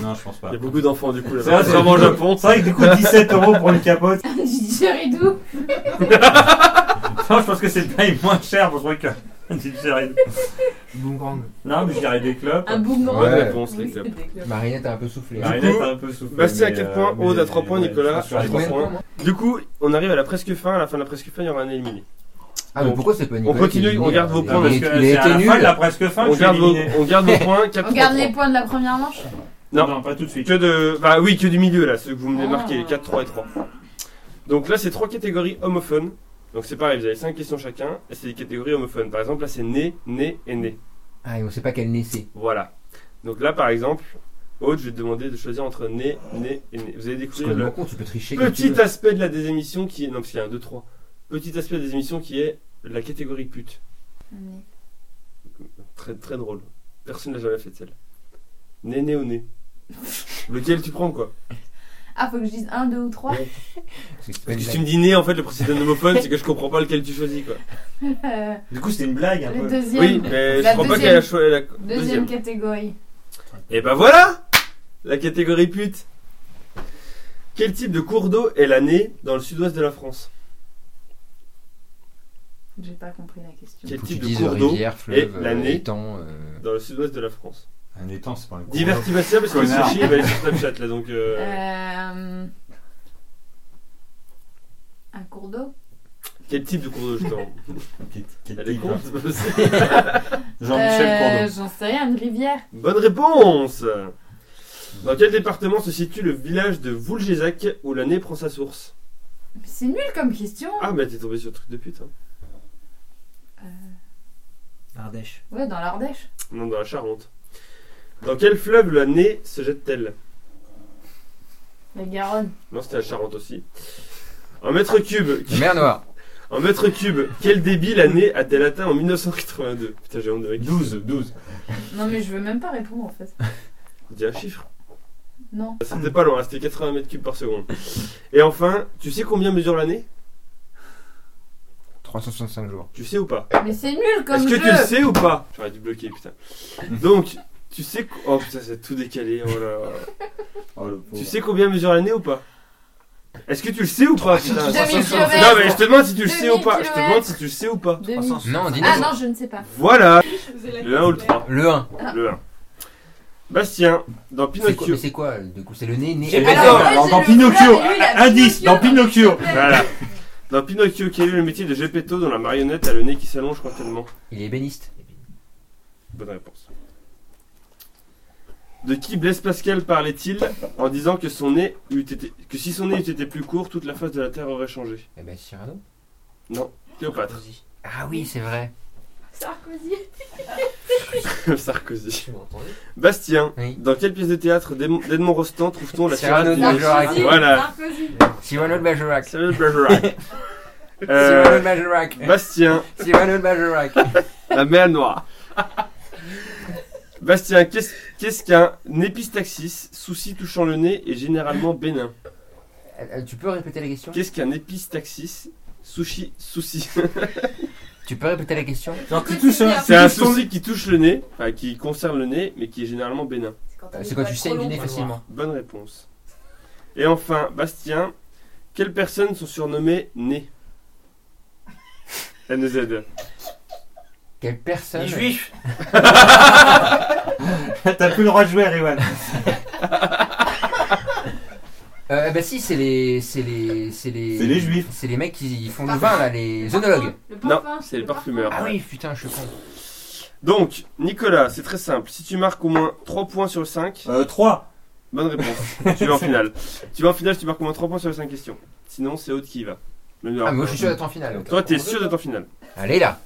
[SPEAKER 2] Non, je pense pas.
[SPEAKER 3] Il y a beaucoup d'enfants du coup
[SPEAKER 2] Ah. C'est vrai,
[SPEAKER 3] là-bas.
[SPEAKER 2] c'est-
[SPEAKER 3] Vraiment au Japon.
[SPEAKER 2] C'est vrai que du coup, 17 euros pour une capote.
[SPEAKER 1] Du didgeridoo.
[SPEAKER 2] euh, Non, je pense que c'est le pays moins cher pour trouver que.
[SPEAKER 4] Boomerang.
[SPEAKER 7] Non, mais je dirais des clopes.
[SPEAKER 1] Un boomerang.
[SPEAKER 3] Bonne
[SPEAKER 5] Ouais.
[SPEAKER 3] réponse, les
[SPEAKER 1] Oui,
[SPEAKER 3] clopes.
[SPEAKER 1] des clopes.
[SPEAKER 5] Marinette a un peu soufflé.
[SPEAKER 3] Bah,
[SPEAKER 5] Hein. Ah,
[SPEAKER 7] Marinette a un peu soufflé.
[SPEAKER 3] Bastien à
[SPEAKER 7] mais,
[SPEAKER 3] 4 points,
[SPEAKER 7] euh,
[SPEAKER 3] Aude à
[SPEAKER 7] mais-
[SPEAKER 3] 3 points,
[SPEAKER 7] ouais,
[SPEAKER 3] Nicolas
[SPEAKER 7] je suis à
[SPEAKER 3] à 3
[SPEAKER 5] Combien de
[SPEAKER 3] points.
[SPEAKER 5] points, moi
[SPEAKER 3] Du coup, on arrive à la presque fin. À la fin de la presque fin, il y aura un éliminé.
[SPEAKER 5] Ah, mais pourquoi c'est pas Nicolas
[SPEAKER 3] continue,
[SPEAKER 5] qui est
[SPEAKER 3] on
[SPEAKER 5] éliminé,
[SPEAKER 3] garde
[SPEAKER 5] hein
[SPEAKER 3] vos
[SPEAKER 5] Il-
[SPEAKER 3] points,
[SPEAKER 7] Parce
[SPEAKER 5] Il
[SPEAKER 7] que
[SPEAKER 5] il
[SPEAKER 7] c'est
[SPEAKER 5] a
[SPEAKER 7] à
[SPEAKER 5] été
[SPEAKER 7] la fin de
[SPEAKER 5] nul.
[SPEAKER 7] la presque
[SPEAKER 2] Ah,
[SPEAKER 7] fin,
[SPEAKER 3] On
[SPEAKER 7] je suis
[SPEAKER 3] garde, vos,
[SPEAKER 7] éliminé.
[SPEAKER 3] on garde vos points. 4
[SPEAKER 1] On garde les points de la première manche.
[SPEAKER 3] Non.
[SPEAKER 7] Non. pas tout de suite.
[SPEAKER 3] Que de. Bah oui, que du milieu là, ceux que vous me démarquez,
[SPEAKER 1] Ah.
[SPEAKER 3] les 4, 3 et 3. Donc là, c'est trois catégories homophones. Donc c'est pareil, vous avez 5 questions chacun, et c'est des catégories homophones. Par exemple, là, c'est né, né et né.
[SPEAKER 5] Ah, et on sait pas quel nez c'est.
[SPEAKER 3] Voilà. Donc là, par exemple, Aude, je vais te demander de choisir entre né, né et né. Vous allez
[SPEAKER 5] Parce
[SPEAKER 3] découvrir
[SPEAKER 5] que
[SPEAKER 3] le
[SPEAKER 5] mon con, tu peux tricher. comme tu
[SPEAKER 3] petit
[SPEAKER 5] veux.
[SPEAKER 3] aspect de la désémission qui est. Non, parce qu'il y a un 2, 3. Petit aspect des émissions qui est la catégorie pute. Très, très drôle. Personne n'a jamais fait de celle. Né, né ou né. Lequel tu prends quoi
[SPEAKER 1] Ah, faut que je dise 1, 2 ou 3.
[SPEAKER 5] Parce que c'est pas
[SPEAKER 3] Parce que
[SPEAKER 5] une
[SPEAKER 3] si tu
[SPEAKER 5] blague.
[SPEAKER 3] me dis né, en fait, le procédé homophone, c'est que je comprends pas lequel tu choisis, quoi.
[SPEAKER 7] Du coup, c'était une blague un
[SPEAKER 1] Euh, Le
[SPEAKER 7] peu.
[SPEAKER 3] Oui,
[SPEAKER 1] deuxième.
[SPEAKER 3] mais je
[SPEAKER 1] La
[SPEAKER 3] crois pas
[SPEAKER 1] deuxième.
[SPEAKER 3] qu'elle a choisi la
[SPEAKER 1] Deuxième catégorie.
[SPEAKER 3] Et ben voilà La catégorie pute Quel type de cours d'eau est la née dans le sud-ouest de la France
[SPEAKER 1] J'ai pas compris la question.
[SPEAKER 3] Quel
[SPEAKER 5] Faut que
[SPEAKER 3] type
[SPEAKER 5] tu
[SPEAKER 3] de
[SPEAKER 5] dises
[SPEAKER 3] cours d'eau
[SPEAKER 5] rivière, fleuve, euh,
[SPEAKER 3] l'année.
[SPEAKER 5] étang. euh,
[SPEAKER 3] dans le sud-ouest de la France
[SPEAKER 7] Ah,
[SPEAKER 2] Un étang, c'est pas un cours.
[SPEAKER 3] Diverti Bastien, parce qu'il se
[SPEAKER 7] Connard.
[SPEAKER 3] chie, il va aller sur Snapchat, là, donc... euh,
[SPEAKER 1] Euh, Un cours d'eau
[SPEAKER 3] Quel type de cours d'eau, justement
[SPEAKER 7] Quel- quel
[SPEAKER 3] Elle est
[SPEAKER 7] type,
[SPEAKER 3] con,
[SPEAKER 7] hein.
[SPEAKER 3] c'est pas possible.
[SPEAKER 7] Jean-Michel
[SPEAKER 1] Euh,
[SPEAKER 7] Courdeau.
[SPEAKER 1] J'en sais rien, une rivière.
[SPEAKER 3] Bonne réponse Dans quel département se situe le village de Voulgezac, où la née prend sa source
[SPEAKER 1] Mais C'est nul comme question.
[SPEAKER 3] Ah, mais t'es tombé sur le truc de pute, hein.
[SPEAKER 4] Ardèche.
[SPEAKER 1] Ouais, dans l'Ardèche.
[SPEAKER 3] Non, dans la Charente. Dans quel fleuve la née se jette-t-elle
[SPEAKER 1] La Garonne.
[SPEAKER 3] Non, c'était la Charente aussi. En mètre cube,
[SPEAKER 5] La mer Noire.
[SPEAKER 3] en mètre cube, quel débit la née a-t-elle atteint en 1982 Putain, j'ai honte de mec.
[SPEAKER 7] 12, 12.
[SPEAKER 1] Non, mais je veux même pas répondre en fait.
[SPEAKER 3] Dis un chiffre.
[SPEAKER 1] Non.
[SPEAKER 3] C'était pas loin, c'était 80 mètres cubes par seconde. Et enfin, tu sais combien mesure l'année
[SPEAKER 5] 365 jours.
[SPEAKER 3] Tu sais ou pas
[SPEAKER 1] Mais c'est nul comme
[SPEAKER 3] Est-ce que
[SPEAKER 1] jeu.
[SPEAKER 3] tu le sais ou pas J'aurais dû bloquer, putain. Donc, tu sais. co- Oh putain, c'est tout décalé, oh là là.
[SPEAKER 7] Oh, le pauvre.
[SPEAKER 3] Tu sais combien mesure l'année ou pas Est-ce que tu le sais ou pas putain
[SPEAKER 1] 2000
[SPEAKER 3] Non, mais
[SPEAKER 1] km.
[SPEAKER 3] je te demande si tu le sais ou
[SPEAKER 1] 2000
[SPEAKER 3] pas. Je te
[SPEAKER 1] kilomètres.
[SPEAKER 3] demande si tu le sais ou pas.
[SPEAKER 1] 2000.
[SPEAKER 5] Non, dis-nous.
[SPEAKER 1] Ah non, je ne sais pas.
[SPEAKER 3] Voilà,
[SPEAKER 6] Le
[SPEAKER 3] le 1 ou le 3
[SPEAKER 5] Le 1.
[SPEAKER 3] Le 1. Bastien, dans
[SPEAKER 5] C'est quoi,
[SPEAKER 3] Pinocchio.
[SPEAKER 5] mais c'est quoi Du coup, c'est le nez, nez.
[SPEAKER 7] J'ai
[SPEAKER 5] Ah,
[SPEAKER 7] pas
[SPEAKER 1] Alors,
[SPEAKER 7] ça,
[SPEAKER 1] moi,
[SPEAKER 7] dans-
[SPEAKER 1] j'ai
[SPEAKER 7] dans
[SPEAKER 1] le-
[SPEAKER 7] Pinocchio.
[SPEAKER 1] j'avais eu la
[SPEAKER 7] Indice, dans Pinocchio.
[SPEAKER 1] s'il te plaît.
[SPEAKER 3] Voilà. Dans Pinocchio, quel est le métier de Gepetto dont la marionnette a le nez qui s'allonge quand elle ment
[SPEAKER 5] Il est béniste.
[SPEAKER 3] Bonne réponse. De qui Blaise Pascal parlait-il en disant que son nez eût été, que si son nez eût été plus court, toute la face de la Terre aurait changé
[SPEAKER 5] Eh ben, Cyrano.
[SPEAKER 3] Cléopâtre.
[SPEAKER 5] Ah oui, c'est vrai.
[SPEAKER 1] Sarkozy.
[SPEAKER 3] Sarkozy.
[SPEAKER 5] Tu m'as entendu
[SPEAKER 3] Bastien,
[SPEAKER 5] Oui.
[SPEAKER 3] dans quelle pièce de théâtre d'Edm- d'Edmond Rostand trouve-t-on la tirade
[SPEAKER 5] Cyrano de
[SPEAKER 3] du
[SPEAKER 5] Bergerac.
[SPEAKER 1] Sarkozy.
[SPEAKER 3] Voilà.
[SPEAKER 1] Sarkozy.
[SPEAKER 5] Cyrano de Bergerac.
[SPEAKER 3] Cyrano de Bergerac.
[SPEAKER 5] Cyrano de
[SPEAKER 3] Euh,
[SPEAKER 5] Bergerac.
[SPEAKER 3] Bastien,
[SPEAKER 5] Cyrano de Bergerac.
[SPEAKER 3] La mer noire. Bastien, qu'est-ce qu'est-ce qu'un épistaxis Souci touchant le nez et généralement bénin.
[SPEAKER 5] Euh, Tu peux répéter la question
[SPEAKER 3] Qu'est-ce qu'un épistaxis Sushi, souci.
[SPEAKER 5] Tu peux répéter la question
[SPEAKER 7] Genre, tu touches un.
[SPEAKER 3] C'est un souci qui touche le nez, enfin qui concerne le nez, mais qui est généralement bénin.
[SPEAKER 5] Euh, C'est quand tu saignes du nez facilement.
[SPEAKER 3] Bonne réponse. Et enfin, Bastien, quelles personnes sont surnommées nez NZ.
[SPEAKER 5] Quelle personne
[SPEAKER 7] Les juifs T'as plus le droit de jouer, Riwan.
[SPEAKER 5] Euh, bah si, c'est les, c'est les, c'est les,
[SPEAKER 7] C'est les juifs.
[SPEAKER 5] C'est les mecs qui font le vin là, les onologues.
[SPEAKER 3] Non, c'est le parfumeur.
[SPEAKER 5] Ah oui, putain, je suis con.
[SPEAKER 3] Donc, Nicolas, c'est très simple. Si tu marques au moins 3 points sur 5,
[SPEAKER 7] Euh, 3.
[SPEAKER 3] Bonne réponse. tu vas en finale. Tu vas en finale, tu marques au moins 3 points sur les 5 questions. Sinon, c'est Aude qui y va. Même
[SPEAKER 5] Ah,
[SPEAKER 3] erreur.
[SPEAKER 5] moi je suis sûr d'être en finale. donc. euh,
[SPEAKER 3] Toi, t'es sûr d'être en finale.
[SPEAKER 5] Allez là.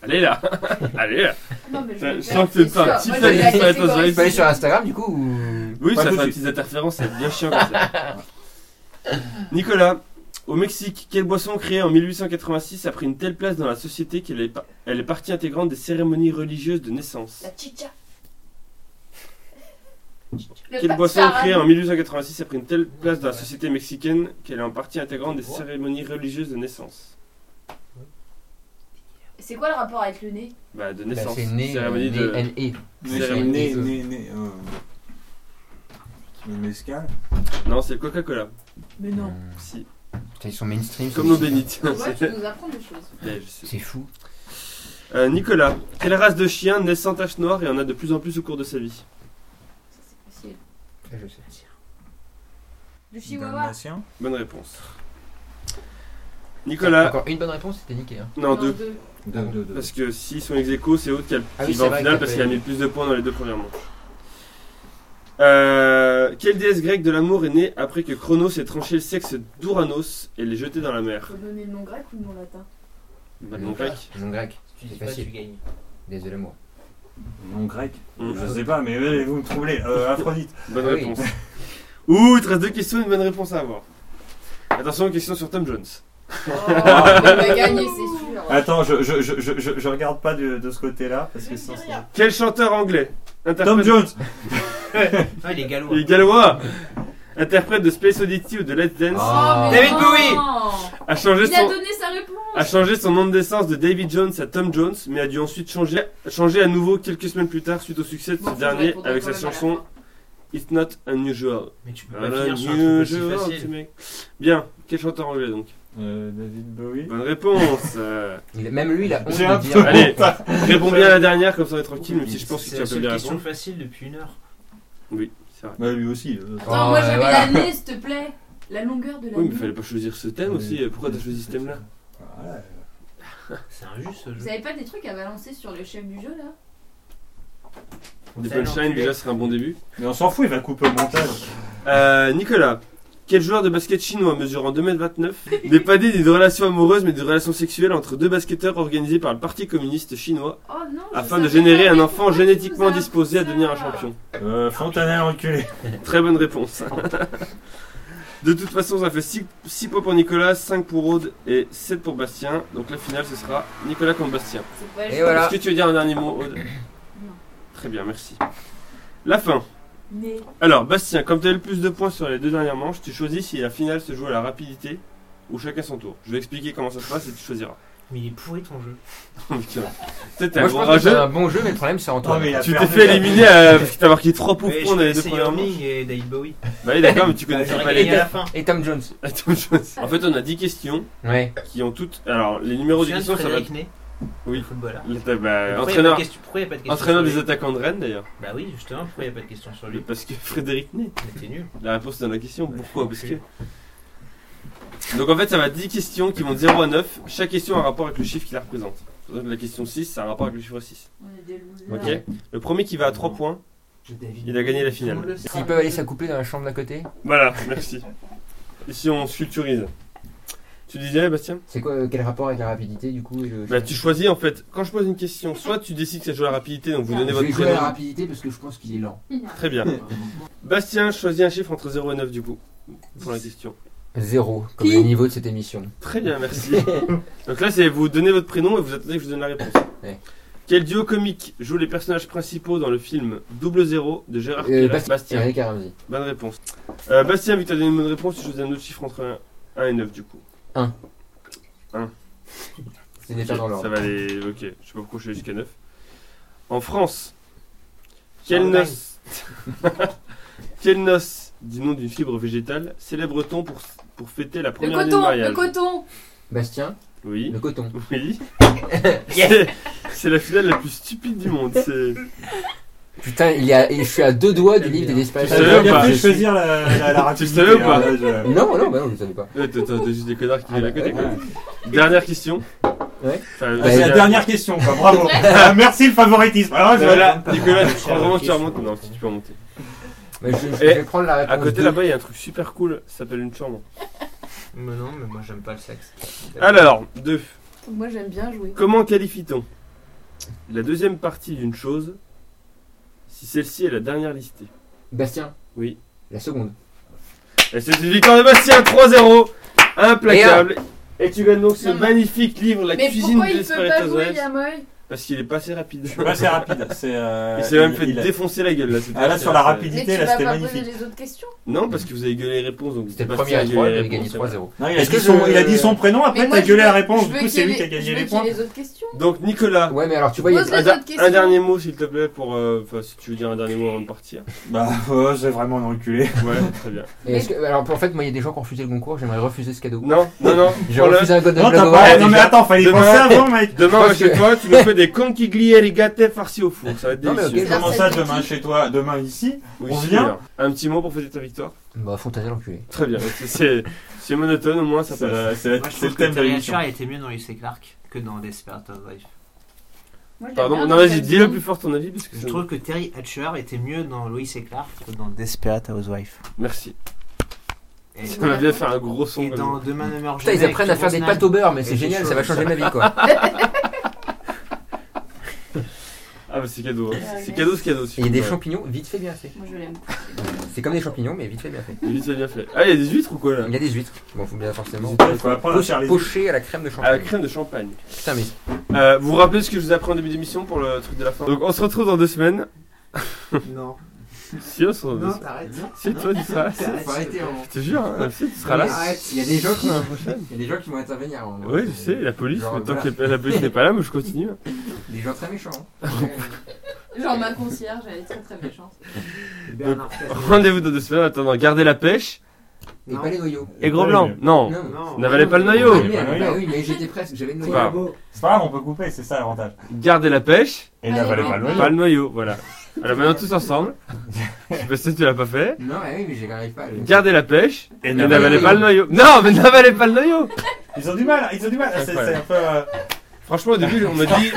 [SPEAKER 3] Allez là Allez là
[SPEAKER 6] Non, mais je
[SPEAKER 3] Je
[SPEAKER 6] vais
[SPEAKER 3] sens
[SPEAKER 6] faire.
[SPEAKER 3] que t'es
[SPEAKER 1] c'est
[SPEAKER 3] pas
[SPEAKER 1] sûr.
[SPEAKER 3] un petit
[SPEAKER 1] Moi,
[SPEAKER 3] fan
[SPEAKER 1] j'ai la
[SPEAKER 3] de Fire Emblem
[SPEAKER 1] catégorie.
[SPEAKER 5] Tu peux
[SPEAKER 3] Odyssey.
[SPEAKER 5] aller sur Instagram du coup ou...
[SPEAKER 3] Oui,
[SPEAKER 7] Pas
[SPEAKER 3] ça
[SPEAKER 7] tout
[SPEAKER 3] fait
[SPEAKER 7] de
[SPEAKER 3] des petites interférences, c'est bien chiant comme ça. Nicolas, au Mexique, quelle boisson créée en 1886 a pris une telle place dans la société qu'elle est, par- elle est partie intégrante des cérémonies religieuses de naissance
[SPEAKER 1] La chicha. Le
[SPEAKER 3] Quelle
[SPEAKER 1] pa-
[SPEAKER 3] boisson
[SPEAKER 1] Sarah.
[SPEAKER 3] créée en 1886 a pris une telle place dans la société mexicaine qu'elle est en partie intégrante des cérémonies religieuses de naissance
[SPEAKER 1] C'est quoi le rapport avec le nez
[SPEAKER 3] Bah, de
[SPEAKER 5] Bah,
[SPEAKER 3] naissance.
[SPEAKER 5] c'est né, euh,
[SPEAKER 3] Cérémonie
[SPEAKER 5] né,
[SPEAKER 3] de...
[SPEAKER 5] NE.
[SPEAKER 7] Né,
[SPEAKER 3] Cérémonie
[SPEAKER 7] né,
[SPEAKER 5] de-
[SPEAKER 7] né, né, euh, Le mescal.
[SPEAKER 3] Non, c'est le Coca-Cola.
[SPEAKER 6] Mais non.
[SPEAKER 3] Si.
[SPEAKER 5] Putain, ils sont mainstream.
[SPEAKER 3] Comme
[SPEAKER 5] c'est-
[SPEAKER 3] nos bénites.
[SPEAKER 1] Ouais, tu nous apprends des choses.
[SPEAKER 3] Ouais, je sais.
[SPEAKER 5] C'est fou.
[SPEAKER 3] Euh, Nicolas, quelle race de chien naît sans tache noire et en a de plus en plus au cours de sa vie
[SPEAKER 1] Ça, c'est facile.
[SPEAKER 5] Ah, Je sais.
[SPEAKER 1] Du chihuahua.
[SPEAKER 7] Dalmatien.
[SPEAKER 3] Bonne réponse. Nicolas,
[SPEAKER 5] Encore une bonne réponse, c'était niqué. Hein.
[SPEAKER 3] non, deux.
[SPEAKER 5] Ah bon.
[SPEAKER 7] De, de, de.
[SPEAKER 3] Parce que s'ils sont ex aequo, c'est Aude qui, a-
[SPEAKER 5] Ah
[SPEAKER 3] qui
[SPEAKER 5] oui,
[SPEAKER 3] va
[SPEAKER 5] c'est
[SPEAKER 3] en
[SPEAKER 5] vrai
[SPEAKER 3] finale
[SPEAKER 5] qu'il
[SPEAKER 3] parce
[SPEAKER 5] a
[SPEAKER 3] qu'il a
[SPEAKER 5] pas
[SPEAKER 3] mis plus de points dans les deux premières manches. Euh, quelle déesse grecque de l'amour est née après que Chronos ait tranché le sexe d'Ouranos et l'ait jeté dans la mer
[SPEAKER 1] Faut donner le nom grec ou le nom latin
[SPEAKER 3] Bah, non, grec.
[SPEAKER 5] Non grec.
[SPEAKER 8] Tu dis
[SPEAKER 5] C'est
[SPEAKER 8] pas,
[SPEAKER 5] facile.
[SPEAKER 8] tu gagnes.
[SPEAKER 5] Désolé moi.
[SPEAKER 7] Nom grec.
[SPEAKER 3] Mm.
[SPEAKER 7] Je sais pas, mais allez, vous me troublez. Euh, Aphrodite.
[SPEAKER 3] Bonne
[SPEAKER 5] Ah oui.
[SPEAKER 3] réponse. Ouh, il te reste deux questions et une bonne réponse à avoir. Attention, question sur Tom Jones.
[SPEAKER 1] Oh, il
[SPEAKER 3] Ah,
[SPEAKER 1] va gagner, c'est sûr.
[SPEAKER 7] Attends, je, je, je, je, je- je regarde pas de, de ce côté-là. Parce
[SPEAKER 6] Je
[SPEAKER 7] que
[SPEAKER 6] dis
[SPEAKER 7] sinon, c'est-
[SPEAKER 6] rien.
[SPEAKER 3] Quel chanteur anglais interprète...
[SPEAKER 7] Tom Jones
[SPEAKER 4] Ah, il est gallois.
[SPEAKER 3] Il est gallois Interprète de Space Oddity ou de Let's
[SPEAKER 1] Oh,
[SPEAKER 3] Dance
[SPEAKER 1] mais
[SPEAKER 3] Ah. David
[SPEAKER 1] non.
[SPEAKER 5] Ah.
[SPEAKER 3] a, changé
[SPEAKER 1] Il a
[SPEAKER 3] son,
[SPEAKER 1] donné sa réponse
[SPEAKER 3] a changé son nom de naissance de David Jones à Tom Jones, mais a dû ensuite changer, changer à nouveau quelques semaines plus tard suite au succès de
[SPEAKER 1] Bon,
[SPEAKER 3] ce
[SPEAKER 1] faut
[SPEAKER 3] dernier
[SPEAKER 1] répondre
[SPEAKER 3] avec
[SPEAKER 1] quand
[SPEAKER 3] sa
[SPEAKER 1] même à la
[SPEAKER 3] chanson
[SPEAKER 1] fin.
[SPEAKER 3] It's Not Unusual.
[SPEAKER 4] Mais tu peux pas finir sur un truc aussi
[SPEAKER 3] Unusual,
[SPEAKER 4] facile.
[SPEAKER 3] petit mec. Bien, quel chanteur anglais donc
[SPEAKER 7] euh, David Bowie.
[SPEAKER 3] Bonne réponse euh,
[SPEAKER 5] Il- Même lui, il a honte
[SPEAKER 7] J'ai un
[SPEAKER 5] de dire.
[SPEAKER 3] Allez, réponds bien à la dernière, comme ça on est tranquille, même si je pense que
[SPEAKER 4] C'est
[SPEAKER 3] tu
[SPEAKER 4] la
[SPEAKER 3] as peu
[SPEAKER 4] seule
[SPEAKER 3] bien
[SPEAKER 4] question
[SPEAKER 3] répondre.
[SPEAKER 4] facile depuis une heure.
[SPEAKER 3] Oui, c'est vrai.
[SPEAKER 7] Bah, lui aussi. euh.
[SPEAKER 1] Attends,
[SPEAKER 5] Oh,
[SPEAKER 1] moi
[SPEAKER 5] ouais,
[SPEAKER 1] j'avais
[SPEAKER 5] voilà.
[SPEAKER 1] l'année, s'il te plaît. La longueur de l'année.
[SPEAKER 3] Ah, Oui, mais fallait pas choisir ce thème aussi. Pourquoi t'as choisi ce thème là
[SPEAKER 7] Voilà.
[SPEAKER 4] C'est injuste ce
[SPEAKER 1] Vous
[SPEAKER 4] jeu.
[SPEAKER 1] avez pas des trucs à balancer sur le chef du jeu là
[SPEAKER 3] Des
[SPEAKER 4] Talent
[SPEAKER 3] punchlines,
[SPEAKER 4] culé.
[SPEAKER 3] déjà, serait un bon début.
[SPEAKER 7] Mais on s'en fout, il va couper au montage.
[SPEAKER 3] Euh, Nicolas, quel joueur de basket chinois mesurant 2m29 n'est pas né d'une relation amoureuse mais d'une relation sexuelle entre deux basketteurs organisés par le Parti communiste chinois
[SPEAKER 1] Oh non je
[SPEAKER 3] afin de
[SPEAKER 1] savais
[SPEAKER 3] générer
[SPEAKER 1] pas,
[SPEAKER 3] un
[SPEAKER 1] mais
[SPEAKER 3] enfant
[SPEAKER 1] pourquoi tu nous
[SPEAKER 3] génétiquement
[SPEAKER 1] as
[SPEAKER 3] disposé à
[SPEAKER 1] appris
[SPEAKER 3] devenir un
[SPEAKER 1] ça
[SPEAKER 3] champion
[SPEAKER 7] Euh, Fontanel enculé.
[SPEAKER 3] Très bonne réponse. De toute façon, ça fait 6, points pour Nicolas, 5 pour Aude et 7 pour Bastien. Donc la finale, ce sera Nicolas contre Bastien.
[SPEAKER 1] C'est pas
[SPEAKER 5] Et
[SPEAKER 1] juste.
[SPEAKER 5] voilà.
[SPEAKER 3] Est-ce que tu veux dire un dernier mot, Aude
[SPEAKER 1] Non.
[SPEAKER 3] Très bien, merci. La fin.
[SPEAKER 1] Né.
[SPEAKER 3] Alors, Bastien, comme tu as le plus de points sur les deux dernières manches, tu choisis si la finale se joue à la rapidité ou chacun son tour. Je vais expliquer comment ça se passe et tu choisiras.
[SPEAKER 4] Mais il est pourri ton jeu.
[SPEAKER 3] Putain. Peut-être un
[SPEAKER 5] Moi, je
[SPEAKER 3] gros
[SPEAKER 5] pense que c'est
[SPEAKER 3] rageux.
[SPEAKER 5] un bon jeu, mais le problème, c'est en toi.
[SPEAKER 7] Oh, mais il a
[SPEAKER 3] Tu t'es
[SPEAKER 7] perdu.
[SPEAKER 3] fait éliminer euh, parce que t'as marqué 3 pauvres
[SPEAKER 4] Ouais,
[SPEAKER 3] points dans les
[SPEAKER 4] je
[SPEAKER 3] deux
[SPEAKER 4] connaissais
[SPEAKER 3] premières manches.
[SPEAKER 4] Irving et David Bowie.
[SPEAKER 3] Bah oui, d'accord, mais tu
[SPEAKER 4] Bah,
[SPEAKER 3] connaissais
[SPEAKER 4] J'aurais
[SPEAKER 3] pas
[SPEAKER 4] gagné
[SPEAKER 3] les
[SPEAKER 4] à la fin.
[SPEAKER 5] Et Tom Jones.
[SPEAKER 3] Attends, je- En fait, on a 10 questions
[SPEAKER 5] Ouais.
[SPEAKER 3] qui ont toutes. Alors, les numéros des
[SPEAKER 4] Frédéric
[SPEAKER 3] questions, ça va être.
[SPEAKER 4] Ney,
[SPEAKER 3] Oui.
[SPEAKER 4] le footballeur.
[SPEAKER 3] Bah, bah,
[SPEAKER 4] Pourquoi il y a pas de
[SPEAKER 3] entraîneur,
[SPEAKER 4] question- Pourquoi il n'y a pas de question
[SPEAKER 3] entraîneur
[SPEAKER 4] sur
[SPEAKER 3] des
[SPEAKER 4] lui
[SPEAKER 3] attaquants de Rennes d'ailleurs.
[SPEAKER 4] Bah oui, justement, pourquoi il n'y a pas de question sur lui
[SPEAKER 3] Parce que Frédéric Ney.
[SPEAKER 4] Mais t'es nul.
[SPEAKER 3] La réponse est dans la question.
[SPEAKER 4] Ouais,
[SPEAKER 3] Pourquoi
[SPEAKER 4] je
[SPEAKER 3] Parce
[SPEAKER 4] suis
[SPEAKER 3] que. Donc en fait, ça va être 10 questions qui vont de 0 à 9. Chaque question a un rapport avec le chiffre qui la représente. Par exemple, La question 6, ça a un rapport avec le chiffre 6.
[SPEAKER 1] On est des losers.
[SPEAKER 3] Ok Le premier qui va à 3 points, il a gagné la finale.
[SPEAKER 1] Ah,
[SPEAKER 5] S'ils peuvent aller s'accoupler dans la chambre d'à côté,
[SPEAKER 3] Voilà, merci. Ici, on se culturise. Tu disais, Bastien
[SPEAKER 5] c'est quoi euh, quel rapport avec la rapidité du coup et le...
[SPEAKER 3] Bah, tu choisis en fait. Quand je pose une question, soit tu décides que ça joue à la rapidité, donc vous
[SPEAKER 1] Je
[SPEAKER 3] donnez
[SPEAKER 5] Ah,
[SPEAKER 3] votre
[SPEAKER 5] Je vais jouer à la
[SPEAKER 3] prénom.
[SPEAKER 5] rapidité parce que je pense qu'il est lent.
[SPEAKER 3] Très bien. Bastien choisit un chiffre entre 0 et 9 du coup, pour la question.
[SPEAKER 5] Zéro, comme
[SPEAKER 1] Qui
[SPEAKER 5] le niveau de cette émission.
[SPEAKER 3] Très bien, merci. Donc là, c'est vous donnez votre prénom et vous attendez que je vous donne la réponse.
[SPEAKER 5] Ouais.
[SPEAKER 3] Quel duo comique joue les personnages principaux dans le film Double Zéro de Gérard
[SPEAKER 5] Euh,
[SPEAKER 3] Pilat
[SPEAKER 5] Bastien.
[SPEAKER 3] Bastien.
[SPEAKER 5] Eric Aramzi.
[SPEAKER 3] Bonne réponse. Euh, Bastien, vu que t'as donné une bonne réponse, tu choisis un autre chiffre entre 1 et 9 du coup.
[SPEAKER 5] C'est déjà
[SPEAKER 3] Ok,
[SPEAKER 5] dans l'ordre.
[SPEAKER 3] ça va aller. Ok, je sais pas pourquoi je suis allé jusqu'à 9. En France, quelle noce. quelle noce du nom d'une fibre végétale célèbre-t-on pour, pour fêter la
[SPEAKER 1] Le
[SPEAKER 3] première année de
[SPEAKER 1] coton, le
[SPEAKER 3] mariage
[SPEAKER 1] coton
[SPEAKER 5] Bastien,
[SPEAKER 3] Oui.
[SPEAKER 5] le coton.
[SPEAKER 3] Oui. C'est- C'est la finale la plus stupide du monde. C'est.
[SPEAKER 5] Putain, il y a, et je suis à deux doigts du livre des disparitions.
[SPEAKER 3] Tu savais
[SPEAKER 7] J'aurais
[SPEAKER 3] ou pas
[SPEAKER 7] bien
[SPEAKER 5] Je
[SPEAKER 7] Euh, fait
[SPEAKER 5] suis-
[SPEAKER 7] choisir la, la, la
[SPEAKER 3] Tu
[SPEAKER 7] rapidité.
[SPEAKER 3] savais ou pas
[SPEAKER 7] hein, là, je-
[SPEAKER 5] Non, non, bah non, je ne savais pas.
[SPEAKER 3] Ouais, T'as t'as juste des connards qui viennent à côté.
[SPEAKER 5] ouais.
[SPEAKER 3] quoi. Dernière question.
[SPEAKER 5] Ouais.
[SPEAKER 3] Enfin,
[SPEAKER 5] Bah,
[SPEAKER 7] Ah, c'est la dernière question, quoi, bravo. Ah, merci le favoritisme. Alors, je-
[SPEAKER 3] Voilà, Nicolas, tu
[SPEAKER 4] Cher
[SPEAKER 3] crois vraiment que tu
[SPEAKER 4] question.
[SPEAKER 3] remontes Non, si tu peux remonter.
[SPEAKER 5] Mais je, je- Ah, je
[SPEAKER 3] Et
[SPEAKER 5] vais prendre la réponse.
[SPEAKER 3] Eh, À côté
[SPEAKER 5] deux.
[SPEAKER 3] là-bas, il y a un truc super cool, ça s'appelle une chambre.
[SPEAKER 4] Mais non, mais moi j'aime pas le sexe.
[SPEAKER 3] Alors, deux.
[SPEAKER 1] Moi j'aime bien jouer.
[SPEAKER 3] Comment qualifie-t-on la deuxième partie d'une chose si celle-ci est la dernière listée
[SPEAKER 5] Bastien.
[SPEAKER 3] Oui.
[SPEAKER 5] La seconde.
[SPEAKER 3] Et c'est une victoire de Bastien, 3-0, implacable. Et tu gagnes donc ce
[SPEAKER 1] Non, mais-
[SPEAKER 3] magnifique livre, La
[SPEAKER 1] Mais
[SPEAKER 3] cuisine
[SPEAKER 1] pourquoi
[SPEAKER 3] des
[SPEAKER 1] il peut pas jouer,
[SPEAKER 3] Esperanza
[SPEAKER 1] Yamoy
[SPEAKER 3] Parce qu'il est pas assez rapide.
[SPEAKER 7] Je suis pas assez rapide. C'est. Euh,
[SPEAKER 3] Il s'est même fait
[SPEAKER 7] il- il-
[SPEAKER 3] défoncer la gueule là. c'était
[SPEAKER 7] Ah, là,
[SPEAKER 3] assez
[SPEAKER 7] sur la
[SPEAKER 3] rapide.
[SPEAKER 7] rapidité. L'idée,
[SPEAKER 1] Mais tu
[SPEAKER 7] là,
[SPEAKER 1] vas
[SPEAKER 7] c'était
[SPEAKER 1] pas poser
[SPEAKER 7] magnifique.
[SPEAKER 1] les autres questions
[SPEAKER 3] Non, parce que vous avez gueulé les réponses. donc
[SPEAKER 5] C'était le
[SPEAKER 3] Bastien
[SPEAKER 5] premier à
[SPEAKER 3] a gueulé
[SPEAKER 5] 3,
[SPEAKER 3] les
[SPEAKER 5] il a gagné
[SPEAKER 3] réponses, c'est
[SPEAKER 5] 3-0.
[SPEAKER 7] Non, il a,
[SPEAKER 5] Est-ce que
[SPEAKER 7] dit son,
[SPEAKER 5] je-
[SPEAKER 7] il a dit son prénom,
[SPEAKER 1] Mais
[SPEAKER 7] après
[SPEAKER 1] moi,
[SPEAKER 7] t'as
[SPEAKER 1] je
[SPEAKER 7] gueulé
[SPEAKER 1] veux-
[SPEAKER 7] la réponse,
[SPEAKER 1] je
[SPEAKER 7] du
[SPEAKER 1] veux
[SPEAKER 7] coup c'est
[SPEAKER 1] qu'il y
[SPEAKER 7] lui
[SPEAKER 1] ait
[SPEAKER 7] qui a
[SPEAKER 1] les-
[SPEAKER 7] gagné
[SPEAKER 1] je veux
[SPEAKER 7] les
[SPEAKER 1] qu'il y ait
[SPEAKER 7] points.
[SPEAKER 1] autres questions.
[SPEAKER 3] Donc Nicolas,
[SPEAKER 5] Ouais, mais alors tu vois, il y a-
[SPEAKER 1] Pose
[SPEAKER 3] un,
[SPEAKER 1] les
[SPEAKER 3] da-
[SPEAKER 1] autres
[SPEAKER 3] un
[SPEAKER 1] questions.
[SPEAKER 3] dernier mot s'il te plaît pour... euh, Enfin, si tu veux dire un dernier mot avant de partir.
[SPEAKER 7] Bah, ouais, c'est vraiment un enculé.
[SPEAKER 3] Ouais, très bien.
[SPEAKER 5] et est-ce que- alors en fait, moi, il y a des gens qui ont refusé le concours, j'aimerais refuser ce cadeau.
[SPEAKER 3] Non, non, non.
[SPEAKER 5] J'ai
[SPEAKER 3] prends-le.
[SPEAKER 5] refusé un Golden
[SPEAKER 7] Non,
[SPEAKER 5] Globe
[SPEAKER 7] t'as
[SPEAKER 5] Award.
[SPEAKER 7] pas. Non, mais
[SPEAKER 3] déjà.
[SPEAKER 7] attends, fallait y
[SPEAKER 3] Demain-
[SPEAKER 7] penser avant, mec.
[SPEAKER 3] Demain,
[SPEAKER 5] Je
[SPEAKER 3] va
[SPEAKER 5] pense
[SPEAKER 3] chez
[SPEAKER 5] que-
[SPEAKER 3] toi, tu nous fais des conchiglieri gâtés farcis au four. Ça va être
[SPEAKER 2] Non mais
[SPEAKER 3] délicieux.
[SPEAKER 2] ok,
[SPEAKER 1] C'est la
[SPEAKER 2] comment ça
[SPEAKER 1] recette
[SPEAKER 2] demain
[SPEAKER 1] mythique.
[SPEAKER 2] chez toi, demain ici
[SPEAKER 3] Oui,
[SPEAKER 2] on
[SPEAKER 3] si,
[SPEAKER 2] vient
[SPEAKER 3] alors. Un petit mot pour fêter ta victoire
[SPEAKER 5] Bah, Fontaine, l'enculé.
[SPEAKER 3] Très bien. C'est- C'est c'est monotone, au moins, ça
[SPEAKER 2] C'est
[SPEAKER 3] passe.
[SPEAKER 2] la- c'est la-
[SPEAKER 4] Moi, je
[SPEAKER 2] c'est
[SPEAKER 4] trouve
[SPEAKER 2] le
[SPEAKER 4] que
[SPEAKER 2] thème de
[SPEAKER 4] Terry
[SPEAKER 2] l'émission.
[SPEAKER 4] Hatcher était mieux dans Lucy Clark que dans Desperate Housewives.
[SPEAKER 1] Moi, je l'aime
[SPEAKER 3] Pardon,
[SPEAKER 6] Ah,
[SPEAKER 1] bien
[SPEAKER 3] non,
[SPEAKER 1] dans
[SPEAKER 3] vas-y,
[SPEAKER 1] cette
[SPEAKER 3] dis-le
[SPEAKER 1] vie.
[SPEAKER 3] plus fort ton avis. Parce que
[SPEAKER 4] Je
[SPEAKER 3] c'est-
[SPEAKER 4] trouve que Terry Hatcher était mieux dans Louis et Clark que dans Desperate Housewives.
[SPEAKER 3] Merci.
[SPEAKER 4] Et,
[SPEAKER 3] On va bien faire un gros son
[SPEAKER 4] et
[SPEAKER 3] comme
[SPEAKER 4] dans
[SPEAKER 3] ça.
[SPEAKER 4] Demain ne meurt
[SPEAKER 5] Putain,
[SPEAKER 4] jamais.
[SPEAKER 5] ils apprennent à
[SPEAKER 4] avec
[SPEAKER 5] faire des
[SPEAKER 4] Rosnan.
[SPEAKER 5] pâtes au beurre, mais c'est
[SPEAKER 4] Et
[SPEAKER 5] génial,
[SPEAKER 4] c'est
[SPEAKER 5] ça va
[SPEAKER 4] chaud,
[SPEAKER 5] changer
[SPEAKER 4] ça.
[SPEAKER 5] ma vie quoi.
[SPEAKER 3] Ah, bah c'est cadeau. hein.
[SPEAKER 1] Ouais,
[SPEAKER 3] C'est
[SPEAKER 1] ouais.
[SPEAKER 3] cadeau, c'est cadeau.
[SPEAKER 5] Il y a des
[SPEAKER 3] Ouais.
[SPEAKER 5] champignons vite fait bien fait.
[SPEAKER 1] Moi, je l'aime.
[SPEAKER 5] C'est comme des champignons, mais vite fait bien fait.
[SPEAKER 3] Les huîtres, c'est bien fait. Ah, il y a des huîtres ou quoi là
[SPEAKER 5] Il y a des huîtres. Bon, faut bien forcément.
[SPEAKER 2] Il faut apprendre à faire les
[SPEAKER 5] Pocher à la crème de
[SPEAKER 3] À Ah, la
[SPEAKER 5] champagne.
[SPEAKER 3] crème de champagne.
[SPEAKER 5] Putain, mais
[SPEAKER 3] Euh, vous vous rappelez ce que je vous ai appris en début d'émission pour le truc de la fin Donc on se retrouve dans deux semaines.
[SPEAKER 9] Non,
[SPEAKER 3] Si, on se retrouve dans deux
[SPEAKER 9] non,
[SPEAKER 3] semaines.
[SPEAKER 9] t'arrêtes.
[SPEAKER 3] Si, toi, tu seras là.
[SPEAKER 9] Faut arrêter, vraiment.
[SPEAKER 3] Je te jure, hein, si, tu seras là.
[SPEAKER 5] Arrête, il y a des gens qui-
[SPEAKER 3] La prochaine.
[SPEAKER 5] il y a des gens qui vont intervenir. en-
[SPEAKER 3] Ouais, je sais, la police,
[SPEAKER 5] Genre,
[SPEAKER 3] mais tant
[SPEAKER 5] voilà.
[SPEAKER 3] que la police n'est pas là, moi je continue.
[SPEAKER 5] Des gens très méchants. hein. Ouais.
[SPEAKER 1] Genre, ma concierge, elle est très très méchante.
[SPEAKER 9] Bernard Cazeneuve.
[SPEAKER 3] Rendez-vous dans deux semaines en attendant. Gardez la pêche
[SPEAKER 5] Et
[SPEAKER 9] Non.
[SPEAKER 5] pas les noyaux.
[SPEAKER 3] et gros blanc. Non,
[SPEAKER 9] Non.
[SPEAKER 3] n'avalez pas le noyau.
[SPEAKER 5] Ah,
[SPEAKER 2] les
[SPEAKER 5] merde,
[SPEAKER 2] noyaux.
[SPEAKER 5] bah oui, mais j'étais presque, j'avais le
[SPEAKER 3] C'est pas
[SPEAKER 5] noyau.
[SPEAKER 3] grave.
[SPEAKER 2] C'est pas grave, on peut couper, c'est ça l'avantage.
[SPEAKER 3] Gardez la pêche,
[SPEAKER 2] Et
[SPEAKER 1] Allez,
[SPEAKER 2] là, valait
[SPEAKER 1] bon.
[SPEAKER 2] pas le noyau.
[SPEAKER 3] pas le noyau, voilà. Alors maintenant tous ensemble. Je sais pas si tu l'as pas fait.
[SPEAKER 5] Non, ah oui, mais j'arrive pas. à le-
[SPEAKER 3] Gardez la pêche
[SPEAKER 2] Et
[SPEAKER 3] et
[SPEAKER 2] n'avalez
[SPEAKER 3] n'avalez
[SPEAKER 5] pas
[SPEAKER 3] pas le noyau. Non, mais n'avalez pas le noyau.
[SPEAKER 2] Ils ont du mal, ils ont du mal. C'est c'est un peu. euh,
[SPEAKER 3] Franchement, au début, on me dit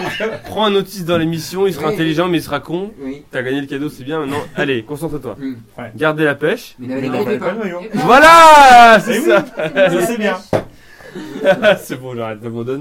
[SPEAKER 3] prends un autiste dans l'émission, il sera
[SPEAKER 5] Oui.
[SPEAKER 3] intelligent mais il sera con.
[SPEAKER 5] Oui.
[SPEAKER 3] T'as gagné le cadeau, c'est bien. Maintenant, allez, concentre-toi.
[SPEAKER 5] Hmm.
[SPEAKER 3] Gardez la pêche.
[SPEAKER 5] Mais
[SPEAKER 2] Ils
[SPEAKER 5] n'avalez
[SPEAKER 2] n'en
[SPEAKER 5] pas les
[SPEAKER 2] valait pas
[SPEAKER 5] pépins.
[SPEAKER 2] le noyau.
[SPEAKER 1] Et ben,
[SPEAKER 3] Voilà, c'est
[SPEAKER 2] Eh oui,
[SPEAKER 3] ça.
[SPEAKER 1] c'est moi,
[SPEAKER 2] je
[SPEAKER 1] la
[SPEAKER 2] sais bien.
[SPEAKER 1] pêche.
[SPEAKER 3] c'est bon, j'arrête, j'abandonne.